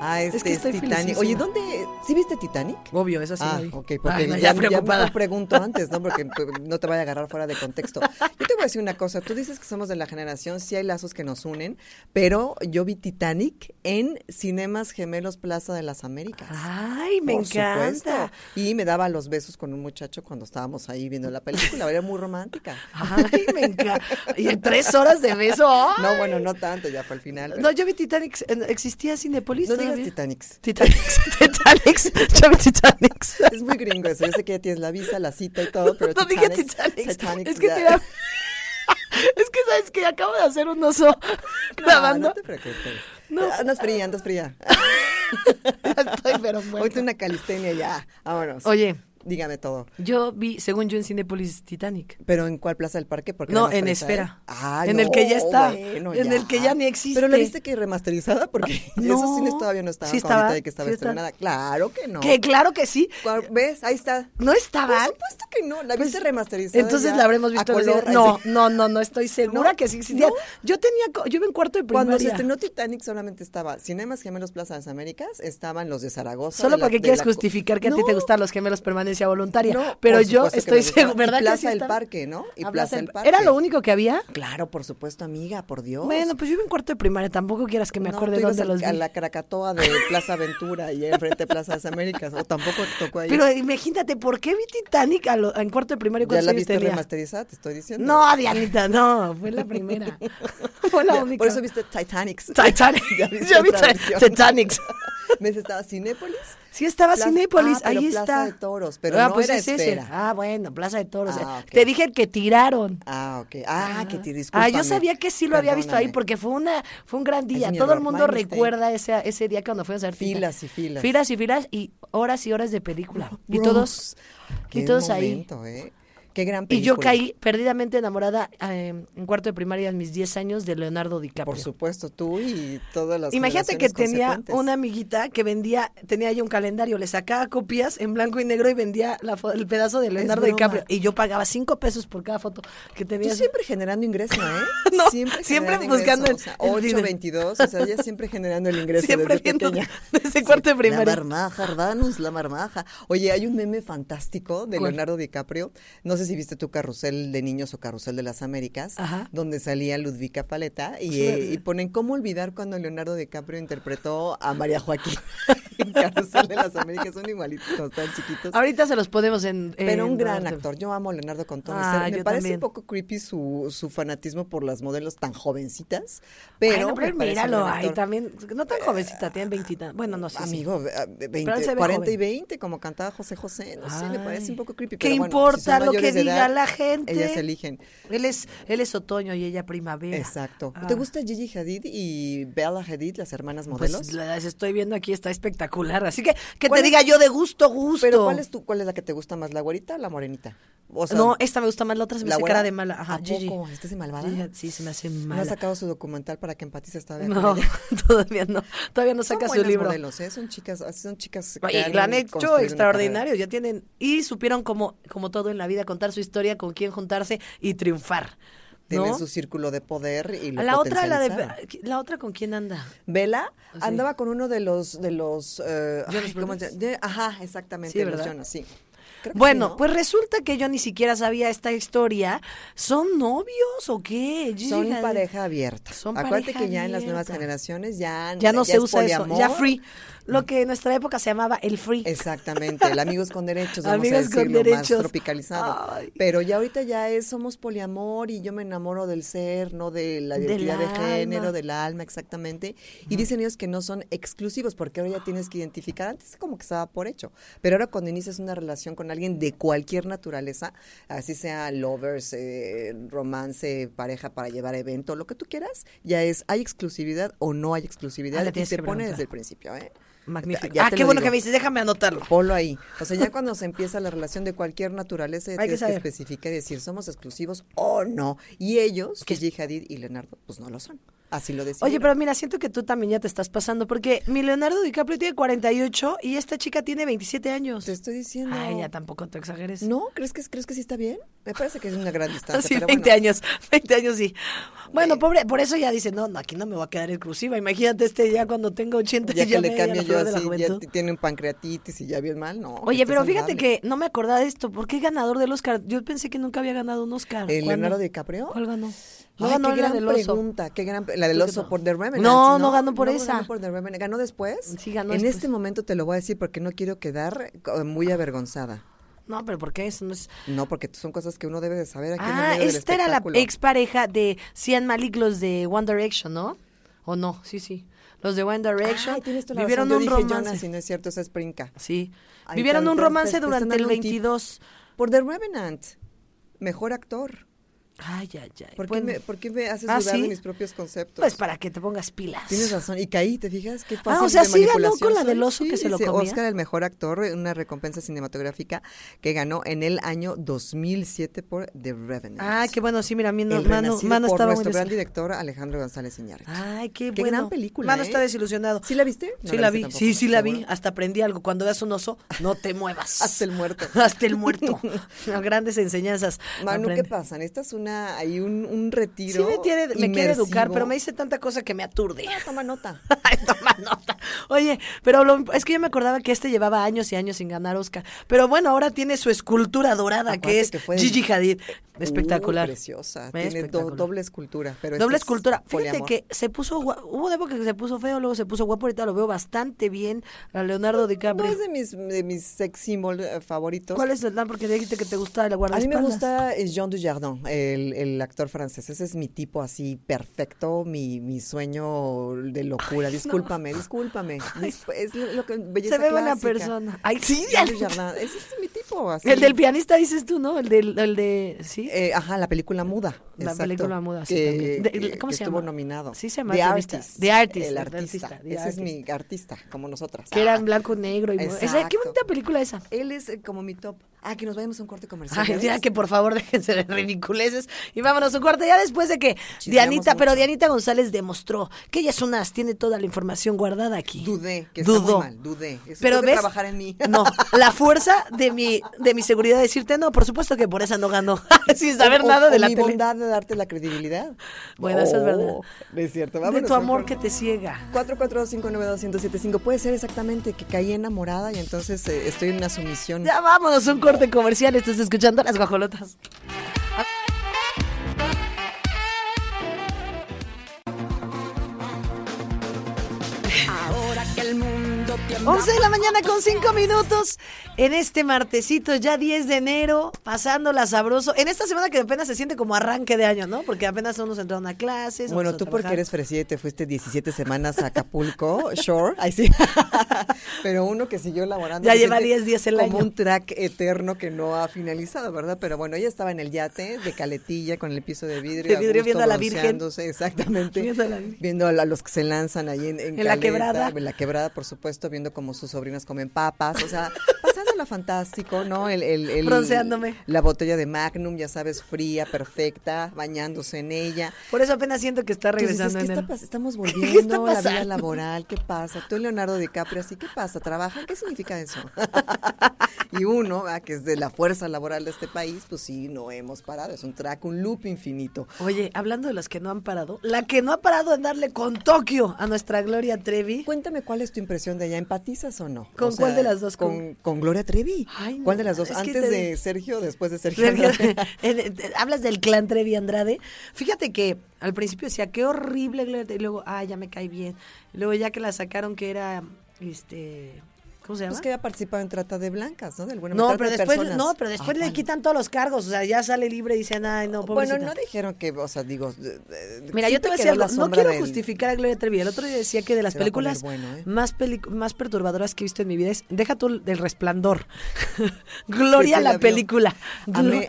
Speaker 5: Ah, este
Speaker 4: Es
Speaker 5: es,
Speaker 4: que estoy
Speaker 5: Titanic.
Speaker 4: felicísima.
Speaker 5: Oye, ¿dónde? ¿Sí viste Titanic?
Speaker 4: Obvio, eso sí.
Speaker 5: Ah,
Speaker 4: lo vi.
Speaker 5: ok, porque
Speaker 4: Ay, no,
Speaker 5: ya,
Speaker 4: ya,
Speaker 5: ya
Speaker 4: preocupada.
Speaker 5: mejor pregunto antes, ¿no? Porque pues, no te vaya a agarrar fuera de contexto. Yo te voy a decir una cosa. Tú dices que somos de la generación, sí hay lazos que nos unen, pero yo vi Titanic en Cinemas Gemelos Plaza de las Américas.
Speaker 4: Ay, Ah, me
Speaker 5: Por
Speaker 4: encanta.
Speaker 5: supuesto. Y me daba los besos con un muchacho cuando estábamos ahí viendo la película. Era muy romántica.
Speaker 4: Ay, me encanta. Y en tres horas de beso. ¡ay!
Speaker 5: No, bueno, no tanto, ya fue al final. pero-
Speaker 4: No, yo vi Titanic. eh, ¿Existía Cinepolis
Speaker 5: No digas
Speaker 4: todavía?
Speaker 5: Titanic.
Speaker 4: Titanic. (laughs) Titanic. Yo vi Titanic.
Speaker 5: (laughs) Es muy gringo eso. Yo sé que ya tienes la visa, la cita y todo, pero
Speaker 4: No digas
Speaker 5: Titanic,
Speaker 4: Titanic.
Speaker 5: Titanic,
Speaker 4: Es que
Speaker 5: ya.
Speaker 4: te iba- (laughs) Es que sabes que acabo de hacer un
Speaker 5: (laughs)
Speaker 4: oso grabando.
Speaker 5: No, no te preocupes. Ah, Andas fría, andas fría.
Speaker 4: Estoy pero muerta.
Speaker 5: Hoy una calistenia ya. Vámonos.
Speaker 4: Oye,
Speaker 5: Dígame todo.
Speaker 4: yo vi, según yo, en Cinepolis Titanic.
Speaker 5: ¿Pero en cuál plaza del parque? Porque
Speaker 4: No,
Speaker 5: la
Speaker 4: en
Speaker 5: masterizaron.
Speaker 4: Esfera.
Speaker 5: Ah,
Speaker 4: En
Speaker 5: no,
Speaker 4: el que ya está.
Speaker 5: bueno,
Speaker 4: En el que ya ni existe.
Speaker 5: Pero la viste que remasterizada porque
Speaker 4: (laughs) No.
Speaker 5: esos cines todavía no estaban
Speaker 4: Sí
Speaker 5: como ahorita
Speaker 4: estaba,
Speaker 5: de que estaba
Speaker 4: sí estaba.
Speaker 5: estrenada. Claro que no.
Speaker 4: Que claro que sí.
Speaker 5: ¿Cuál- ¿Ves? Ahí está.
Speaker 4: No estaba.
Speaker 5: Por supuesto que no. La
Speaker 4: Pues,
Speaker 5: viste remasterizada.
Speaker 4: Entonces
Speaker 5: ya,
Speaker 4: la habremos
Speaker 5: a
Speaker 4: visto. en el
Speaker 5: color,
Speaker 4: cine. no,
Speaker 5: así.
Speaker 4: no, no, no estoy segura
Speaker 5: ¿No?
Speaker 4: que sí existía.
Speaker 5: ¿No?
Speaker 4: Yo tenía, co- yo iba en cuarto de primaria.
Speaker 5: Cuando se estrenó Titanic solamente estaba Cinemas Gemelos Plaza de las Américas, estaban los de Zaragoza.
Speaker 4: Solo
Speaker 5: de la-
Speaker 4: porque
Speaker 5: de
Speaker 4: quieres
Speaker 5: la-
Speaker 4: justificar que a ti te
Speaker 5: No,
Speaker 4: gustan los gemelos permanencia voluntaria.
Speaker 5: No,
Speaker 4: pero
Speaker 5: por
Speaker 4: yo
Speaker 5: supuesto que
Speaker 4: estoy
Speaker 5: me gustaba.
Speaker 4: segura,
Speaker 5: Y
Speaker 4: ¿verdad? que
Speaker 5: Plaza
Speaker 4: sí
Speaker 5: del
Speaker 4: estaba?
Speaker 5: Parque, ¿no? Y
Speaker 4: A
Speaker 5: Plaza del
Speaker 4: del-
Speaker 5: Parque.
Speaker 4: ¿Era lo único que había?
Speaker 5: Claro, por supuesto, amiga, por Dios.
Speaker 4: Bueno, pues yo iba en cuarto de primaria, tampoco quieras que me
Speaker 5: No,
Speaker 4: acuerde
Speaker 5: tú ibas
Speaker 4: dónde
Speaker 5: al-
Speaker 4: los vi.
Speaker 5: A la Krakatoa de Plaza Aventura y enfrente de Plaza de las Américas. O tampoco te tocó ahí.
Speaker 4: Pero imagínate, ¿por qué vi Titanic a lo- en cuarto de primaria
Speaker 5: ya
Speaker 4: cuando
Speaker 5: la
Speaker 4: años
Speaker 5: viste
Speaker 4: tenía?
Speaker 5: remasterizada, te estoy diciendo.
Speaker 4: No, Dianita, no, fue la
Speaker 5: (laughs)
Speaker 4: primera. fue la
Speaker 5: Ya,
Speaker 4: única.
Speaker 5: Por eso viste Titanic.
Speaker 4: (laughs) Titanic.
Speaker 5: (laughs) Ya viste
Speaker 4: Yo vi
Speaker 5: otra
Speaker 4: Ti-
Speaker 5: versión.
Speaker 4: Titanic.
Speaker 5: (laughs) Me dice, estaba Cinépolis.
Speaker 4: Sí estaba
Speaker 5: Plaza-
Speaker 4: Cinépolis,
Speaker 5: Ah, pero
Speaker 4: ahí
Speaker 5: Plaza
Speaker 4: está. Ah,
Speaker 5: de Toros, pero no era
Speaker 4: ese.
Speaker 5: Esfera.
Speaker 4: Ah, bueno, Plaza de Toros.
Speaker 5: Ah, ok.
Speaker 4: Te dije el que tiraron.
Speaker 5: Ah, ok. Ah, que te disculpa.
Speaker 4: Ah, yo sabía que sí lo había visto ahí porque fue una fue un gran día.
Speaker 5: mi
Speaker 4: Todo el
Speaker 5: error,
Speaker 4: mundo
Speaker 5: my mistake.
Speaker 4: recuerda ese, ese día cuando fuimos a ver Titanic.
Speaker 5: Filas y filas.
Speaker 4: Filas y filas y horas y horas de película. Y
Speaker 5: Bros,
Speaker 4: todos y todos ahí.
Speaker 5: ahí. ¿eh? Qué gran
Speaker 4: Y
Speaker 5: película.
Speaker 4: yo caí perdidamente enamorada eh, en cuarto de primaria a mis 10 años de Leonardo DiCaprio.
Speaker 5: Por supuesto, tú y todas las
Speaker 4: Imagínate que
Speaker 5: generaciones
Speaker 4: tenía
Speaker 5: consecuentes.
Speaker 4: una amiguita que vendía, tenía ahí un calendario, le sacaba copias en blanco y negro y vendía la fo- el pedazo de Leonardo
Speaker 5: broma.
Speaker 4: DiCaprio. Y yo pagaba cinco pesos por cada foto que tenía.
Speaker 5: Tú siempre generando ingreso, ¿eh?
Speaker 4: (laughs) No,
Speaker 5: siempre,
Speaker 4: siempre
Speaker 5: generando
Speaker 4: buscando
Speaker 5: ingreso, o sea,
Speaker 4: el- el dinero.
Speaker 5: 8.22, o sea, ella siempre generando el ingreso
Speaker 4: Siempre
Speaker 5: desde
Speaker 4: viendo
Speaker 5: pequeña.
Speaker 4: (laughs) desde cuarto de primaria.
Speaker 5: La marmaja, hermanos, la marmaja. Oye, hay un meme fantástico de
Speaker 4: ¿Cuál?
Speaker 5: Leonardo DiCaprio. No sé si viste tu carrusel de niños o carrusel de las Américas,
Speaker 4: Ajá.
Speaker 5: donde salía Ludvika Paleta y,
Speaker 4: Sí,
Speaker 5: eh,
Speaker 4: sí.
Speaker 5: y ponen cómo olvidar cuando Leonardo DiCaprio interpretó a María Joaquín (laughs) en (laughs) Carrusel de las Américas. Son igualitos, tan chiquitos.
Speaker 4: Ahorita se los podemos en.
Speaker 5: Pero
Speaker 4: en-
Speaker 5: un gran actor. Yo amo a Leonardo con todo mi ser.
Speaker 4: Ah,
Speaker 5: Me
Speaker 4: yo
Speaker 5: parece
Speaker 4: también.
Speaker 5: un poco creepy su, su fanatismo por las modelos tan jovencitas.
Speaker 4: Bueno,
Speaker 5: Pero,
Speaker 4: pero
Speaker 5: me parece un
Speaker 4: míralo
Speaker 5: gran
Speaker 4: ahí
Speaker 5: actor. Eh,
Speaker 4: también. No tan jovencita, tienen veintita. Bueno, no sé. sí.
Speaker 5: Amigo, eh, eh, 20,
Speaker 4: Pero él se ve
Speaker 5: 40 y
Speaker 4: joven.
Speaker 5: 20, como cantaba José José. No sé, me parece
Speaker 4: Ay.
Speaker 5: un poco creepy.
Speaker 4: ¿Qué
Speaker 5: pero bueno,
Speaker 4: importa
Speaker 5: si son
Speaker 4: lo que
Speaker 5: mayores de
Speaker 4: diga
Speaker 5: edad,
Speaker 4: la gente?
Speaker 5: Ellas eligen.
Speaker 4: Él es, él es otoño y ella primavera.
Speaker 5: Exacto.
Speaker 4: Ah.
Speaker 5: ¿Te gusta Gigi Hadid y Bella Hadid, las hermanas modelos?
Speaker 4: Pues las estoy viendo aquí, está espectacular. Así que que
Speaker 5: ¿Cuál
Speaker 4: te
Speaker 5: es-
Speaker 4: diga yo de gusto, gusto.
Speaker 5: Pero ¿cuál es, tu, ¿cuál es la que te gusta más, la güerita o la morenita? O sea,
Speaker 4: no, esta me gusta más, la otra se me
Speaker 5: ¿La
Speaker 4: hace
Speaker 5: güera?
Speaker 4: cara de mala. Ajá,
Speaker 5: ¿A
Speaker 4: Gigi.
Speaker 5: poco? ¿Estás de malvada?
Speaker 4: Gigi, Sí, se me hace
Speaker 5: ¿No ha
Speaker 4: mala.
Speaker 5: sacado su documental para que empatices todavía con
Speaker 4: (laughs) No,
Speaker 5: ella?
Speaker 4: todavía no. Todavía no saca
Speaker 5: son
Speaker 4: su
Speaker 5: buenas
Speaker 4: libro.
Speaker 5: modelos, ¿eh? Son chicas, así son chicas.
Speaker 4: Oye,
Speaker 5: que
Speaker 4: lo han hecho
Speaker 5: construido una
Speaker 4: extraordinario, ya tienen y supieron como como todo en la vida contar su historia, con quién juntarse y triunfar.
Speaker 5: carrera.
Speaker 4: ¿no?
Speaker 5: Tienen su círculo de poder y lo
Speaker 4: la otra la
Speaker 5: potencializaron.
Speaker 4: de la otra con quién anda?
Speaker 5: Vela
Speaker 4: Sí.
Speaker 5: andaba con uno de los de los eh, ay,
Speaker 4: Jonas
Speaker 5: ¿cómo
Speaker 4: Brothers?
Speaker 5: se- de- ajá, exactamente,
Speaker 4: Sí,
Speaker 5: los
Speaker 4: ¿verdad?
Speaker 5: Jonas, sí. Creo que
Speaker 4: Bueno,
Speaker 5: sí, ¿no?
Speaker 4: pues resulta que yo ni siquiera sabía esta historia. ¿Son novios o qué? Gigi
Speaker 5: son
Speaker 4: Hadid.
Speaker 5: pareja abierta.
Speaker 4: Son
Speaker 5: Acuérdate
Speaker 4: pareja
Speaker 5: que ya en las nuevas
Speaker 4: abierta.
Speaker 5: generaciones ya
Speaker 4: Ya no se
Speaker 5: es
Speaker 4: usa eso, ya
Speaker 5: poliamor. Mm.
Speaker 4: free. Lo que en nuestra época se llamaba el free.
Speaker 5: Exactamente, el amigos
Speaker 4: (laughs)
Speaker 5: con derechos, vamos
Speaker 4: Amigos
Speaker 5: a
Speaker 4: con
Speaker 5: decirlo
Speaker 4: derechos.
Speaker 5: más tropicalizado.
Speaker 4: Ay.
Speaker 5: Pero ya ahorita ya es somos poliamor y yo me enamoro del ser, no de la
Speaker 4: Del
Speaker 5: identidad de
Speaker 4: alma.
Speaker 5: género, del alma, exactamente. Y dicen ellos que no son exclusivos porque ahora ya tienes que identificar, antes como que estaba por hecho, pero ahora cuando inicias una relación con alguien de cualquier naturaleza, así sea lovers, eh, romance, pareja para llevar a evento, lo que tú quieras, ya es hay exclusividad o no hay exclusividad
Speaker 4: Ah, le
Speaker 5: y
Speaker 4: tienes
Speaker 5: te
Speaker 4: que
Speaker 5: pone
Speaker 4: preguntar.
Speaker 5: desde el principio, ¿eh?
Speaker 4: Magnífico.
Speaker 5: Ya
Speaker 4: ah,
Speaker 5: te
Speaker 4: qué
Speaker 5: lo
Speaker 4: bueno
Speaker 5: digo.
Speaker 4: que me dices, déjame anotarlo.
Speaker 5: Polo ahí. O sea, ya cuando se empieza la relación de cualquier naturaleza,
Speaker 4: que
Speaker 5: tienes que,
Speaker 4: saber.
Speaker 5: especificar y decir, somos exclusivos o no. Y ellos, que Gigi Hadid y Leonardo, pues no lo son. Así lo decían.
Speaker 4: Oye, pero mira, siento que tú también ya te estás pasando porque mi Leonardo DiCaprio tiene 48 y esta chica tiene 27 años.
Speaker 5: Te estoy diciendo.
Speaker 4: Ay, ya tampoco te exageres.
Speaker 5: ¿No? ¿Crees que, ¿Crees que sí está bien? Me parece que es una gran distancia.
Speaker 4: Así,
Speaker 5: pero
Speaker 4: 20
Speaker 5: bueno.
Speaker 4: años, (laughs) 20 años sí. Bueno, pobre, por eso ya dice, no, no, aquí no me voy a quedar exclusiva. Imagínate este ya cuando tengo 80
Speaker 5: Ya
Speaker 4: y (laughs)
Speaker 5: que
Speaker 4: ya
Speaker 5: le
Speaker 4: me a la
Speaker 5: cambio yo
Speaker 4: flor de la
Speaker 5: así, ya
Speaker 4: juventud.
Speaker 5: t- tiene un pancreatitis y ya bien mal, no.
Speaker 4: Oye,
Speaker 5: esto es
Speaker 4: pero fíjate
Speaker 5: saludable.
Speaker 4: que no me acordaba de esto. ¿Por qué ganador del Oscar? Yo pensé que nunca había ganado un Oscar.
Speaker 5: ¿El
Speaker 4: ¿Cuándo?
Speaker 5: Leonardo DiCaprio?
Speaker 4: ¿Cuál ganó? No
Speaker 5: Ay,
Speaker 4: ganó
Speaker 5: qué
Speaker 4: la
Speaker 5: gran
Speaker 4: del oso.
Speaker 5: pregunta, qué gran, la del
Speaker 4: Creo que
Speaker 5: oso
Speaker 4: no.
Speaker 5: por The Revenant.
Speaker 4: No, no ganó por esa.
Speaker 5: Ganó por The Revenant. ¿Ganó después?
Speaker 4: Sí, ganó
Speaker 5: En
Speaker 4: después.
Speaker 5: este momento te lo voy a decir porque no quiero quedar eh, muy avergonzada.
Speaker 4: No, pero ¿por qué? Eso no es...
Speaker 5: No, porque son cosas que uno debe de saber aquí en el
Speaker 4: Ah,
Speaker 5: medio del
Speaker 4: esta era la
Speaker 5: espectáculo.
Speaker 4: expareja de Cian Malik, los de One Direction, ¿no? ¿O no? Sí, sí. Los de One Direction
Speaker 5: Ay, tienes toda la
Speaker 4: vivieron
Speaker 5: razón.
Speaker 4: un
Speaker 5: Yo dije,
Speaker 4: romance.
Speaker 5: Jonas, y no es cierto, esa es brinca.
Speaker 4: Sí.
Speaker 5: Ay,
Speaker 4: Vivieron
Speaker 5: te-
Speaker 4: un
Speaker 5: te-
Speaker 4: romance
Speaker 5: te- te están
Speaker 4: durante el
Speaker 5: dando un tip.
Speaker 4: 22.
Speaker 5: Por The Revenant, mejor actor.
Speaker 4: Ay, ay, ay.
Speaker 5: ¿Por,
Speaker 4: Bueno.
Speaker 5: qué, me, por qué me haces
Speaker 4: Pues, Ah,
Speaker 5: dudar
Speaker 4: ¿sí?
Speaker 5: de mis propios conceptos?
Speaker 4: Pues para que te pongas pilas.
Speaker 5: Tienes razón. Y caí, ¿te fijas? Qué fácil
Speaker 4: Ah, o sea,
Speaker 5: de
Speaker 4: sí ganó
Speaker 5: manipulación
Speaker 4: con la
Speaker 5: soy.
Speaker 4: del oso
Speaker 5: Sí,
Speaker 4: que se lo
Speaker 5: dice
Speaker 4: comía.
Speaker 5: Oscar, el mejor actor, una recompensa cinematográfica que ganó en el año 2007 por The Revenant.
Speaker 4: Ah, qué bueno, sí, mira, mi no-
Speaker 5: El
Speaker 4: mano,
Speaker 5: renacido
Speaker 4: mano
Speaker 5: por
Speaker 4: estaba muy Ah,
Speaker 5: nuestro gran
Speaker 4: desil-
Speaker 5: director Alejandro González Iñárritu.
Speaker 4: Ay, qué,
Speaker 5: Qué
Speaker 4: bueno.
Speaker 5: gran película,
Speaker 4: Mano
Speaker 5: ¿eh?
Speaker 4: está desilusionado.
Speaker 5: ¿Sí la viste? No
Speaker 4: sí la
Speaker 5: viste
Speaker 4: vi,
Speaker 5: tampoco,
Speaker 4: sí, sí la vi.
Speaker 5: seguro.
Speaker 4: Hasta aprendí algo. Cuando veas un oso, no te muevas.
Speaker 5: (laughs) Hasta el muerto.
Speaker 4: (laughs) Hasta el
Speaker 5: (laughs)
Speaker 4: muerto. Grandes enseñanzas.
Speaker 5: Manu,
Speaker 4: Aprende.
Speaker 5: ¿qué pasa? Necesitas una, hay un, un retiro.
Speaker 4: Sí me, tiene- me quiere
Speaker 5: inmersivo.
Speaker 4: educar, pero me dice tanta cosa que me aturde. (laughs)
Speaker 5: (laughs) Ah, toma nota.
Speaker 4: Ay, toma nota. Oye, pero lo- es que yo me acordaba que este llevaba años y años sin ganar Oscar. Pero bueno, ahora tiene su escultura dorada,
Speaker 5: Aparte
Speaker 4: que es
Speaker 5: que fue de-
Speaker 4: Gigi Hadid.
Speaker 5: Uh,
Speaker 4: Espectacular.
Speaker 5: preciosa.
Speaker 4: Es
Speaker 5: Tiene do-
Speaker 4: espectacular.
Speaker 5: doble escultura. Pero este
Speaker 4: Doble
Speaker 5: es
Speaker 4: escultura. Fíjate
Speaker 5: poliamor.
Speaker 4: que se puso, gua- hubo una época que se puso feo, luego se puso guapo, ahorita lo veo bastante bien a Leonardo
Speaker 5: No
Speaker 4: DiCaprio.
Speaker 5: es de mis, de mis sex symbol eh, favoritos.
Speaker 4: ¿Cuál es el plan? Porque dijiste que te gusta la
Speaker 5: A mí
Speaker 4: guardaespaldas.
Speaker 5: me gusta eh, Jean Dujardin, el, el actor francés. Ese es mi tipo así perfecto, mi, mi sueño de locura. discúlpame, discúlpame. Dis- es lo, lo que belleza
Speaker 4: Se ve buena
Speaker 5: clásica.
Speaker 4: persona. Ay, sí, ya.
Speaker 5: Jean Dujardin, ese es mi tipo así.
Speaker 4: El del pianista dices tú, ¿no? El del, el de, sí,
Speaker 5: Eh, ajá, la película muda.
Speaker 4: La
Speaker 5: exacto,
Speaker 4: película muda, sí,
Speaker 5: que-
Speaker 4: también. De-
Speaker 5: que-
Speaker 4: ¿cómo
Speaker 5: que
Speaker 4: se
Speaker 5: Estuvo
Speaker 4: llama?
Speaker 5: nominado.
Speaker 4: Sí, se llama
Speaker 5: The
Speaker 4: The Artist.
Speaker 5: Artist.
Speaker 4: The Artist,
Speaker 5: El
Speaker 4: The
Speaker 5: artista.
Speaker 4: Artista, The
Speaker 5: Ese es mi
Speaker 4: Artista.
Speaker 5: artista, como nosotras.
Speaker 4: Que era en
Speaker 5: Ah.
Speaker 4: blanco y negro. Y esa, qué
Speaker 5: Exacto.
Speaker 4: bonita película esa.
Speaker 5: Él es eh, como mi top. Ah, que nos vayamos a un corte comercial.
Speaker 4: Ay,
Speaker 5: ¿ya
Speaker 4: ya
Speaker 5: ves?
Speaker 4: que por favor (laughs) déjense de ridiculeces y vámonos un corte ya después de que
Speaker 5: Chismeamos
Speaker 4: Dianita, pero
Speaker 5: mucho.
Speaker 4: Dianita González demostró que ella es una, as, tiene toda la información guardada aquí.
Speaker 5: Dudé, que está
Speaker 4: Dudó.
Speaker 5: muy mal, dudé. Eso
Speaker 4: pero
Speaker 5: tengo que
Speaker 4: ves,
Speaker 5: trabajar en mí.
Speaker 4: (laughs) no, la fuerza de mi de mi seguridad de decirte no, por supuesto que por esa no ganó, (laughs) sin saber
Speaker 5: O- o-
Speaker 4: nada
Speaker 5: o
Speaker 4: de la
Speaker 5: mi
Speaker 4: tele.
Speaker 5: bondad de darte la credibilidad.
Speaker 4: Bueno, eso es verdad.
Speaker 5: No es cierto,
Speaker 4: De
Speaker 5: vámonos
Speaker 4: tu
Speaker 5: a un
Speaker 4: amor
Speaker 5: corte.
Speaker 4: que te ciega.
Speaker 5: 442-592-1075. Puede ser exactamente que caí enamorada y entonces eh, estoy en una sumisión.
Speaker 4: Ya vámonos un corte comercial, estás escuchando las guajolotas.
Speaker 1: Ahora que el mundo te
Speaker 4: 11 de la mañana con 5 minutos en este martesito, ya 10 de enero, pasándola sabroso. En esta semana que apenas se siente como arranque de año, ¿no? Porque apenas unos entraron a clases.
Speaker 5: Bueno,
Speaker 4: otros a
Speaker 5: tú porque
Speaker 4: trabajar.
Speaker 5: eres fresilla y te fuiste 17 semanas a
Speaker 4: (laughs)
Speaker 5: Acapulco, sure, ahí sí. (laughs) Pero uno que siguió elaborando.
Speaker 4: Ya
Speaker 5: se
Speaker 4: lleva
Speaker 5: siente
Speaker 4: 10 días el
Speaker 5: como
Speaker 4: año.
Speaker 5: un track eterno que no ha finalizado, ¿verdad? Pero bueno, ella estaba en el yate de caletilla con el piso de vidrio.
Speaker 4: De
Speaker 5: a
Speaker 4: vidrio
Speaker 5: gusto,
Speaker 4: viendo a la Virgen.
Speaker 5: bronceándose, Exactamente.
Speaker 4: Viendo a la Virgen.
Speaker 5: Viendo a la- los que se lanzan ahí en,
Speaker 4: En la
Speaker 5: Caleta,
Speaker 4: quebrada.
Speaker 5: En la quebrada, por supuesto, viendo como sus sobrinos comen papas. O sea, pasándola fantástico, ¿no? El, el, el-
Speaker 4: Bronceándome.
Speaker 5: La botella de Magnum, ya sabes, fría, perfecta, bañándose en ella.
Speaker 4: Por eso apenas siento que está
Speaker 5: Tú dices,
Speaker 4: regresando
Speaker 5: ¿qué
Speaker 4: en
Speaker 5: está
Speaker 4: el...
Speaker 5: pas- estamos
Speaker 4: (laughs)
Speaker 5: volviendo
Speaker 4: ¿Qué está
Speaker 5: a la vida
Speaker 4: pasando?
Speaker 5: laboral, ¿qué pasa? Tú, Leonardo DiCaprio, así, ¿qué pasa? ¿Trabajan? ¿Qué significa eso? (laughs) y uno, ¿verdad? que es de la fuerza laboral de este país, pues sí, no hemos parado, es un track, un loop infinito.
Speaker 4: Oye, hablando de las que no han parado, la que no ha parado en darle con Tokio a nuestra Gloria Trevi.
Speaker 5: Cuéntame cuál es tu impresión de allá, ¿empatizas o no?
Speaker 4: ¿Con
Speaker 5: O
Speaker 4: cuál de las dos?
Speaker 5: Con, con Gloria Trevi.
Speaker 4: Ay, no,
Speaker 5: ¿Cuál de las dos?
Speaker 4: es que
Speaker 5: ¿Antes
Speaker 4: te-
Speaker 5: de Sergio o después
Speaker 4: (laughs)
Speaker 5: de Sergio? Pues
Speaker 4: Trevi-
Speaker 5: Andrade?
Speaker 4: en- en- Eh, Hablas del clan Trevi Andrade. Fíjate que al principio decía, qué horrible, Gloria Trevi", y luego, ah, ya me cae bien. Luego ya que la sacaron que era, este, ¿cómo se llama?
Speaker 5: Pues que había participado en Trata de Blancas, ¿no? De alguna
Speaker 4: No,
Speaker 5: manera,
Speaker 4: pero
Speaker 5: trata de
Speaker 4: después,
Speaker 5: personas.
Speaker 4: no, pero después
Speaker 5: Ah,
Speaker 4: le
Speaker 5: vale.
Speaker 4: quitan todos los cargos, o sea, ya sale libre y dicen, ay, no, pobrecita.
Speaker 5: Bueno, no dijeron que, o sea, digo... de- de-
Speaker 4: Mira,
Speaker 5: sí
Speaker 4: yo te voy a
Speaker 5: quedó
Speaker 4: decir
Speaker 5: la
Speaker 4: algo, no
Speaker 5: sombra
Speaker 4: quiero
Speaker 5: del-
Speaker 4: justificar a Gloria Trevi. El otro día decía que de las
Speaker 5: Se va a poner
Speaker 4: películas
Speaker 5: bueno, ¿eh?
Speaker 4: más, pelic- más perturbadoras que he visto en mi vida es Deja tú del resplandor. (laughs) Gloria la,
Speaker 5: Sí, sí, la vio.
Speaker 4: película.
Speaker 5: Amé,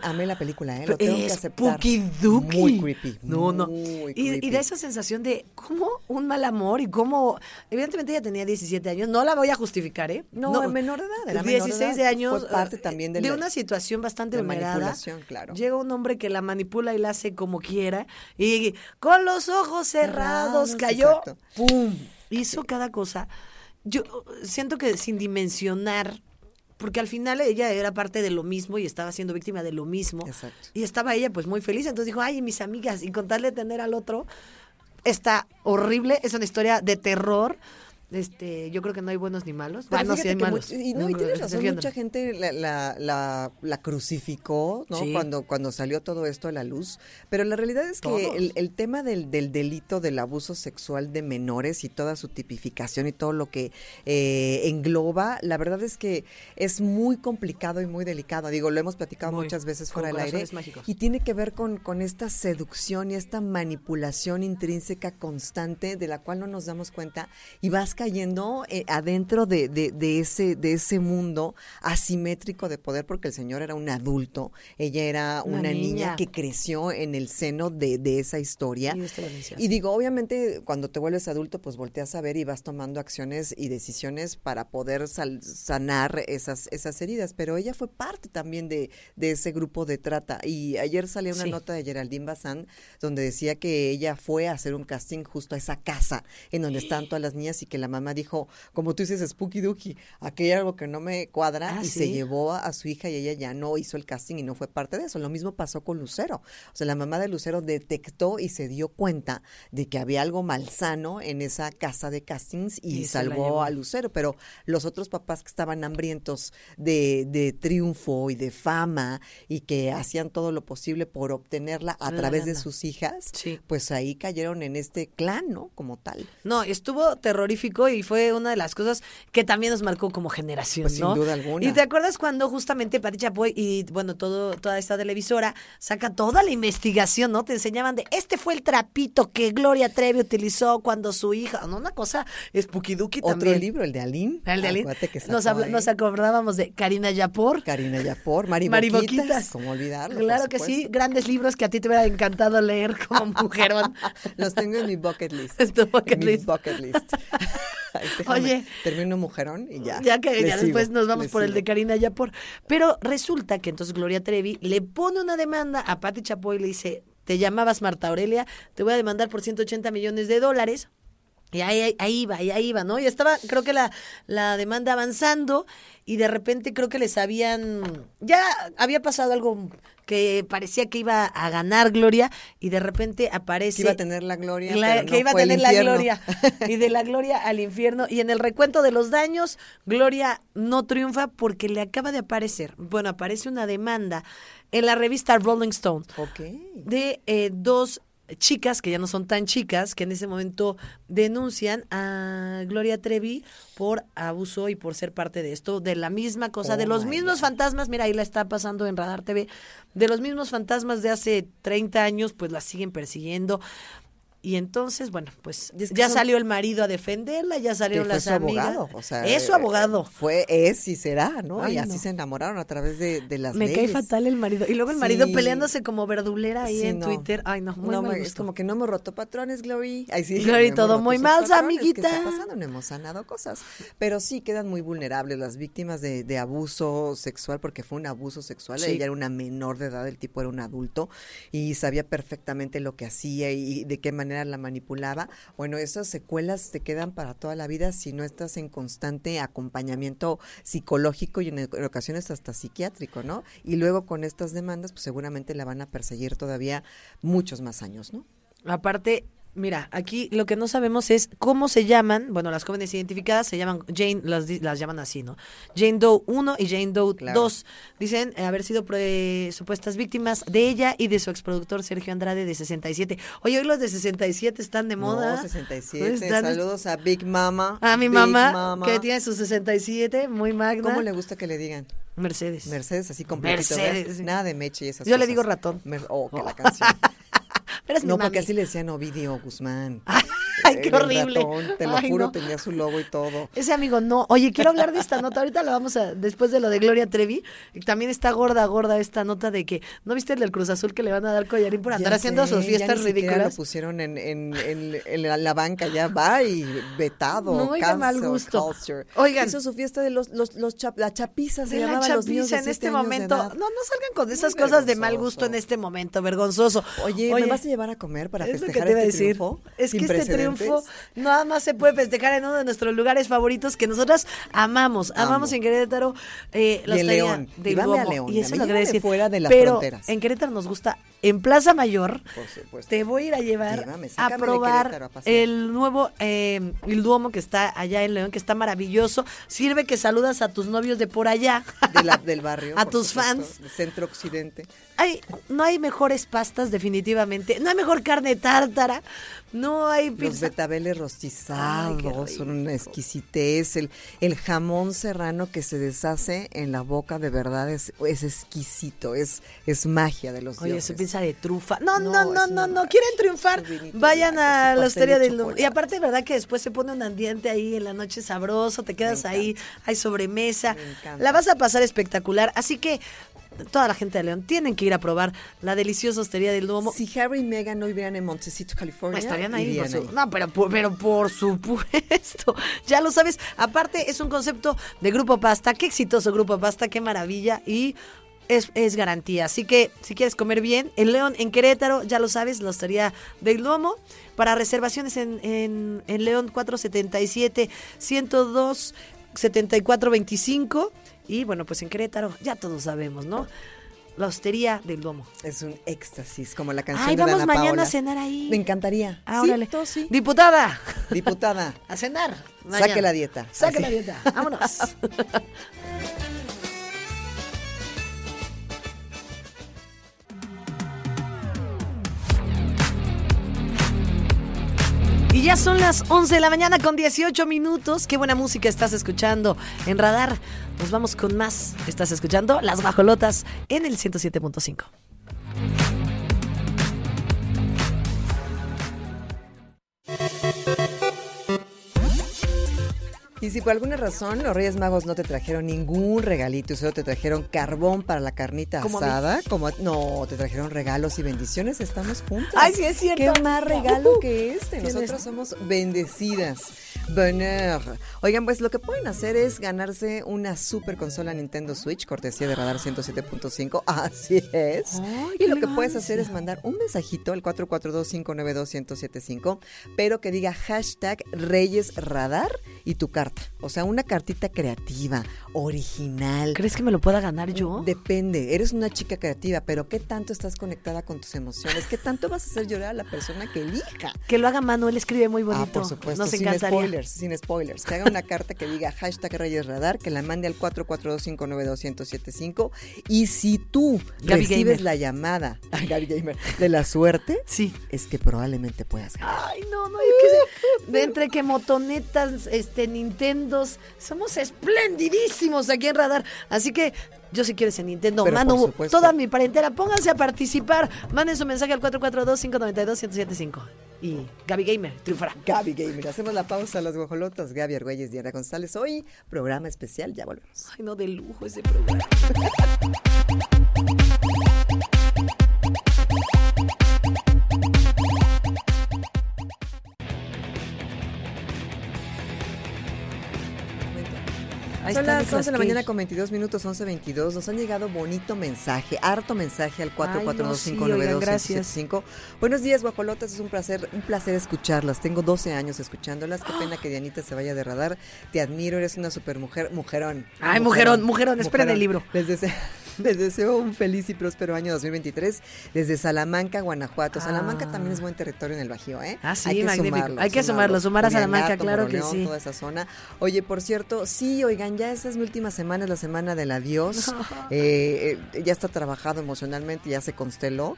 Speaker 4: Glo-
Speaker 5: amé la película, ¿eh? Lo tengo que
Speaker 4: es
Speaker 5: aceptar.
Speaker 4: spooky-dooky.
Speaker 5: Muy creepy.
Speaker 4: No, no.
Speaker 5: muy
Speaker 4: Y, y
Speaker 5: creepy.
Speaker 4: da esa sensación de cómo un mal amor y cómo. Evidentemente ella tenía 17 años. No la voy a justificar, ¿eh?
Speaker 5: No, menor de edad, era menor de
Speaker 4: 16 de
Speaker 5: edad.
Speaker 4: años.
Speaker 5: Fue parte
Speaker 4: eh,
Speaker 5: también de la-
Speaker 4: una situación bastante
Speaker 5: de
Speaker 4: vulnerada.
Speaker 5: manipulación, claro.
Speaker 4: Llega un hombre que la manipula y la hace como quiera. Y con los ojos cerrados
Speaker 5: Cerrados,
Speaker 4: cayó.
Speaker 5: exacto.
Speaker 4: ¡Pum! Hizo cada cosa. Yo eh, siento que sin dimensionar. Porque al final ella era parte de lo mismo y estaba siendo víctima de lo mismo.
Speaker 5: Exacto.
Speaker 4: Y estaba ella pues muy feliz. Entonces dijo, ay, y mis amigas, y con tal de tener al otro, está horrible. Es una historia de terror. Este, yo creo que no hay buenos ni malos.
Speaker 5: Pero
Speaker 4: Bueno, sí
Speaker 5: fíjate
Speaker 4: hay
Speaker 5: que
Speaker 4: malos.
Speaker 5: much- y, no, y tienes razón,
Speaker 4: Defiéndeme.
Speaker 5: mucha gente la, la, la, la crucificó ¿no?
Speaker 4: Sí.
Speaker 5: cuando, cuando salió todo esto a la luz. Pero la realidad es que
Speaker 4: Todos.
Speaker 5: el, el tema del, del delito del abuso sexual de menores y toda su tipificación y todo lo que eh, engloba, la verdad es que es muy complicado y muy delicado. Digo, lo hemos platicado
Speaker 4: Muy,
Speaker 5: muchas veces
Speaker 4: con
Speaker 5: fuera del aire.
Speaker 4: corazones mágicos.
Speaker 5: Y tiene que ver con, con esta seducción y esta manipulación intrínseca constante de la cual no nos damos cuenta y vas cayendo eh, adentro de, de- de ese, de ese mundo asimétrico de poder porque el señor era un adulto, ella era
Speaker 4: Una
Speaker 5: una,
Speaker 4: niña.
Speaker 5: niña. que creció en el seno de, de esa historia.
Speaker 4: Y de esta violencia.
Speaker 5: Y digo, obviamente cuando te vuelves adulto pues volteas a ver y vas tomando acciones y decisiones para poder sal- sanar esas, esas heridas, pero ella fue parte también de, de ese grupo de trata. Y ayer salió una
Speaker 4: Sí.
Speaker 5: nota de Geraldine Bazán donde decía que ella fue a hacer un casting justo a esa casa en donde están todas las niñas y que la mamá dijo, como tú dices, spooky dooky, aquí hay algo que no me cuadra
Speaker 4: Ah,
Speaker 5: y
Speaker 4: ¿sí?
Speaker 5: se llevó a, a su hija y ella ya no hizo el casting y no fue parte de eso. Lo mismo pasó con Lucero. O sea, la mamá de Lucero detectó y se dio cuenta de que había algo malsano en esa casa de castings y,
Speaker 4: Y se la llevó.
Speaker 5: salvó a Lucero, pero los otros papás que estaban hambrientos de, de triunfo y de fama y que hacían todo lo posible por obtenerla a
Speaker 4: La
Speaker 5: través de
Speaker 4: lana.
Speaker 5: sus hijas,
Speaker 4: Sí.
Speaker 5: pues ahí cayeron en este clan, ¿no? Como tal.
Speaker 4: No, estuvo terrorífico. México y fue una de las cosas que también nos marcó como generación,
Speaker 5: Pues, sin
Speaker 4: ¿no?
Speaker 5: duda alguna.
Speaker 4: Y te acuerdas cuando justamente Pati Chapoy y bueno, todo toda esta televisora saca toda la investigación, ¿no? Te enseñaban de este fue el trapito que Gloria Trevi utilizó cuando su hija, ¿no? Una cosa espukiduki
Speaker 5: Otro
Speaker 4: también.
Speaker 5: libro, el de Aline.
Speaker 4: El de Aline.
Speaker 5: Acuérdate que
Speaker 4: Nos,
Speaker 5: sacó
Speaker 4: habla-
Speaker 5: ahí.
Speaker 4: nos acordábamos de Karina Yapor.
Speaker 5: Karina Yapor, Mari
Speaker 4: Mariboquitas.
Speaker 5: Boquitas, ¿Cómo olvidarlo? por
Speaker 4: Claro que sí,
Speaker 5: supuesto.
Speaker 4: grandes libros que a ti te hubiera encantado leer como mujerón.
Speaker 5: (laughs) Los tengo en mi bucket list.
Speaker 4: Es (laughs) tu bucket
Speaker 5: en mi
Speaker 4: list. (laughs)
Speaker 5: bucket list. Ay, déjame,
Speaker 4: Oye.
Speaker 5: Termino mujerón y ya.
Speaker 4: Ya que
Speaker 5: le
Speaker 4: ya
Speaker 5: sigo,
Speaker 4: después nos vamos
Speaker 5: le
Speaker 4: por el
Speaker 5: sigo.
Speaker 4: de Karina Yapor. Pero resulta que entonces Gloria Trevi le pone una demanda a Pati Chapoy y le dice, te llamabas Marta Aurelia, te voy a demandar por 180 millones de dólares. Y ahí, ahí- ahí iba, y ahí iba, ¿no? Y estaba, creo que la, la demanda avanzando y de repente creo que les habían, ya había pasado algo que parecía que iba a ganar Gloria y de repente aparece...
Speaker 5: Que iba a tener la gloria.
Speaker 4: La-
Speaker 5: pero no
Speaker 4: que iba a
Speaker 5: fue el
Speaker 4: tener la
Speaker 5: infierno. (laughs)
Speaker 4: gloria. Y de la gloria al infierno. Y en el recuento de los daños, Gloria no triunfa porque le acaba de aparecer. Bueno, aparece una demanda en la revista Rolling Stone
Speaker 5: ok.
Speaker 4: de eh, dos chicas que ya no son tan chicas que en ese momento denuncian a Gloria Trevi por abuso y por ser parte de esto de la misma cosa de
Speaker 5: Oh
Speaker 4: los
Speaker 5: my
Speaker 4: mismos fantasmas mira ahí la está pasando en Radar TV de los mismos fantasmas de hace 30 años pues la siguen persiguiendo y entonces bueno pues
Speaker 5: Y es que
Speaker 4: ya
Speaker 5: son-
Speaker 4: salió el marido a defenderla ya
Speaker 5: Que
Speaker 4: salieron
Speaker 5: fue
Speaker 4: las
Speaker 5: su
Speaker 4: amigas
Speaker 5: abogado. O sea, eh,
Speaker 4: es su abogado
Speaker 5: Fue, es y será, ¿no?
Speaker 4: Ay,
Speaker 5: y así
Speaker 4: no.
Speaker 5: se enamoraron a través de, de las
Speaker 4: me cae
Speaker 5: leyes.
Speaker 4: fatal el marido y luego el marido
Speaker 5: Sí.
Speaker 4: peleándose como verdulera ahí
Speaker 5: Sí,
Speaker 4: en
Speaker 5: no.
Speaker 4: Twitter ay no muy
Speaker 5: No,
Speaker 4: mal
Speaker 5: me- es
Speaker 4: gusto.
Speaker 5: como que no hemos roto patrones, Glory. Ay, sí,
Speaker 4: Glory,
Speaker 5: no hemos
Speaker 4: todo
Speaker 5: roto
Speaker 4: muy
Speaker 5: sus
Speaker 4: mal,
Speaker 5: patrones, ¿qué está
Speaker 4: amiguita?
Speaker 5: pasando? No hemos sanado cosas. Pero sí quedan muy vulnerables las víctimas de, de abuso sexual, porque fue un abuso sexual.
Speaker 4: Sí.
Speaker 5: Ella era una menor de edad, el tipo era un adulto y sabía perfectamente lo que hacía y de qué manera la manipulaba. Bueno, esas secuelas te quedan para toda la vida si no estás en constante acompañamiento psicológico y en, en ocasiones hasta psiquiátrico, ¿no? Y luego con estas demandas, pues seguramente la van a perseguir todavía muchos más años, ¿no?
Speaker 4: Aparte, mira, aquí lo que no sabemos es cómo se llaman, bueno, las jóvenes identificadas se llaman Jane, las, di- las llaman así, ¿no? Jane Doe 1 y Jane Doe
Speaker 5: Claro.
Speaker 4: 2. Dicen eh, haber sido pre- supuestas víctimas de ella y de su exproductor Sergio Andrade de 67. Oye, hoy los de 67 están de moda.
Speaker 5: No, 67.
Speaker 4: Están-
Speaker 5: Saludos a Big Mama.
Speaker 4: A mi
Speaker 5: Big
Speaker 4: mamá,
Speaker 5: Mama.
Speaker 4: que tiene sus 67, muy magna.
Speaker 5: ¿Cómo le gusta que le digan?
Speaker 4: Mercedes.
Speaker 5: Mercedes, así completito. ¿verdad?
Speaker 4: Mercedes, sí.
Speaker 5: Nada de meche y esas
Speaker 4: Yo le
Speaker 5: cosas.
Speaker 4: digo ratón.
Speaker 5: Mer- oh,
Speaker 4: (laughs)
Speaker 5: que la
Speaker 4: Oh.
Speaker 5: canción.
Speaker 4: (laughs) Pero es mi
Speaker 5: no,
Speaker 4: mami.
Speaker 5: porque así le decían Ovidio Guzmán.
Speaker 4: (laughs) Ay, qué
Speaker 5: Era un
Speaker 4: horrible.
Speaker 5: ratón, te lo
Speaker 4: Ay,
Speaker 5: juro,
Speaker 4: no.
Speaker 5: tenía su logo y todo.
Speaker 4: Ese amigo no. Oye, quiero hablar de esta nota. Ahorita la vamos a, después de lo de Gloria Trevi. También está gorda, gorda esta nota de que, ¿no viste el del Cruz Azul que le van a dar collarín por andar
Speaker 5: Ya
Speaker 4: haciendo
Speaker 5: sé,
Speaker 4: sus
Speaker 5: ya ni
Speaker 4: fiestas
Speaker 5: siquiera
Speaker 4: ridículas?
Speaker 5: Lo pusieron en, en- en- en la, la banca, ya va y vetado.
Speaker 4: No, oiga,
Speaker 5: cancel
Speaker 4: mal gusto.
Speaker 5: culture.
Speaker 4: Oigan.
Speaker 5: Hizo su fiesta de los, los, los chap- la chapiza, se
Speaker 4: de la
Speaker 5: llamaba los niños
Speaker 4: chapiza
Speaker 5: de
Speaker 4: en
Speaker 5: siete
Speaker 4: este
Speaker 5: años de
Speaker 4: momento. No,
Speaker 5: edad.
Speaker 4: no salgan con esas
Speaker 5: Muy
Speaker 4: cosas de mal gusto
Speaker 5: vergonzoso.
Speaker 4: en este momento, vergonzoso.
Speaker 5: Oye, ¿me vas a llevar a comer para
Speaker 4: es lo
Speaker 5: festejar
Speaker 4: que te iba a
Speaker 5: este
Speaker 4: decir.
Speaker 5: triunfo?
Speaker 4: Es que
Speaker 5: sin
Speaker 4: este
Speaker 5: precedentes?
Speaker 4: triunfo nada más se puede festejar en uno de nuestros lugares favoritos que nosotras amamos. Amamos
Speaker 5: Amo.
Speaker 4: en Querétaro eh, la
Speaker 5: Y en
Speaker 4: hostería
Speaker 5: León.
Speaker 4: del
Speaker 5: Y vame a
Speaker 4: Duomo.
Speaker 5: León,
Speaker 4: Y
Speaker 5: mi
Speaker 4: eso
Speaker 5: amiga,
Speaker 4: lo quería
Speaker 5: llévame
Speaker 4: decir.
Speaker 5: fuera de las
Speaker 4: Pero
Speaker 5: fronteras.
Speaker 4: en Querétaro nos gusta en Plaza Mayor.
Speaker 5: Por supuesto.
Speaker 4: Te voy a ir a llevar
Speaker 5: Llévame,
Speaker 4: a
Speaker 5: sácame de
Speaker 4: probar
Speaker 5: Querétaro a pasear.
Speaker 4: el nuevo eh, el Duomo que está allá en León, que está maravilloso. Sirve que saludas a tus novios de por allá.
Speaker 5: De la- del barrio.
Speaker 4: (laughs) A
Speaker 5: por
Speaker 4: tus
Speaker 5: supuesto,
Speaker 4: fans.
Speaker 5: del Centro Occidente.
Speaker 4: Hay, no hay mejores pastas, definitivamente. No hay mejor carne tártara. No hay
Speaker 5: Los
Speaker 4: pizza.
Speaker 5: betabeles rostizados
Speaker 4: Ay, qué
Speaker 5: son una exquisitez. El, el jamón serrano que se deshace en la boca de verdad es, es exquisito. Es, es magia de los
Speaker 4: Oye,
Speaker 5: dioses.
Speaker 4: su pizza de trufa. No, no,
Speaker 5: No,
Speaker 4: no, no, no.
Speaker 5: es una maravilla.
Speaker 4: Quieren triunfar.
Speaker 5: Su vinito
Speaker 4: Vayan
Speaker 5: blanco, su
Speaker 4: a la
Speaker 5: pastel
Speaker 4: hostería
Speaker 5: de
Speaker 4: del Duomo. Y
Speaker 5: chocolate.
Speaker 4: aparte, ¿verdad que después se pone un ambiente ahí en la noche sabroso? Te quedas ahí, hay sobremesa.
Speaker 5: Me encanta.
Speaker 4: La vas a pasar espectacular. Así que toda la gente de León tienen que ir a probar la deliciosa hostería del Duomo.
Speaker 5: Si Harry y Meghan no vivieran en Montecito, California,
Speaker 4: Pues, Estarían ahí.
Speaker 5: irían
Speaker 4: por su-
Speaker 5: ahí.
Speaker 4: No, pero, por- pero por (laughs) supuesto. Ya lo sabes. Aparte, es un concepto de Grupo Pasta. Qué exitoso Grupo Pasta, qué maravilla. Y es, es garantía. Así que si quieres comer bien, en León, en Querétaro, ya lo sabes, la hostería del Lomo. Para reservaciones en, en, en León 477 102 7425 y bueno, pues en Querétaro ya todos sabemos, ¿no? La hostería del Lomo.
Speaker 5: Es un éxtasis, como la canción
Speaker 4: Ay,
Speaker 5: de
Speaker 4: vamos
Speaker 5: Dana
Speaker 4: mañana
Speaker 5: Paola.
Speaker 4: a cenar ahí.
Speaker 5: Me encantaría.
Speaker 4: Ah,
Speaker 5: Sí,
Speaker 4: órale.
Speaker 5: todo sí.
Speaker 4: Diputada.
Speaker 5: Diputada.
Speaker 4: A cenar.
Speaker 5: Saque la dieta.
Speaker 4: Saque
Speaker 5: Así.
Speaker 4: la dieta. Vámonos. Y Y ya son las 11 de la mañana con 18 minutos. Qué buena música estás escuchando en Radar. Nos vamos con más. Estás escuchando Las Guajolotas en el 107.5.
Speaker 5: Y si por alguna razón los Reyes Magos no te trajeron ningún regalito y solo te trajeron carbón para la carnita
Speaker 4: Como a mí.
Speaker 5: asada, como a- no, te trajeron regalos y bendiciones, estamos juntos.
Speaker 4: Ay, sí, es cierto. Uh.
Speaker 5: Qué más regalo que este.
Speaker 4: Tienes-
Speaker 5: Nosotros somos bendecidas. Bonheur. Oigan, pues lo que pueden hacer es ganarse una super consola Nintendo Switch, cortesía de Radar 107.5. (laughs) Así es. y lo que puedes hacer es mandar un mensajito al 442-592-1075, pero que diga hashtag Reyes Radar y tu carta. O sea, una cartita creativa, original.
Speaker 4: ¿Crees que me lo pueda ganar yo?
Speaker 5: Depende, eres una chica creativa, pero ¿qué tanto estás conectada con tus emociones? ¿Qué tanto vas a hacer llorar a la persona que elija?
Speaker 4: Que lo haga Manuel, escribe muy bonito.
Speaker 5: Ah, por supuesto,
Speaker 4: Nos
Speaker 5: sin
Speaker 4: encantaría.
Speaker 5: spoilers, sin spoilers. Que haga una carta que diga hashtag Reyes Radar, que la mande al 442-592-1075. Y si tú
Speaker 4: Gaby
Speaker 5: recibes
Speaker 4: Gamer.
Speaker 5: la llamada (laughs) ay, Gaby Gamer, de la suerte,
Speaker 4: sí.
Speaker 5: es que probablemente puedas ganar.
Speaker 4: Ay, no, no, yo qué sé. De entre que motonetas, este, Nintendos, somos esplendidísimos aquí en Radar. Así que yo si quieres en Nintendo,
Speaker 5: Pero por
Speaker 4: mano,
Speaker 5: supuesto.
Speaker 4: toda mi parentela, pónganse a participar. Manden su mensaje al 442-592-1075. Y Gaby Gamer triunfará.
Speaker 5: Gaby Gamer, hacemos la pausa a las guajolotas. Gaby Argüelles, Diana González. Hoy, programa especial, ya volvemos.
Speaker 4: Ay, no, de lujo ese programa. Ahí
Speaker 5: Son
Speaker 4: está
Speaker 5: las
Speaker 4: Nicolas
Speaker 5: 11 de la
Speaker 4: Cage.
Speaker 5: mañana con 22 minutos, 11.22. Nos han llegado bonito mensaje, harto mensaje al
Speaker 4: Ay, no, sí, oigan, gracias.
Speaker 5: 442-592-1075. Buenos días, guajolotas. Es un placer, un placer escucharlas. Tengo 12 años escuchándolas. Qué
Speaker 4: (gasps)
Speaker 5: pena que Dianita se vaya de radar. Te admiro, eres una supermujer, mujerón.
Speaker 4: Ay, mujerón, mujerón, esperen el libro.
Speaker 5: Les deseo, (laughs) les deseo un feliz y próspero año 2023 desde Salamanca, Guanajuato. Salamanca
Speaker 4: Ah.
Speaker 5: también es buen territorio en el Bajío, ¿eh?
Speaker 4: Ah, sí, magnífico. Hay que sumarlo, sumar a Salamanca,
Speaker 5: Omeagato,
Speaker 4: claro que
Speaker 5: Moroleón,
Speaker 4: sí.
Speaker 5: toda esa zona. Oye, por cierto, sí, oigan, ya esta es mi última semana, es la semana
Speaker 4: (laughs)
Speaker 5: del adiós. Eh, eh, ya está trabajado emocionalmente, ya se consteló,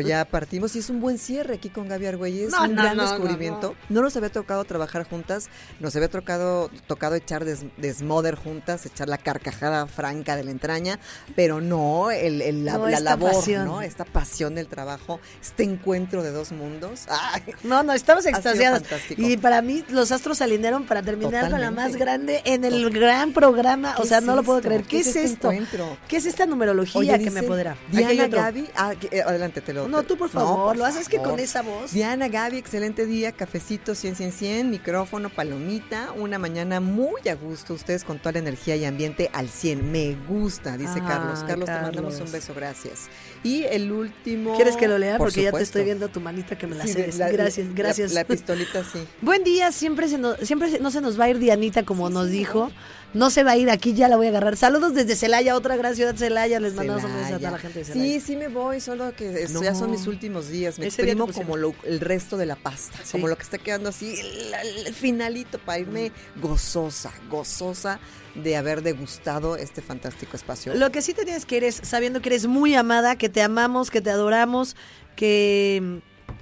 Speaker 4: (laughs)
Speaker 5: ya partimos y es un buen cierre aquí con Gaby Argüelles,
Speaker 4: No,
Speaker 5: un
Speaker 4: no,
Speaker 5: gran
Speaker 4: no, no,
Speaker 5: descubrimiento. No, nos había tocado trabajar juntas, nos había tocado, tocado echar des- desmoder juntas, echar la carcajada franca de la entraña, pero no, el, el- la,
Speaker 4: No,
Speaker 5: la
Speaker 4: esta
Speaker 5: labor,
Speaker 4: pasión.
Speaker 5: ¿no? Esta pasión del trabajo, este encuentro de dos mundos. (laughs) ¡Ay!
Speaker 4: No, no, estamos
Speaker 5: sido
Speaker 4: extasiadas.
Speaker 5: fantástico.
Speaker 4: Y para mí, los astros se alinearon para terminar con la
Speaker 5: Totalmente.
Speaker 4: más grande en el gran programa. O
Speaker 5: ¿Qué
Speaker 4: sea,
Speaker 5: es
Speaker 4: no lo puedo
Speaker 5: esto?
Speaker 4: creer. ¿Qué, es
Speaker 5: este
Speaker 4: esto?
Speaker 5: encuentro?
Speaker 4: ¿Qué es esta numerología que me
Speaker 5: dicen,
Speaker 4: apodera? Aquí hay
Speaker 5: Diana
Speaker 4: otro.
Speaker 5: Gaby, ah, que- eh, adelante, te lo.
Speaker 4: No,
Speaker 5: te-
Speaker 4: tú, por favor,
Speaker 5: por
Speaker 4: lo haces que con
Speaker 5: favor.
Speaker 4: esa voz.
Speaker 5: Diana Gaby, excelente día, cafecito 100, 100, 100, micrófono, palomita, una mañana muy a gusto, ustedes con toda la energía y ambiente al 100. Me gusta, dice
Speaker 4: Ay,
Speaker 5: Carlos. Carlos, te mandamos
Speaker 4: Carlos.
Speaker 5: un beso, gracias. Y el último.
Speaker 4: ¿Quieres que lo lea?
Speaker 5: Por
Speaker 4: Porque ya te
Speaker 5: supuesto.
Speaker 4: estoy viendo tu manita que me la
Speaker 5: Sí,
Speaker 4: cedes.
Speaker 5: la-
Speaker 4: gracias,
Speaker 5: la-
Speaker 4: gracias.
Speaker 5: La, pistolita, sí.
Speaker 4: Buen día, siempre, se nos- siempre se- no se nos va a ir Dianita como nos dijo. No se va a ir aquí, ya la voy a agarrar. Saludos desde Celaya, otra gran ciudad, Celaya. Les mandamos un beso a toda
Speaker 5: Celaya.
Speaker 4: la gente de Celaya.
Speaker 5: Sí, sí me voy, solo que es-
Speaker 4: No.
Speaker 5: ya son mis últimos días. Me
Speaker 4: Ese día te
Speaker 5: exprimo
Speaker 4: pusieron.
Speaker 5: como lo- el resto de la pasta,
Speaker 4: Sí.
Speaker 5: como lo que está quedando así, el, el finalito para irme
Speaker 4: Mm.
Speaker 5: gozosa, gozosa de haber degustado este fantástico espacio.
Speaker 4: Lo que sí te tienes que ir es sabiendo que eres muy amada, que te amamos, que te adoramos, que mm,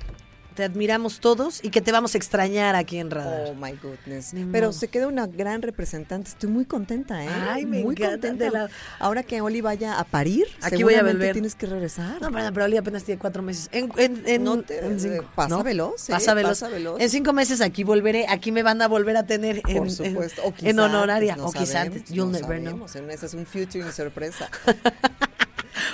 Speaker 4: te admiramos todos y que te vamos a extrañar aquí en Radar.
Speaker 5: Oh my goodness.
Speaker 4: Ni
Speaker 5: Pero
Speaker 4: modo.
Speaker 5: se queda una gran representante. Estoy muy contenta, ¿eh?
Speaker 4: Ay, me
Speaker 5: muy
Speaker 4: encanta,
Speaker 5: contenta.
Speaker 4: de la-
Speaker 5: Ahora que Oli vaya a parir,
Speaker 4: Aquí voy a
Speaker 5: seguramente
Speaker 4: volver.
Speaker 5: tienes que regresar.
Speaker 4: No, perdón, pero Oli apenas tiene cuatro meses. En, en- en-
Speaker 5: No te-
Speaker 4: en cinco,
Speaker 5: pasa
Speaker 4: ¿no?
Speaker 5: veloz, ¿eh?
Speaker 4: Pasa veloz.
Speaker 5: Pasa veloz.
Speaker 4: En cinco meses aquí volveré, aquí me van a volver a tener en,
Speaker 5: Por
Speaker 4: en-
Speaker 5: supuesto. o quizá
Speaker 4: en honoraria
Speaker 5: antes, no
Speaker 4: o quizá
Speaker 5: sabemos,
Speaker 4: antes. You'll
Speaker 5: no
Speaker 4: never know.
Speaker 5: sabemos, en- Esa es un future sorpresa.
Speaker 4: (laughs)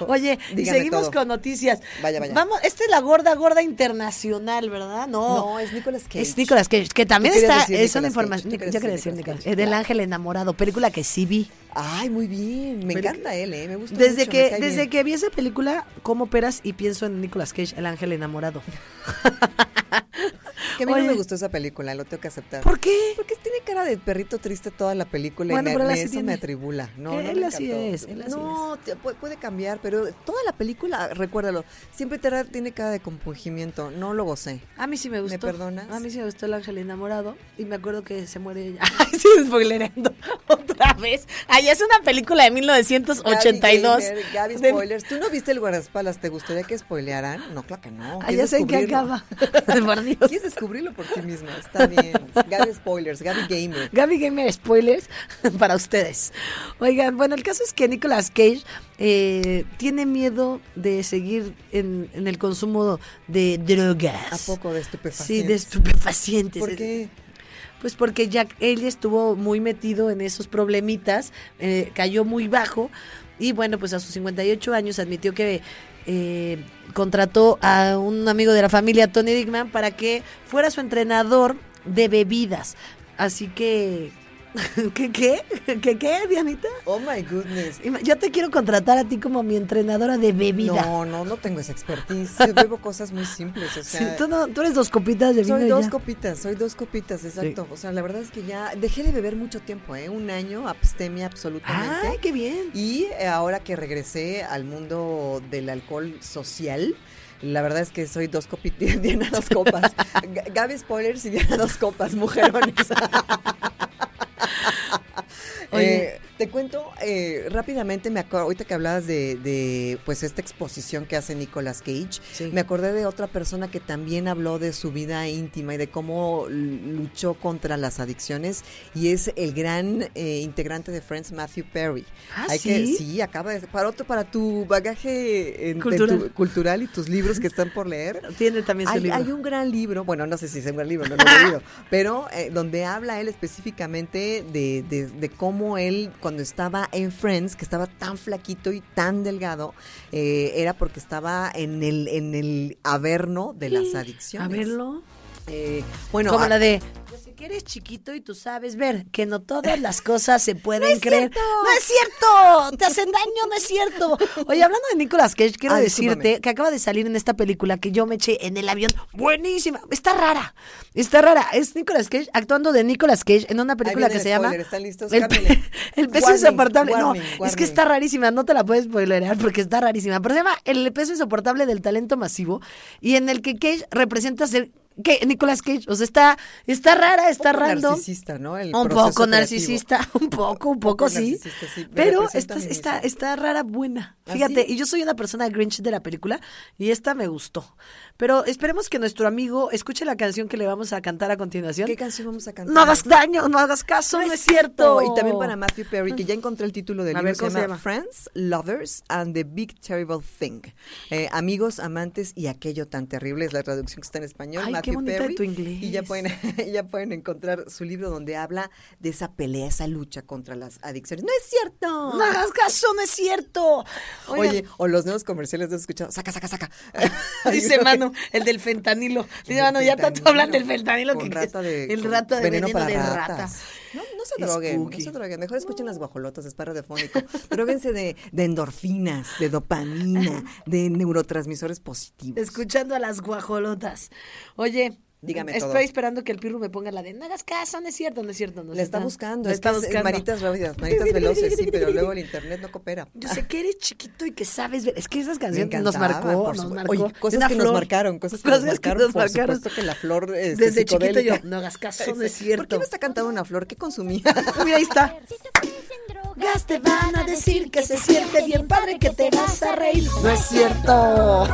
Speaker 4: Oye, y
Speaker 5: Dígame
Speaker 4: seguimos
Speaker 5: todo.
Speaker 4: con noticias.
Speaker 5: Vaya, vaya.
Speaker 4: Vamos, esta es la gorda, gorda internacional, ¿verdad? No.
Speaker 5: No, es Nicolas Cage.
Speaker 4: Es Nicolas Cage, que también
Speaker 5: querías
Speaker 4: está,
Speaker 5: decir
Speaker 4: es una
Speaker 5: Nicolas Cage,
Speaker 4: información,
Speaker 5: tú
Speaker 4: yo
Speaker 5: querías
Speaker 4: quería
Speaker 5: decir
Speaker 4: decir
Speaker 5: Nicolas
Speaker 4: Nicolas,
Speaker 5: Cage,
Speaker 4: eh, del
Speaker 5: claro.
Speaker 4: ángel enamorado, película que sí vi.
Speaker 5: Ay, muy bien. Me
Speaker 4: Pero-
Speaker 5: encanta él, ¿eh? Me gusta
Speaker 4: Desde
Speaker 5: mucho, me
Speaker 4: que
Speaker 5: cae
Speaker 4: desde
Speaker 5: bien.
Speaker 4: que vi esa película, como peras y pienso en Nicolas Cage, el ángel enamorado.
Speaker 5: Que a mí
Speaker 4: Oye.
Speaker 5: no me gustó esa película, lo tengo que aceptar.
Speaker 4: ¿Por qué?
Speaker 5: Porque tiene cara de perrito triste toda la película
Speaker 4: Bueno,
Speaker 5: y me,
Speaker 4: pero él
Speaker 5: me-
Speaker 4: así
Speaker 5: eso
Speaker 4: tiene.
Speaker 5: me atribula. No, no me
Speaker 4: Él así
Speaker 5: encantó.
Speaker 4: es, él así
Speaker 5: no, te- pu- puede cambiar, pero toda la película, recuérdalo, siempre te da- tiene cara de compungimiento. No lo gocé.
Speaker 4: A mí sí me gustó.
Speaker 5: perdonas?
Speaker 4: (laughs) A mí sí me gustó el ángel enamorado y me acuerdo que se muere ella. Ay, sí, spoilereando. (laughs) Otra otra vez. Ay, es una película de 1982.
Speaker 5: Gaby, Gamer, Gaby
Speaker 4: De-
Speaker 5: Spoilers. ¿Tú no viste el guardaespaldas? ¿Te gustaría que spoilearan? No, claro que no.
Speaker 4: Ay, Ah, ya sé en qué acaba. (laughs) Por Dios.
Speaker 5: Quieres descubrirlo por ti misma. Está bien. Gaby Spoilers, Gaby Gamer.
Speaker 4: Gaby Gamer spoilers (laughs) para ustedes. Oigan, bueno, el caso es que Nicolas Cage eh, tiene miedo de seguir en, en el consumo de drogas.
Speaker 5: ¿A poco de
Speaker 4: Sí,
Speaker 5: estupefacientes?
Speaker 4: de estupefacientes.
Speaker 5: ¿Por qué?
Speaker 4: Pues porque Jack él estuvo muy metido en esos problemitas, eh, cayó muy bajo y bueno, pues a sus 58 años admitió que eh, contrató a un amigo de la familia, Tony Dickman, para que fuera su entrenador de bebidas. Así que... (laughs) ¿Qué qué? (laughs) ¿Qué qué, Dianita?
Speaker 5: Oh my goodness.
Speaker 4: Ima- Yo te quiero contratar a ti como mi entrenadora de bebida.
Speaker 5: No, no, no tengo esa expertise. Yo bebo cosas muy simples. O sea,
Speaker 4: Sí, (laughs) tú, no- tú eres dos copitas de vino
Speaker 5: Soy
Speaker 4: y
Speaker 5: dos
Speaker 4: ya.
Speaker 5: copitas, soy dos copitas, exacto. O sea, la verdad es que ya dejé de beber mucho tiempo, ¿eh? Un año, abstemia absolutamente.
Speaker 4: Ay, qué bien.
Speaker 5: Y eh, ahora que regresé al mundo del alcohol social, la verdad es que soy dos (laughs) copitas, Diana dos copas. G- Gaby Spoilers y Diana dos copas, mujerones. (laughs)
Speaker 4: Oye.
Speaker 5: Eh, te cuento eh, rápidamente, me acuerdo, ahorita que hablabas de, de, pues esta exposición que hace Nicolas Cage,
Speaker 4: Sí.
Speaker 5: me acordé de otra persona que también habló de su vida íntima y de cómo l- luchó contra las adicciones y es el gran eh, integrante de Friends, Matthew Perry.
Speaker 4: Ah,
Speaker 5: Hay
Speaker 4: ¿sí?
Speaker 5: que- sí, acaba de para otro para tu bagaje en- de
Speaker 4: Cultural.
Speaker 5: tu- cultural y tus libros que están por
Speaker 4: (laughs)
Speaker 5: leer.
Speaker 4: Tiene también su
Speaker 5: Hay,
Speaker 4: libro.
Speaker 5: hay un gran libro, bueno, no sé si es un gran libro, no lo he
Speaker 4: (laughs)
Speaker 5: leído, pero eh, donde habla él específicamente de, de- de cómo él, cuando estaba en Friends, que estaba tan flaquito y tan delgado, eh, era porque estaba en el, en el averno de las adicciones.
Speaker 4: A verlo.
Speaker 5: Eh, bueno,
Speaker 4: Como
Speaker 5: a-
Speaker 4: la de. Yo sé que eres Pues, chiquito y tú sabes ver que no todas las cosas
Speaker 5: (laughs)
Speaker 4: se pueden creer. ¡No es cierto! ¡Te hacen daño! ¡No es cierto! Oye, hablando de Nicolas Cage, quiero
Speaker 5: Ah,
Speaker 4: decirte
Speaker 5: discúlpame.
Speaker 4: que acaba de salir en esta película que yo me eché en el avión. ¡Buenísima! Está rara. Está rara. Es Nicolas Cage actuando de Nicolas Cage en una película que
Speaker 5: viene el
Speaker 4: se llama.
Speaker 5: spoiler, ¿están listos?
Speaker 4: El, pe-
Speaker 5: Cámbiale.
Speaker 4: (laughs) el peso
Speaker 5: Warning,
Speaker 4: insoportable. no,
Speaker 5: warning,
Speaker 4: es que
Speaker 5: warning.
Speaker 4: está rarísima. No te la puedes spoilerar porque está rarísima. Pero se llama El peso insoportable del talento masivo y en el que Cage representa ser. que Nicolas Cage, o sea, está, está rara, está
Speaker 5: poco
Speaker 4: random.
Speaker 5: narcisista, ¿no? El
Speaker 4: un
Speaker 5: proceso
Speaker 4: poco
Speaker 5: creativo.
Speaker 4: narcisista, (laughs) un poco, un poco,
Speaker 5: poco
Speaker 4: sí.
Speaker 5: narcisista, sí, me
Speaker 4: Pero
Speaker 5: represento a
Speaker 4: esta,
Speaker 5: mí misma.
Speaker 4: esta, esta rara buena.
Speaker 5: ¿Ah,
Speaker 4: Fíjate,
Speaker 5: sí?
Speaker 4: y yo soy una persona grinch de la película y esta me gustó. Pero esperemos que nuestro amigo escuche la canción que le vamos a cantar a continuación.
Speaker 5: ¿Qué canción vamos a cantar?
Speaker 4: No hagas daño, no hagas caso, no, es cierto.
Speaker 5: Y también para Matthew Perry, que ya encontré el título del
Speaker 4: A
Speaker 5: libro,
Speaker 4: ver, ¿cómo
Speaker 5: se,
Speaker 4: se
Speaker 5: llama
Speaker 4: llama?
Speaker 5: Friends, Lovers and the Big Terrible Thing. Eh, amigos, amantes y aquello tan terrible es la traducción que está en español.
Speaker 4: Ay, qué
Speaker 5: Matthew
Speaker 4: bonita
Speaker 5: Perry.
Speaker 4: tu inglés.
Speaker 5: Y ya pueden, (laughs) y ya pueden encontrar su libro donde habla de esa pelea, esa lucha contra las adicciones. ¡No es cierto!
Speaker 4: No hagas caso, no es cierto. Oigan,
Speaker 5: Oye, o los nuevos comerciales, ¿no has escuchado? Saca,
Speaker 4: (laughs)
Speaker 5: saca, saca. (laughs)
Speaker 4: Dice Mano, el del fentanilo. Dice Mano, ya tanto hablan del fentanilo que
Speaker 5: Con rata de,
Speaker 4: el
Speaker 5: con
Speaker 4: rato de veneno, de rata.
Speaker 5: ratas. No, no se
Speaker 4: Es
Speaker 5: droguen, no
Speaker 4: cookie.
Speaker 5: se droguen. Mejor escuchen las guajolotas, es para (laughs) radiofónico. Droguense de, de endorfinas, de
Speaker 4: (laughs)
Speaker 5: dopamina, de neurotransmisores positivos.
Speaker 4: Escuchando a las guajolotas. Oye,
Speaker 5: Dígame
Speaker 4: estoy
Speaker 5: todo.
Speaker 4: esperando que el pirru me ponga la de no hagas caso, no es cierto, no es cierto. No
Speaker 5: La está buscando,
Speaker 4: la
Speaker 5: es
Speaker 4: está
Speaker 5: que es- es
Speaker 4: buscando.
Speaker 5: manitas rápidas, manitas veloces, sí, pero luego el internet no coopera.
Speaker 4: (laughs) Yo sé que eres chiquito y que sabes ver. Es que esas
Speaker 5: Me
Speaker 4: canciones nos
Speaker 5: encantaba,
Speaker 4: marcó,
Speaker 5: por
Speaker 4: nos
Speaker 5: supuesto.
Speaker 4: marcó.
Speaker 5: Oye,
Speaker 4: De
Speaker 5: cosas
Speaker 4: una
Speaker 5: que nos
Speaker 4: flor.
Speaker 5: marcaron, cosas que nos marcaron. por supuesto que la flor este,
Speaker 4: Desde chiquito yo,
Speaker 5: psicodélica.
Speaker 4: no hagas
Speaker 5: (laughs)
Speaker 4: caso, no es
Speaker 5: ¿Por qué
Speaker 4: cierto.
Speaker 5: me está cantando una flor? ¿Qué consumía? (laughs)
Speaker 4: Mira, ahí está.
Speaker 10: Si tú crees en drogas,
Speaker 4: te van a decir que se siente bien padre que te vas a reír. No es cierto.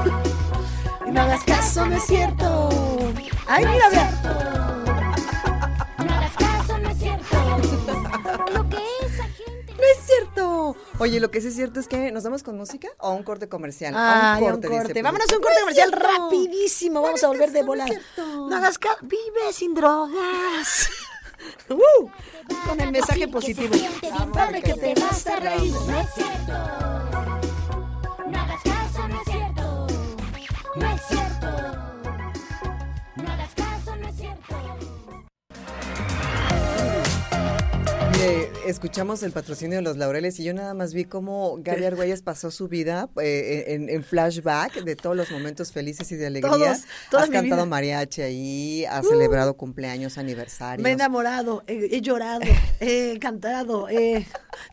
Speaker 4: No hagas caso, no es cierto. Ay, mira, vea.
Speaker 10: No hagas caso, no es
Speaker 4: (laughs)
Speaker 10: cierto. Lo que esa gente.
Speaker 5: ¡No es cierto! Oye, lo que sí es cierto es que nos vamos con música o a un corte comercial.
Speaker 4: Ah,
Speaker 5: a
Speaker 4: un
Speaker 5: un
Speaker 4: corte.
Speaker 5: corte. dice Pili.
Speaker 4: Vámonos a un corte
Speaker 5: ¡No es
Speaker 4: comercial
Speaker 5: cierto!
Speaker 4: rapidísimo. Vamos a
Speaker 5: hagas
Speaker 4: volver de
Speaker 5: caso, no
Speaker 4: volar.
Speaker 5: es cierto.
Speaker 4: No hagas caso. Vive sin drogas. (laughs) Uh, con el mensaje positivo.
Speaker 10: padre que te vas a reír. No es cierto. No hagas caso, no es cierto. No es cierto. No hagas caso, no es cierto.
Speaker 5: Mire, escuchamos el patrocinio de los laureles y yo nada más vi cómo Gaby Argüelles pasó su vida eh, en, en flashback de todos los momentos felices y de alegría.
Speaker 4: Todos, toda
Speaker 5: has
Speaker 4: mi
Speaker 5: cantado
Speaker 4: vida. Uh.
Speaker 5: mariachi ahí, has celebrado cumpleaños, aniversarios.
Speaker 4: Me he enamorado, eh, he, he llorado, he cantado. eh.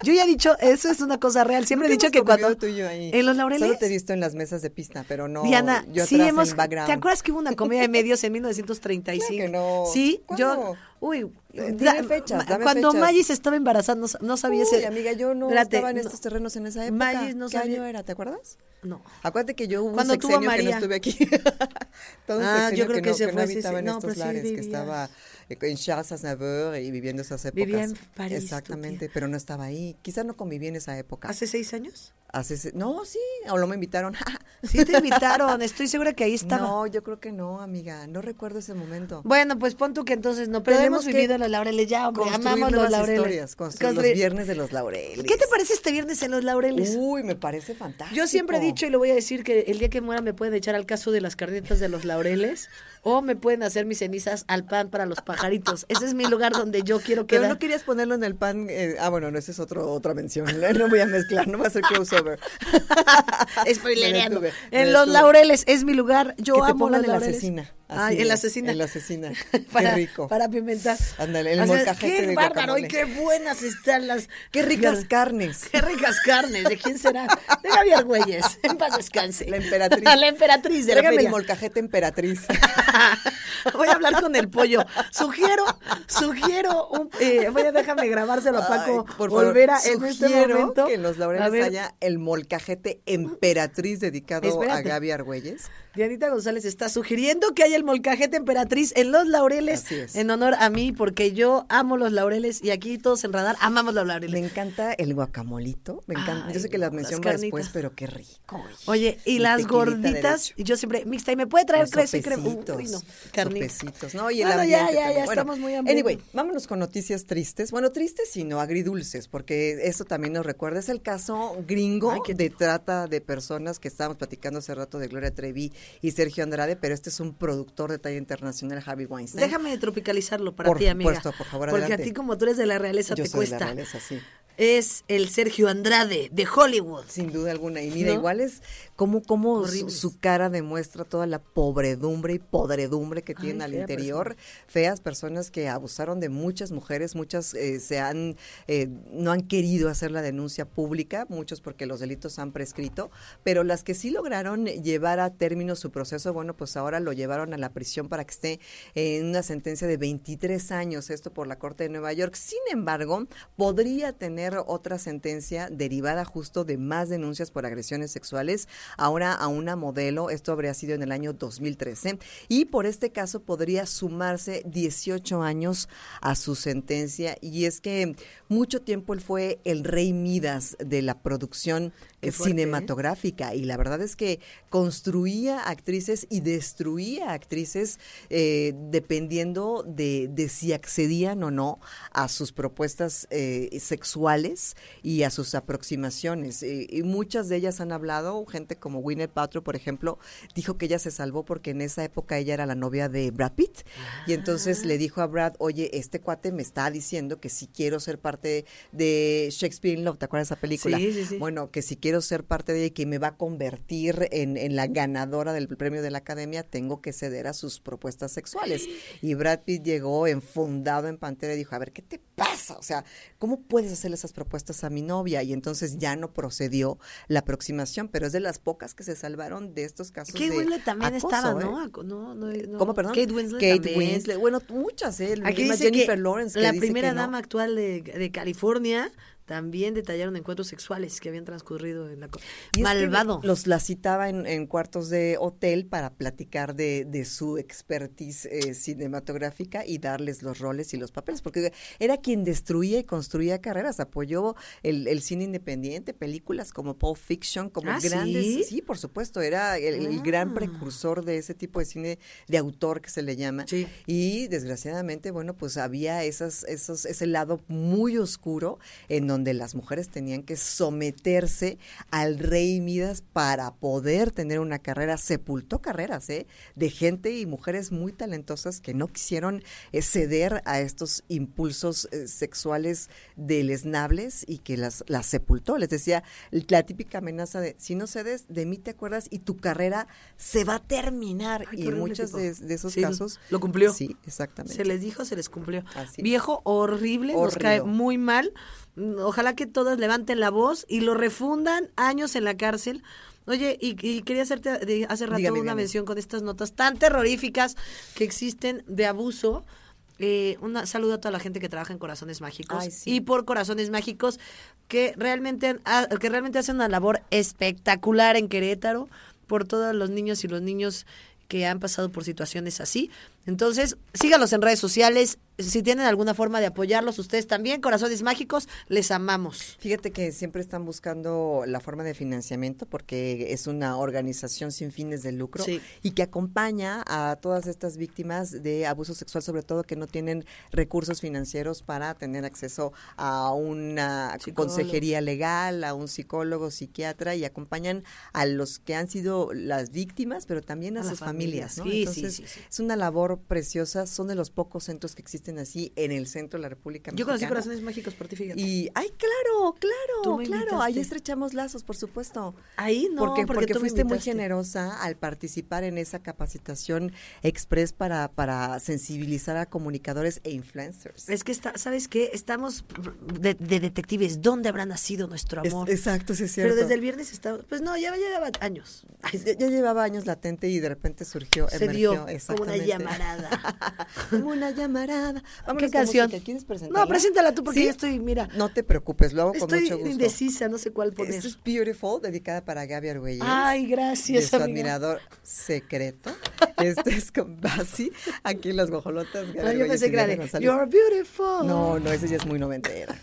Speaker 4: Yo ya he dicho, eso es una cosa real. Siempre he
Speaker 5: ¿Qué
Speaker 4: dicho
Speaker 5: hemos
Speaker 4: que cuando.
Speaker 5: convivido tú y yo ahí?
Speaker 4: En los laureles.
Speaker 5: Solo te he visto en las mesas de pista, pero no
Speaker 4: Diana,
Speaker 5: yo
Speaker 4: sí
Speaker 5: atrás
Speaker 4: hemos.
Speaker 5: en background.
Speaker 4: ¿Te acuerdas que hubo una comedia de medios en 1935?
Speaker 5: Claro que no.
Speaker 4: Sí, yo.
Speaker 5: ¿Cuándo?
Speaker 4: Uy,
Speaker 5: Dime fechas, dame
Speaker 4: cuando
Speaker 5: fechas.
Speaker 4: Magis estaba embarazada, no, sa- no sabía
Speaker 5: Uy,
Speaker 4: si.
Speaker 5: amiga, yo no
Speaker 4: Espérate,
Speaker 5: estaba en
Speaker 4: no.
Speaker 5: estos terrenos en esa época.
Speaker 4: Magis no
Speaker 5: ¿Qué
Speaker 4: sabía-
Speaker 5: año era? ¿Te acuerdas?
Speaker 4: No.
Speaker 5: Acuérdate que yo hubo un
Speaker 4: Cuando tuvo a
Speaker 5: sexenio que no
Speaker 4: María.
Speaker 5: estuve aquí. (laughs) Todo un
Speaker 4: Ah,
Speaker 5: sexenio
Speaker 4: yo creo que
Speaker 5: no,
Speaker 4: se
Speaker 5: no
Speaker 4: fue, sí,
Speaker 5: habitaba
Speaker 4: sí.
Speaker 5: en
Speaker 4: No,
Speaker 5: estos
Speaker 4: pero sí
Speaker 5: lares, que
Speaker 4: vivías.
Speaker 5: estaba eh, en Charles-Saint-Sauveur y viviendo esas épocas.
Speaker 4: Vivía en París, tu
Speaker 5: Exactamente,
Speaker 4: tía.
Speaker 5: pero no estaba ahí. Quizás no conviví en esa época.
Speaker 4: ¿Hace seis años?
Speaker 5: Hace se- No, sí, o no me invitaron. (laughs)
Speaker 4: Sí, te invitaron. Estoy segura que ahí estaba.
Speaker 5: No, yo creo que no, amiga. No recuerdo ese momento.
Speaker 4: Bueno, pues pon tú que entonces no, pero
Speaker 5: Tenemos
Speaker 4: hemos
Speaker 5: que
Speaker 4: vivido los laureles ya, hombre,
Speaker 5: Construir
Speaker 4: amamos los
Speaker 5: nuevas
Speaker 4: laureles.
Speaker 5: historias, construir los
Speaker 4: Construir-
Speaker 5: viernes de los laureles.
Speaker 4: ¿Qué te parece este viernes en los laureles?
Speaker 5: Uy, me parece fantástico.
Speaker 4: Yo siempre he dicho y lo voy a decir que el día que muera me pueden echar al caso de las carnetas de los laureles o me pueden hacer mis cenizas al pan para los pajaritos. Ese es mi lugar donde yo quiero
Speaker 5: Pero
Speaker 4: quedar. (laughs)
Speaker 5: no querías ponerlo en el pan. eh, ah, bueno, no, esa es otro, otra mención. ¿eh? No voy a mezclar, no voy a hacer crossover.
Speaker 4: (laughs) Spoilereando.
Speaker 5: Me detuve, me
Speaker 4: En los
Speaker 5: detuve.
Speaker 4: laureles es mi lugar. Yo
Speaker 5: que te
Speaker 4: amo
Speaker 5: pongan
Speaker 4: los
Speaker 5: en la
Speaker 4: laureles.
Speaker 5: asesina.
Speaker 4: Ay, en la asesina.
Speaker 5: En la
Speaker 4: (laughs)
Speaker 5: asesina.
Speaker 4: para,
Speaker 5: qué rico.
Speaker 4: Para pimentar.
Speaker 5: Ándale, el
Speaker 4: O sea,
Speaker 5: molcajete
Speaker 4: qué
Speaker 5: de
Speaker 4: bárbaro y
Speaker 5: guacamole.
Speaker 4: qué buenas están las.
Speaker 5: Qué ricas carnes.
Speaker 4: Qué ricas carnes, ¿de quién será? De Javier Güelles, en paz descanse.
Speaker 5: La
Speaker 4: (laughs)
Speaker 5: emperatriz.
Speaker 4: la emperatriz de la
Speaker 5: Tráigame el
Speaker 4: feria.
Speaker 5: molcajete emperatriz.
Speaker 4: (laughs) Voy a hablar con el pollo. Sugiero, sugiero un, eh, voy a déjame grabárselo a Paco
Speaker 5: Ay, por favor,
Speaker 4: Olvera en este
Speaker 5: sugiero
Speaker 4: momento.
Speaker 5: que en los
Speaker 4: A
Speaker 5: laureles
Speaker 4: ver,
Speaker 5: haya el molcajete emperatriz dedicado a
Speaker 4: Espérate.
Speaker 5: Gaby Argüelles.
Speaker 4: Dianita González está sugiriendo que haya el molcajete emperatriz en los laureles
Speaker 5: Así es.
Speaker 4: en honor a mí, porque yo amo los laureles y aquí todos en radar amamos los laureles.
Speaker 5: Me encanta el guacamolito. Me encanta. Yo
Speaker 4: Ay,
Speaker 5: sé que la
Speaker 4: no, las
Speaker 5: mención va después,
Speaker 4: carnitas.
Speaker 5: pero qué rico. oye.
Speaker 4: Oye, y
Speaker 5: Mi
Speaker 4: las
Speaker 5: tequilita
Speaker 4: gorditas,
Speaker 5: derecho.
Speaker 4: y yo siempre, mixta, y me puede traer
Speaker 5: Los
Speaker 4: crema y crema. Uy,
Speaker 5: sopecitos,
Speaker 4: no, carnitas.
Speaker 5: sopecitos. No, y el
Speaker 4: Bueno, ya,
Speaker 5: ambiente
Speaker 4: ya,
Speaker 5: también.
Speaker 4: ya
Speaker 5: Bueno,
Speaker 4: estamos muy hambrientos.
Speaker 5: Anyway, vámonos con noticias tristes. Bueno, tristes sino agridulces, porque esto también nos recuerda. Es el caso gringo de trata de personas que estábamos platicando hace rato de Gloria Trevi y Sergio Andrade, pero este es un productor de talla internacional, Harvey Weinstein.
Speaker 4: Déjame tropicalizarlo para
Speaker 5: Por
Speaker 4: ti, amiga.
Speaker 5: supuesto, por favor,
Speaker 4: Porque
Speaker 5: adelante.
Speaker 4: a ti, como tú eres de la realeza,
Speaker 5: Yo
Speaker 4: te
Speaker 5: soy de
Speaker 4: cuesta.
Speaker 5: la realeza, sí.
Speaker 4: Es el Sergio Andrade de Hollywood.
Speaker 5: Sin duda alguna. Y mira,
Speaker 4: ¿No?
Speaker 5: igual es como, como su,
Speaker 4: Horribles.
Speaker 5: su cara demuestra toda la pobredumbre y podredumbre que tiene
Speaker 4: Ay,
Speaker 5: al
Speaker 4: fea
Speaker 5: interior. Feas personas que abusaron de muchas mujeres, muchas eh, se han, eh, no han querido hacer la denuncia pública, muchos porque los delitos han prescrito, pero las que sí lograron llevar a término su proceso, bueno, pues ahora lo llevaron a la prisión para que esté en una sentencia de 23 años, esto por la Corte de Nueva York. Sin embargo, podría tener otra sentencia derivada justo de más denuncias por agresiones sexuales, ahora a una modelo, esto habría sido en el año 2013, y por este caso podría sumarse 18 años a su sentencia, y es que mucho tiempo él fue el rey Midas de la producción
Speaker 4: Qué
Speaker 5: eh,
Speaker 4: fuerte, ¿eh?
Speaker 5: cinematográfica, y la verdad es que construía actrices y destruía actrices eh, dependiendo de, de si accedían o no a sus propuestas eh, sexuales y a sus aproximaciones. Y, y muchas de ellas han hablado, gente como Gwyneth Paltrow, por ejemplo, dijo que ella se salvó porque en esa época ella era la novia de Brad Pitt. Y entonces
Speaker 4: Ah.
Speaker 5: le dijo a Brad, oye, este cuate me está diciendo que si quiero ser parte de Shakespeare in Love, ¿te acuerdas de esa película?
Speaker 4: Sí, sí, sí.
Speaker 5: Bueno, que si quiero ser parte de ella y que me va a convertir en, en la ganadora del premio de la academia, tengo que ceder a sus
Speaker 4: (gasps)
Speaker 5: propuestas sexuales. Y Brad Pitt llegó enfundado en pantera y dijo, a ver, ¿qué te pasa? O sea, ¿cómo puedes hacerle esas propuestas a mi novia? Y entonces ya no procedió la aproximación, pero es de las pocas que se salvaron de estos casos.
Speaker 4: Kate
Speaker 5: de
Speaker 4: Winslet también
Speaker 5: acoso,
Speaker 4: estaba,
Speaker 5: ¿eh?
Speaker 4: ¿no? Aco- no, no, no.
Speaker 5: ¿Cómo, perdón?
Speaker 4: Kate Winslet
Speaker 5: Kate
Speaker 4: también.
Speaker 5: Winslet. Bueno, muchas, ¿eh?
Speaker 4: Aquí
Speaker 5: Misma
Speaker 4: dice
Speaker 5: Jennifer
Speaker 4: que
Speaker 5: Lawrence. que
Speaker 4: la
Speaker 5: dice
Speaker 4: primera
Speaker 5: que no.
Speaker 4: dama actual de, de California también detallaron encuentros sexuales que habían transcurrido en la... co-
Speaker 5: Y es que
Speaker 4: Malvado.
Speaker 5: los la citaba en, en cuartos de hotel para platicar de, de su expertise eh, cinematográfica y darles los roles y los papeles, porque era quien destruía y construía carreras, apoyó el, el cine independiente, películas como Pulp Fiction, como
Speaker 4: ¿Ah,
Speaker 5: grandes,
Speaker 4: sí?
Speaker 5: por supuesto, era el, el gran
Speaker 4: Ah.
Speaker 5: precursor de ese tipo de cine de autor que se le llama.
Speaker 4: Sí.
Speaker 5: Y desgraciadamente, bueno, pues había esas, esos, ese lado muy oscuro en donde las mujeres tenían que someterse al rey Midas para poder tener una carrera. Sepultó carreras, ¿eh? De gente y mujeres muy talentosas que no quisieron eh, ceder a estos impulsos eh, sexuales deleznables y que las, las sepultó. Les decía la típica amenaza de, si no cedes, de mí te acuerdas y tu carrera se va a terminar.
Speaker 4: Ay, qué
Speaker 5: y en
Speaker 4: horrible
Speaker 5: muchos
Speaker 4: tipo.
Speaker 5: de, de esos
Speaker 4: Sí,
Speaker 5: casos...
Speaker 4: lo cumplió.
Speaker 5: Sí, exactamente.
Speaker 4: Se les dijo, se les cumplió.
Speaker 5: Así es.
Speaker 4: Viejo horrible, nos
Speaker 5: Horrido.
Speaker 4: cae muy mal. Mm, Ojalá que todas levanten la voz y lo refundan años en la cárcel. Oye, y, y quería hacerte de- hace rato
Speaker 5: Dígame,
Speaker 4: una
Speaker 5: dígame.
Speaker 4: mención con estas notas tan terroríficas que existen de abuso. eh, un saludo a toda la gente que trabaja en Corazones Mágicos Ay, sí. y por Corazones Mágicos que realmente, ha, que realmente hacen una labor espectacular en Querétaro por todos los niños y los niños que han pasado por situaciones así. Entonces, síganos en redes sociales. Si tienen alguna forma de apoyarlos, ustedes también, Corazones Mágicos, les amamos.
Speaker 5: Fíjate que siempre están buscando la forma de financiamiento porque es una organización sin fines de lucro sí. y que acompaña a todas estas víctimas de abuso sexual, sobre todo que no tienen recursos financieros para tener acceso a una psicólogo. consejería legal, a un psicólogo, psiquiatra y acompañan a los que han sido las víctimas, pero también a, a sus familia. Familias, ¿no? sí, Entonces, sí, sí, es una labor preciosa. Son de los pocos centros que existen así en el centro de la República Mexicana.
Speaker 4: Yo conocí Corazones Mágicos por ti, fíjate.
Speaker 5: Y, ay, claro, claro, claro. Invitaste. Ahí estrechamos lazos, por supuesto.
Speaker 4: Ahí no,
Speaker 5: porque, porque, porque
Speaker 4: tú
Speaker 5: fuiste muy generosa al participar en esa capacitación express para, para sensibilizar a comunicadores e influencers.
Speaker 4: Es que, está, ¿sabes qué? Estamos de, de detectives. ¿Dónde habrá nacido nuestro amor?
Speaker 5: Es, exacto, sí es cierto.
Speaker 4: Pero desde el viernes estaba... Pues no, ya, ya llevaba años.
Speaker 5: Ay, ya, ya llevaba años latente y de repente surgió,
Speaker 4: Se emergió, dio como una llamarada.
Speaker 5: (laughs) como una llamarada.
Speaker 4: Vámonos ¿Qué canción?
Speaker 5: Música. ¿Quieres presentarla?
Speaker 4: No, preséntala tú porque ¿Sí? yo estoy, mira.
Speaker 5: No te preocupes, lo hago
Speaker 4: estoy
Speaker 5: con mucho gusto.
Speaker 4: indecisa, no sé cuál poner.
Speaker 5: Esto es Beautiful, dedicada para Gaby Argüelles.
Speaker 4: Ay, gracias,
Speaker 5: De su
Speaker 4: amiga.
Speaker 5: admirador secreto. Esto es con Basi, aquí en Las Guajolotas.
Speaker 4: Gaby no, yo pensé que de You're Beautiful.
Speaker 5: No, no, ese ya es muy noventera.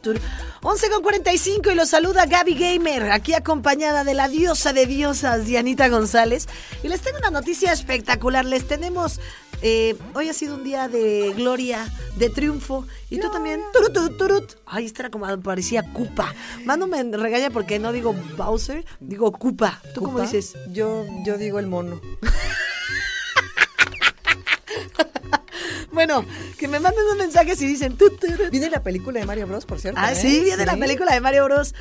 Speaker 4: Tur, 11 con 45 y los saluda Gaby Gamer, aquí acompañada de la diosa de diosas, Dianita González. Y les tengo una noticia espectacular. Les tenemos. Eh, hoy ha sido un día de gloria, de triunfo. Y gloria. tú también. Turut, turut, turut. Ay, esta era como parecía Cupa. Mano me regaña porque no digo Bowser, digo Cupa. ¿Tú ¿Cupa? cómo dices?
Speaker 5: Yo, yo digo el mono.
Speaker 4: Bueno, que me manden un mensaje si dicen. Tu, tu, tu.
Speaker 5: Viene la película de Mario Bros, por cierto.
Speaker 4: Ah,
Speaker 5: ¿eh?
Speaker 4: sí, viene ¿Sí? la película de Mario Bros.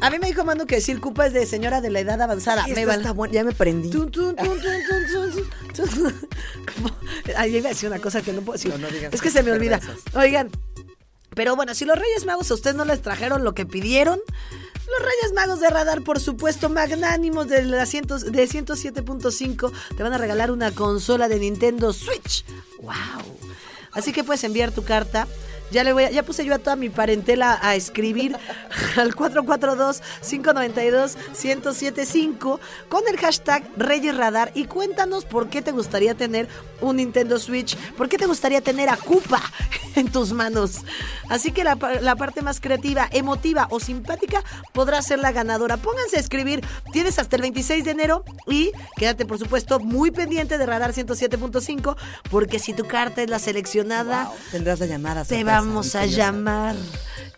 Speaker 4: A mí me dijo Mando que decir Cupa es de señora de la edad avanzada.
Speaker 5: Me va... está bueno, ya me prendí.
Speaker 4: (laughs) Ay, iba a decir una cosa que no puedo decir. No, no digas es que se me olvida. Oigan, pero bueno, si los Reyes Magos a ustedes no les trajeron lo que pidieron, los Reyes Magos de Radar, por supuesto, magnánimos de, la ciento, de 107.5, te van a regalar una consola de Nintendo Switch. ¡Wow! Así que puedes enviar tu carta. Ya, le voy a, ya puse yo a toda mi parentela a escribir (laughs) al 442-592-1075 con el hashtag Reyes Radar y cuéntanos por qué te gustaría tener un Nintendo Switch, por qué te gustaría tener a Cupa (laughs) en tus manos. Así que la, la, parte más creativa, emotiva o simpática podrá ser la ganadora. Pónganse a escribir, tienes hasta el 26 de enero y quédate por supuesto muy pendiente de Radar 107.5 porque si tu carta es la seleccionada, wow,
Speaker 5: Ah, tendrás la llamada.
Speaker 4: Te vamos a llamar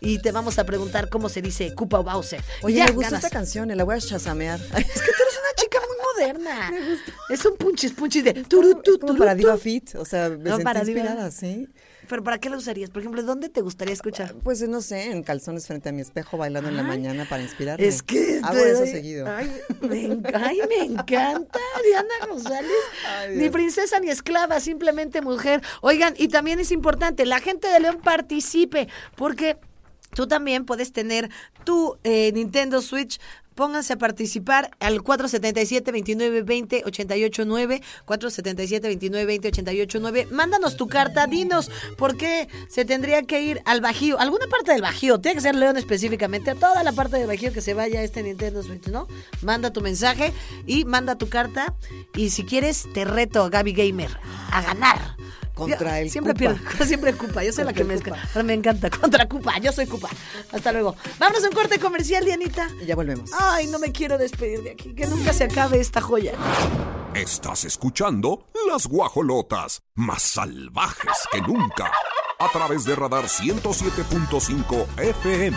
Speaker 4: y te vamos a preguntar cómo se dice Cupa o Bowser.
Speaker 5: Oye, ya, me gusta ganas. esta canción, eh, la voy
Speaker 4: (laughs)
Speaker 5: a chasamear.
Speaker 4: Es que tú eres una chica muy moderna.
Speaker 5: (laughs) Me gusta.
Speaker 4: Es un punchis punchis de turu, tu,
Speaker 5: como para Diva Fit, o sea, me no, sentí inspirada, sí.
Speaker 4: ¿Pero para qué la usarías? Por ejemplo, ¿dónde te gustaría escuchar?
Speaker 5: Pues no sé, en calzones frente a mi espejo bailando Ay, en la mañana para inspirarme.
Speaker 4: Es que
Speaker 5: hago eso doy... seguido.
Speaker 4: Ay me, Ay, me encanta Diana González. Ay, ni princesa ni esclava, simplemente mujer. Oigan, y también es importante, la gente de León participe, porque tú también puedes tener tu eh, Nintendo Switch pónganse a participar al 477-2920-889, 477-2920-889. Mándanos tu carta, dinos por qué se tendría que ir al Bajío, alguna parte del Bajío, tiene que ser León específicamente, a toda la parte del Bajío que se vaya este Nintendo Switch, ¿no? Manda tu mensaje y manda tu carta y si quieres te reto, Gaby Gamer, a ganar
Speaker 5: contra el
Speaker 4: siempre
Speaker 5: Cupa.
Speaker 4: Pierdo, (laughs) siempre Cupa, yo soy contra la que me, esca, me encanta. Contra Cupa, yo soy Cupa. Hasta luego. Vámonos a un corte comercial, Dianita.
Speaker 5: Y ya volvemos.
Speaker 4: Ay, no me quiero despedir de aquí, que nunca se acabe esta joya.
Speaker 2: Estás escuchando las guajolotas, más salvajes que nunca, a través de Radar 107.5 FM.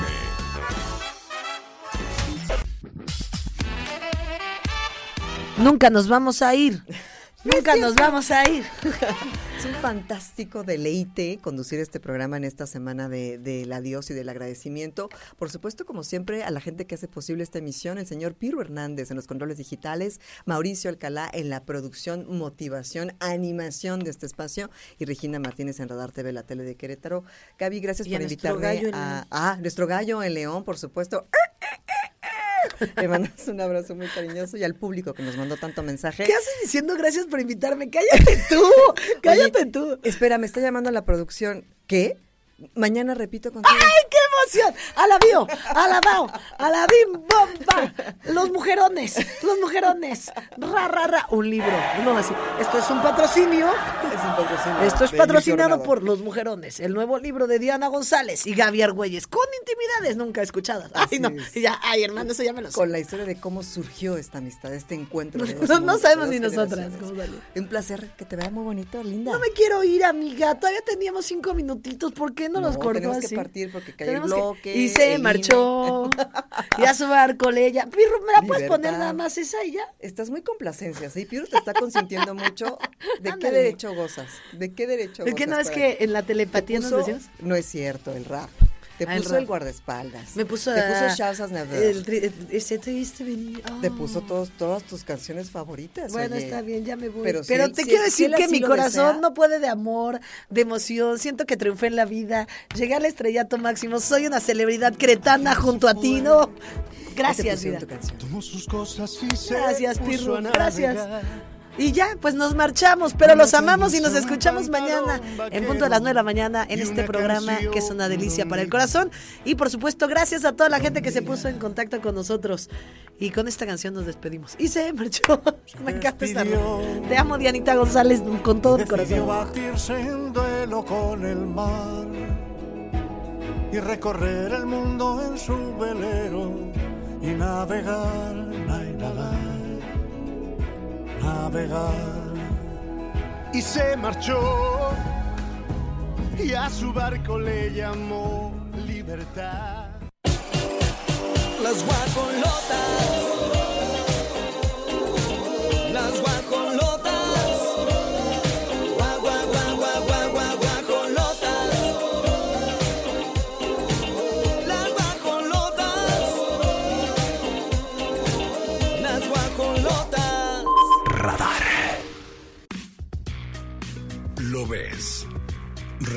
Speaker 4: Nunca nos vamos a (laughs) ir. Nunca nos vamos a ir.
Speaker 5: Es un fantástico deleite conducir este programa en esta semana del de, de adiós y del agradecimiento. Por supuesto, como siempre, a la gente que hace posible esta emisión, el señor Piro Hernández en los controles digitales, Mauricio Alcalá en la producción, motivación, animación de este espacio y Regina Martínez en Radar TV, la tele de Querétaro. ah, Gaby, gracias y por a invitarme nuestro gallo a, en... a, nuestro gallo en León, por supuesto. Le mandamos un abrazo muy cariñoso y al público que nos mandó tanto mensaje.
Speaker 4: ¿Qué haces diciendo gracias por invitarme? Cállate (laughs) tú, cállate
Speaker 5: Oye,
Speaker 4: tú.
Speaker 5: Espera, me está llamando la producción. ¿Qué? Mañana repito contigo.
Speaker 4: ¡Ay, qué emoción! ¡A la bio! ¡A la bao! ¡A la bim bomba! Los mujerones, los mujerones. Ra, ra, ra. Un libro. No, así. Esto es un patrocinio.
Speaker 5: Es un patrocinio
Speaker 4: Esto es
Speaker 5: de
Speaker 4: patrocinado
Speaker 5: Luis Coronado.
Speaker 4: por Los Mujerones, el nuevo libro de Diana González y Gaby Argüelles, con intimidades nunca escuchadas. Ay,
Speaker 5: Así
Speaker 4: no.
Speaker 5: es.
Speaker 4: Y ya, ay, hermano, eso ya me lo sé.
Speaker 5: Con la historia de cómo surgió esta amistad, este encuentro. de
Speaker 4: No
Speaker 5: dos mundos,
Speaker 4: sabemos ni
Speaker 5: de dos
Speaker 4: nosotras
Speaker 5: generaciones.
Speaker 4: cómo salió.
Speaker 5: Un placer, que te vea muy bonito, linda.
Speaker 4: No me quiero ir, amiga. Todavía teníamos cinco minutitos. ¿Por qué no,
Speaker 5: No,
Speaker 4: los cortó
Speaker 5: tenemos que
Speaker 4: así?
Speaker 5: partir porque cayó el
Speaker 4: Tenemos
Speaker 5: bloque,
Speaker 4: Y se
Speaker 5: el
Speaker 4: marchó. (laughs) y a su barco le ella. Pirro, ¿me la puedes
Speaker 5: Libertad.
Speaker 4: poner nada más esa y ya?
Speaker 5: Estás muy complacencia, ¿sí? Piuro te está consintiendo mucho. ¿De qué
Speaker 4: Ándale.
Speaker 5: derecho gozas? ¿De qué derecho
Speaker 4: Es que no,
Speaker 5: gozas
Speaker 4: es
Speaker 5: para-
Speaker 4: que en la telepatía nos
Speaker 5: puso-
Speaker 4: decíamos.
Speaker 5: No es cierto, el rap. Te
Speaker 4: Ah, el
Speaker 5: puso
Speaker 4: rap.
Speaker 5: el, guardaespaldas.
Speaker 4: Me puso.
Speaker 5: Te
Speaker 4: ah,
Speaker 5: puso Shouts as Never.
Speaker 4: el tri- el- ese triste venir. Ah.
Speaker 5: Te puso todos, todas tus canciones favoritas.
Speaker 4: Bueno,
Speaker 5: oye.
Speaker 4: está bien, ya me voy. Pero,
Speaker 5: Pero si él-
Speaker 4: te
Speaker 5: si
Speaker 4: quiero
Speaker 5: él- si
Speaker 4: decir
Speaker 5: él
Speaker 4: que
Speaker 5: así
Speaker 4: mi
Speaker 5: lo
Speaker 4: corazón
Speaker 5: desea.
Speaker 4: no puede de amor, de emoción. Siento que triunfé en la vida. Llegué al estrellato máximo. Soy una celebridad cretana junto a ti, ¿no?
Speaker 5: Ahí te
Speaker 4: Gracias, vida.
Speaker 5: pusieron tu canción.
Speaker 11: Tomó sus cosas y se
Speaker 4: Gracias,
Speaker 11: puso
Speaker 4: Pirru,
Speaker 11: a
Speaker 4: gracias.
Speaker 11: navegar.
Speaker 4: Y ya, pues nos marchamos, pero los amamos y nos escuchamos mañana en punto de las 9 de la mañana en este programa que es una delicia para el corazón. Y por supuesto, gracias a toda la gente que se puso en contacto con nosotros. Y con esta canción nos despedimos. Y se marchó. (laughs) Me encanta esta rola. Te amo, Dianita González, con todo mi
Speaker 11: Decidió
Speaker 4: corazón.
Speaker 11: batirse en duelo con el mar y recorrer el mundo en su velero y navegar, nay, nadar, navegar. Y se marchó y a su barco le llamó libertad.
Speaker 1: Las guajolotas. Las guajolotas. Guau, guau, guau, guau, guau, guau, guajolotas. Las guajolotas. Las guajolotas.
Speaker 2: Radar.
Speaker 7: Lo ves.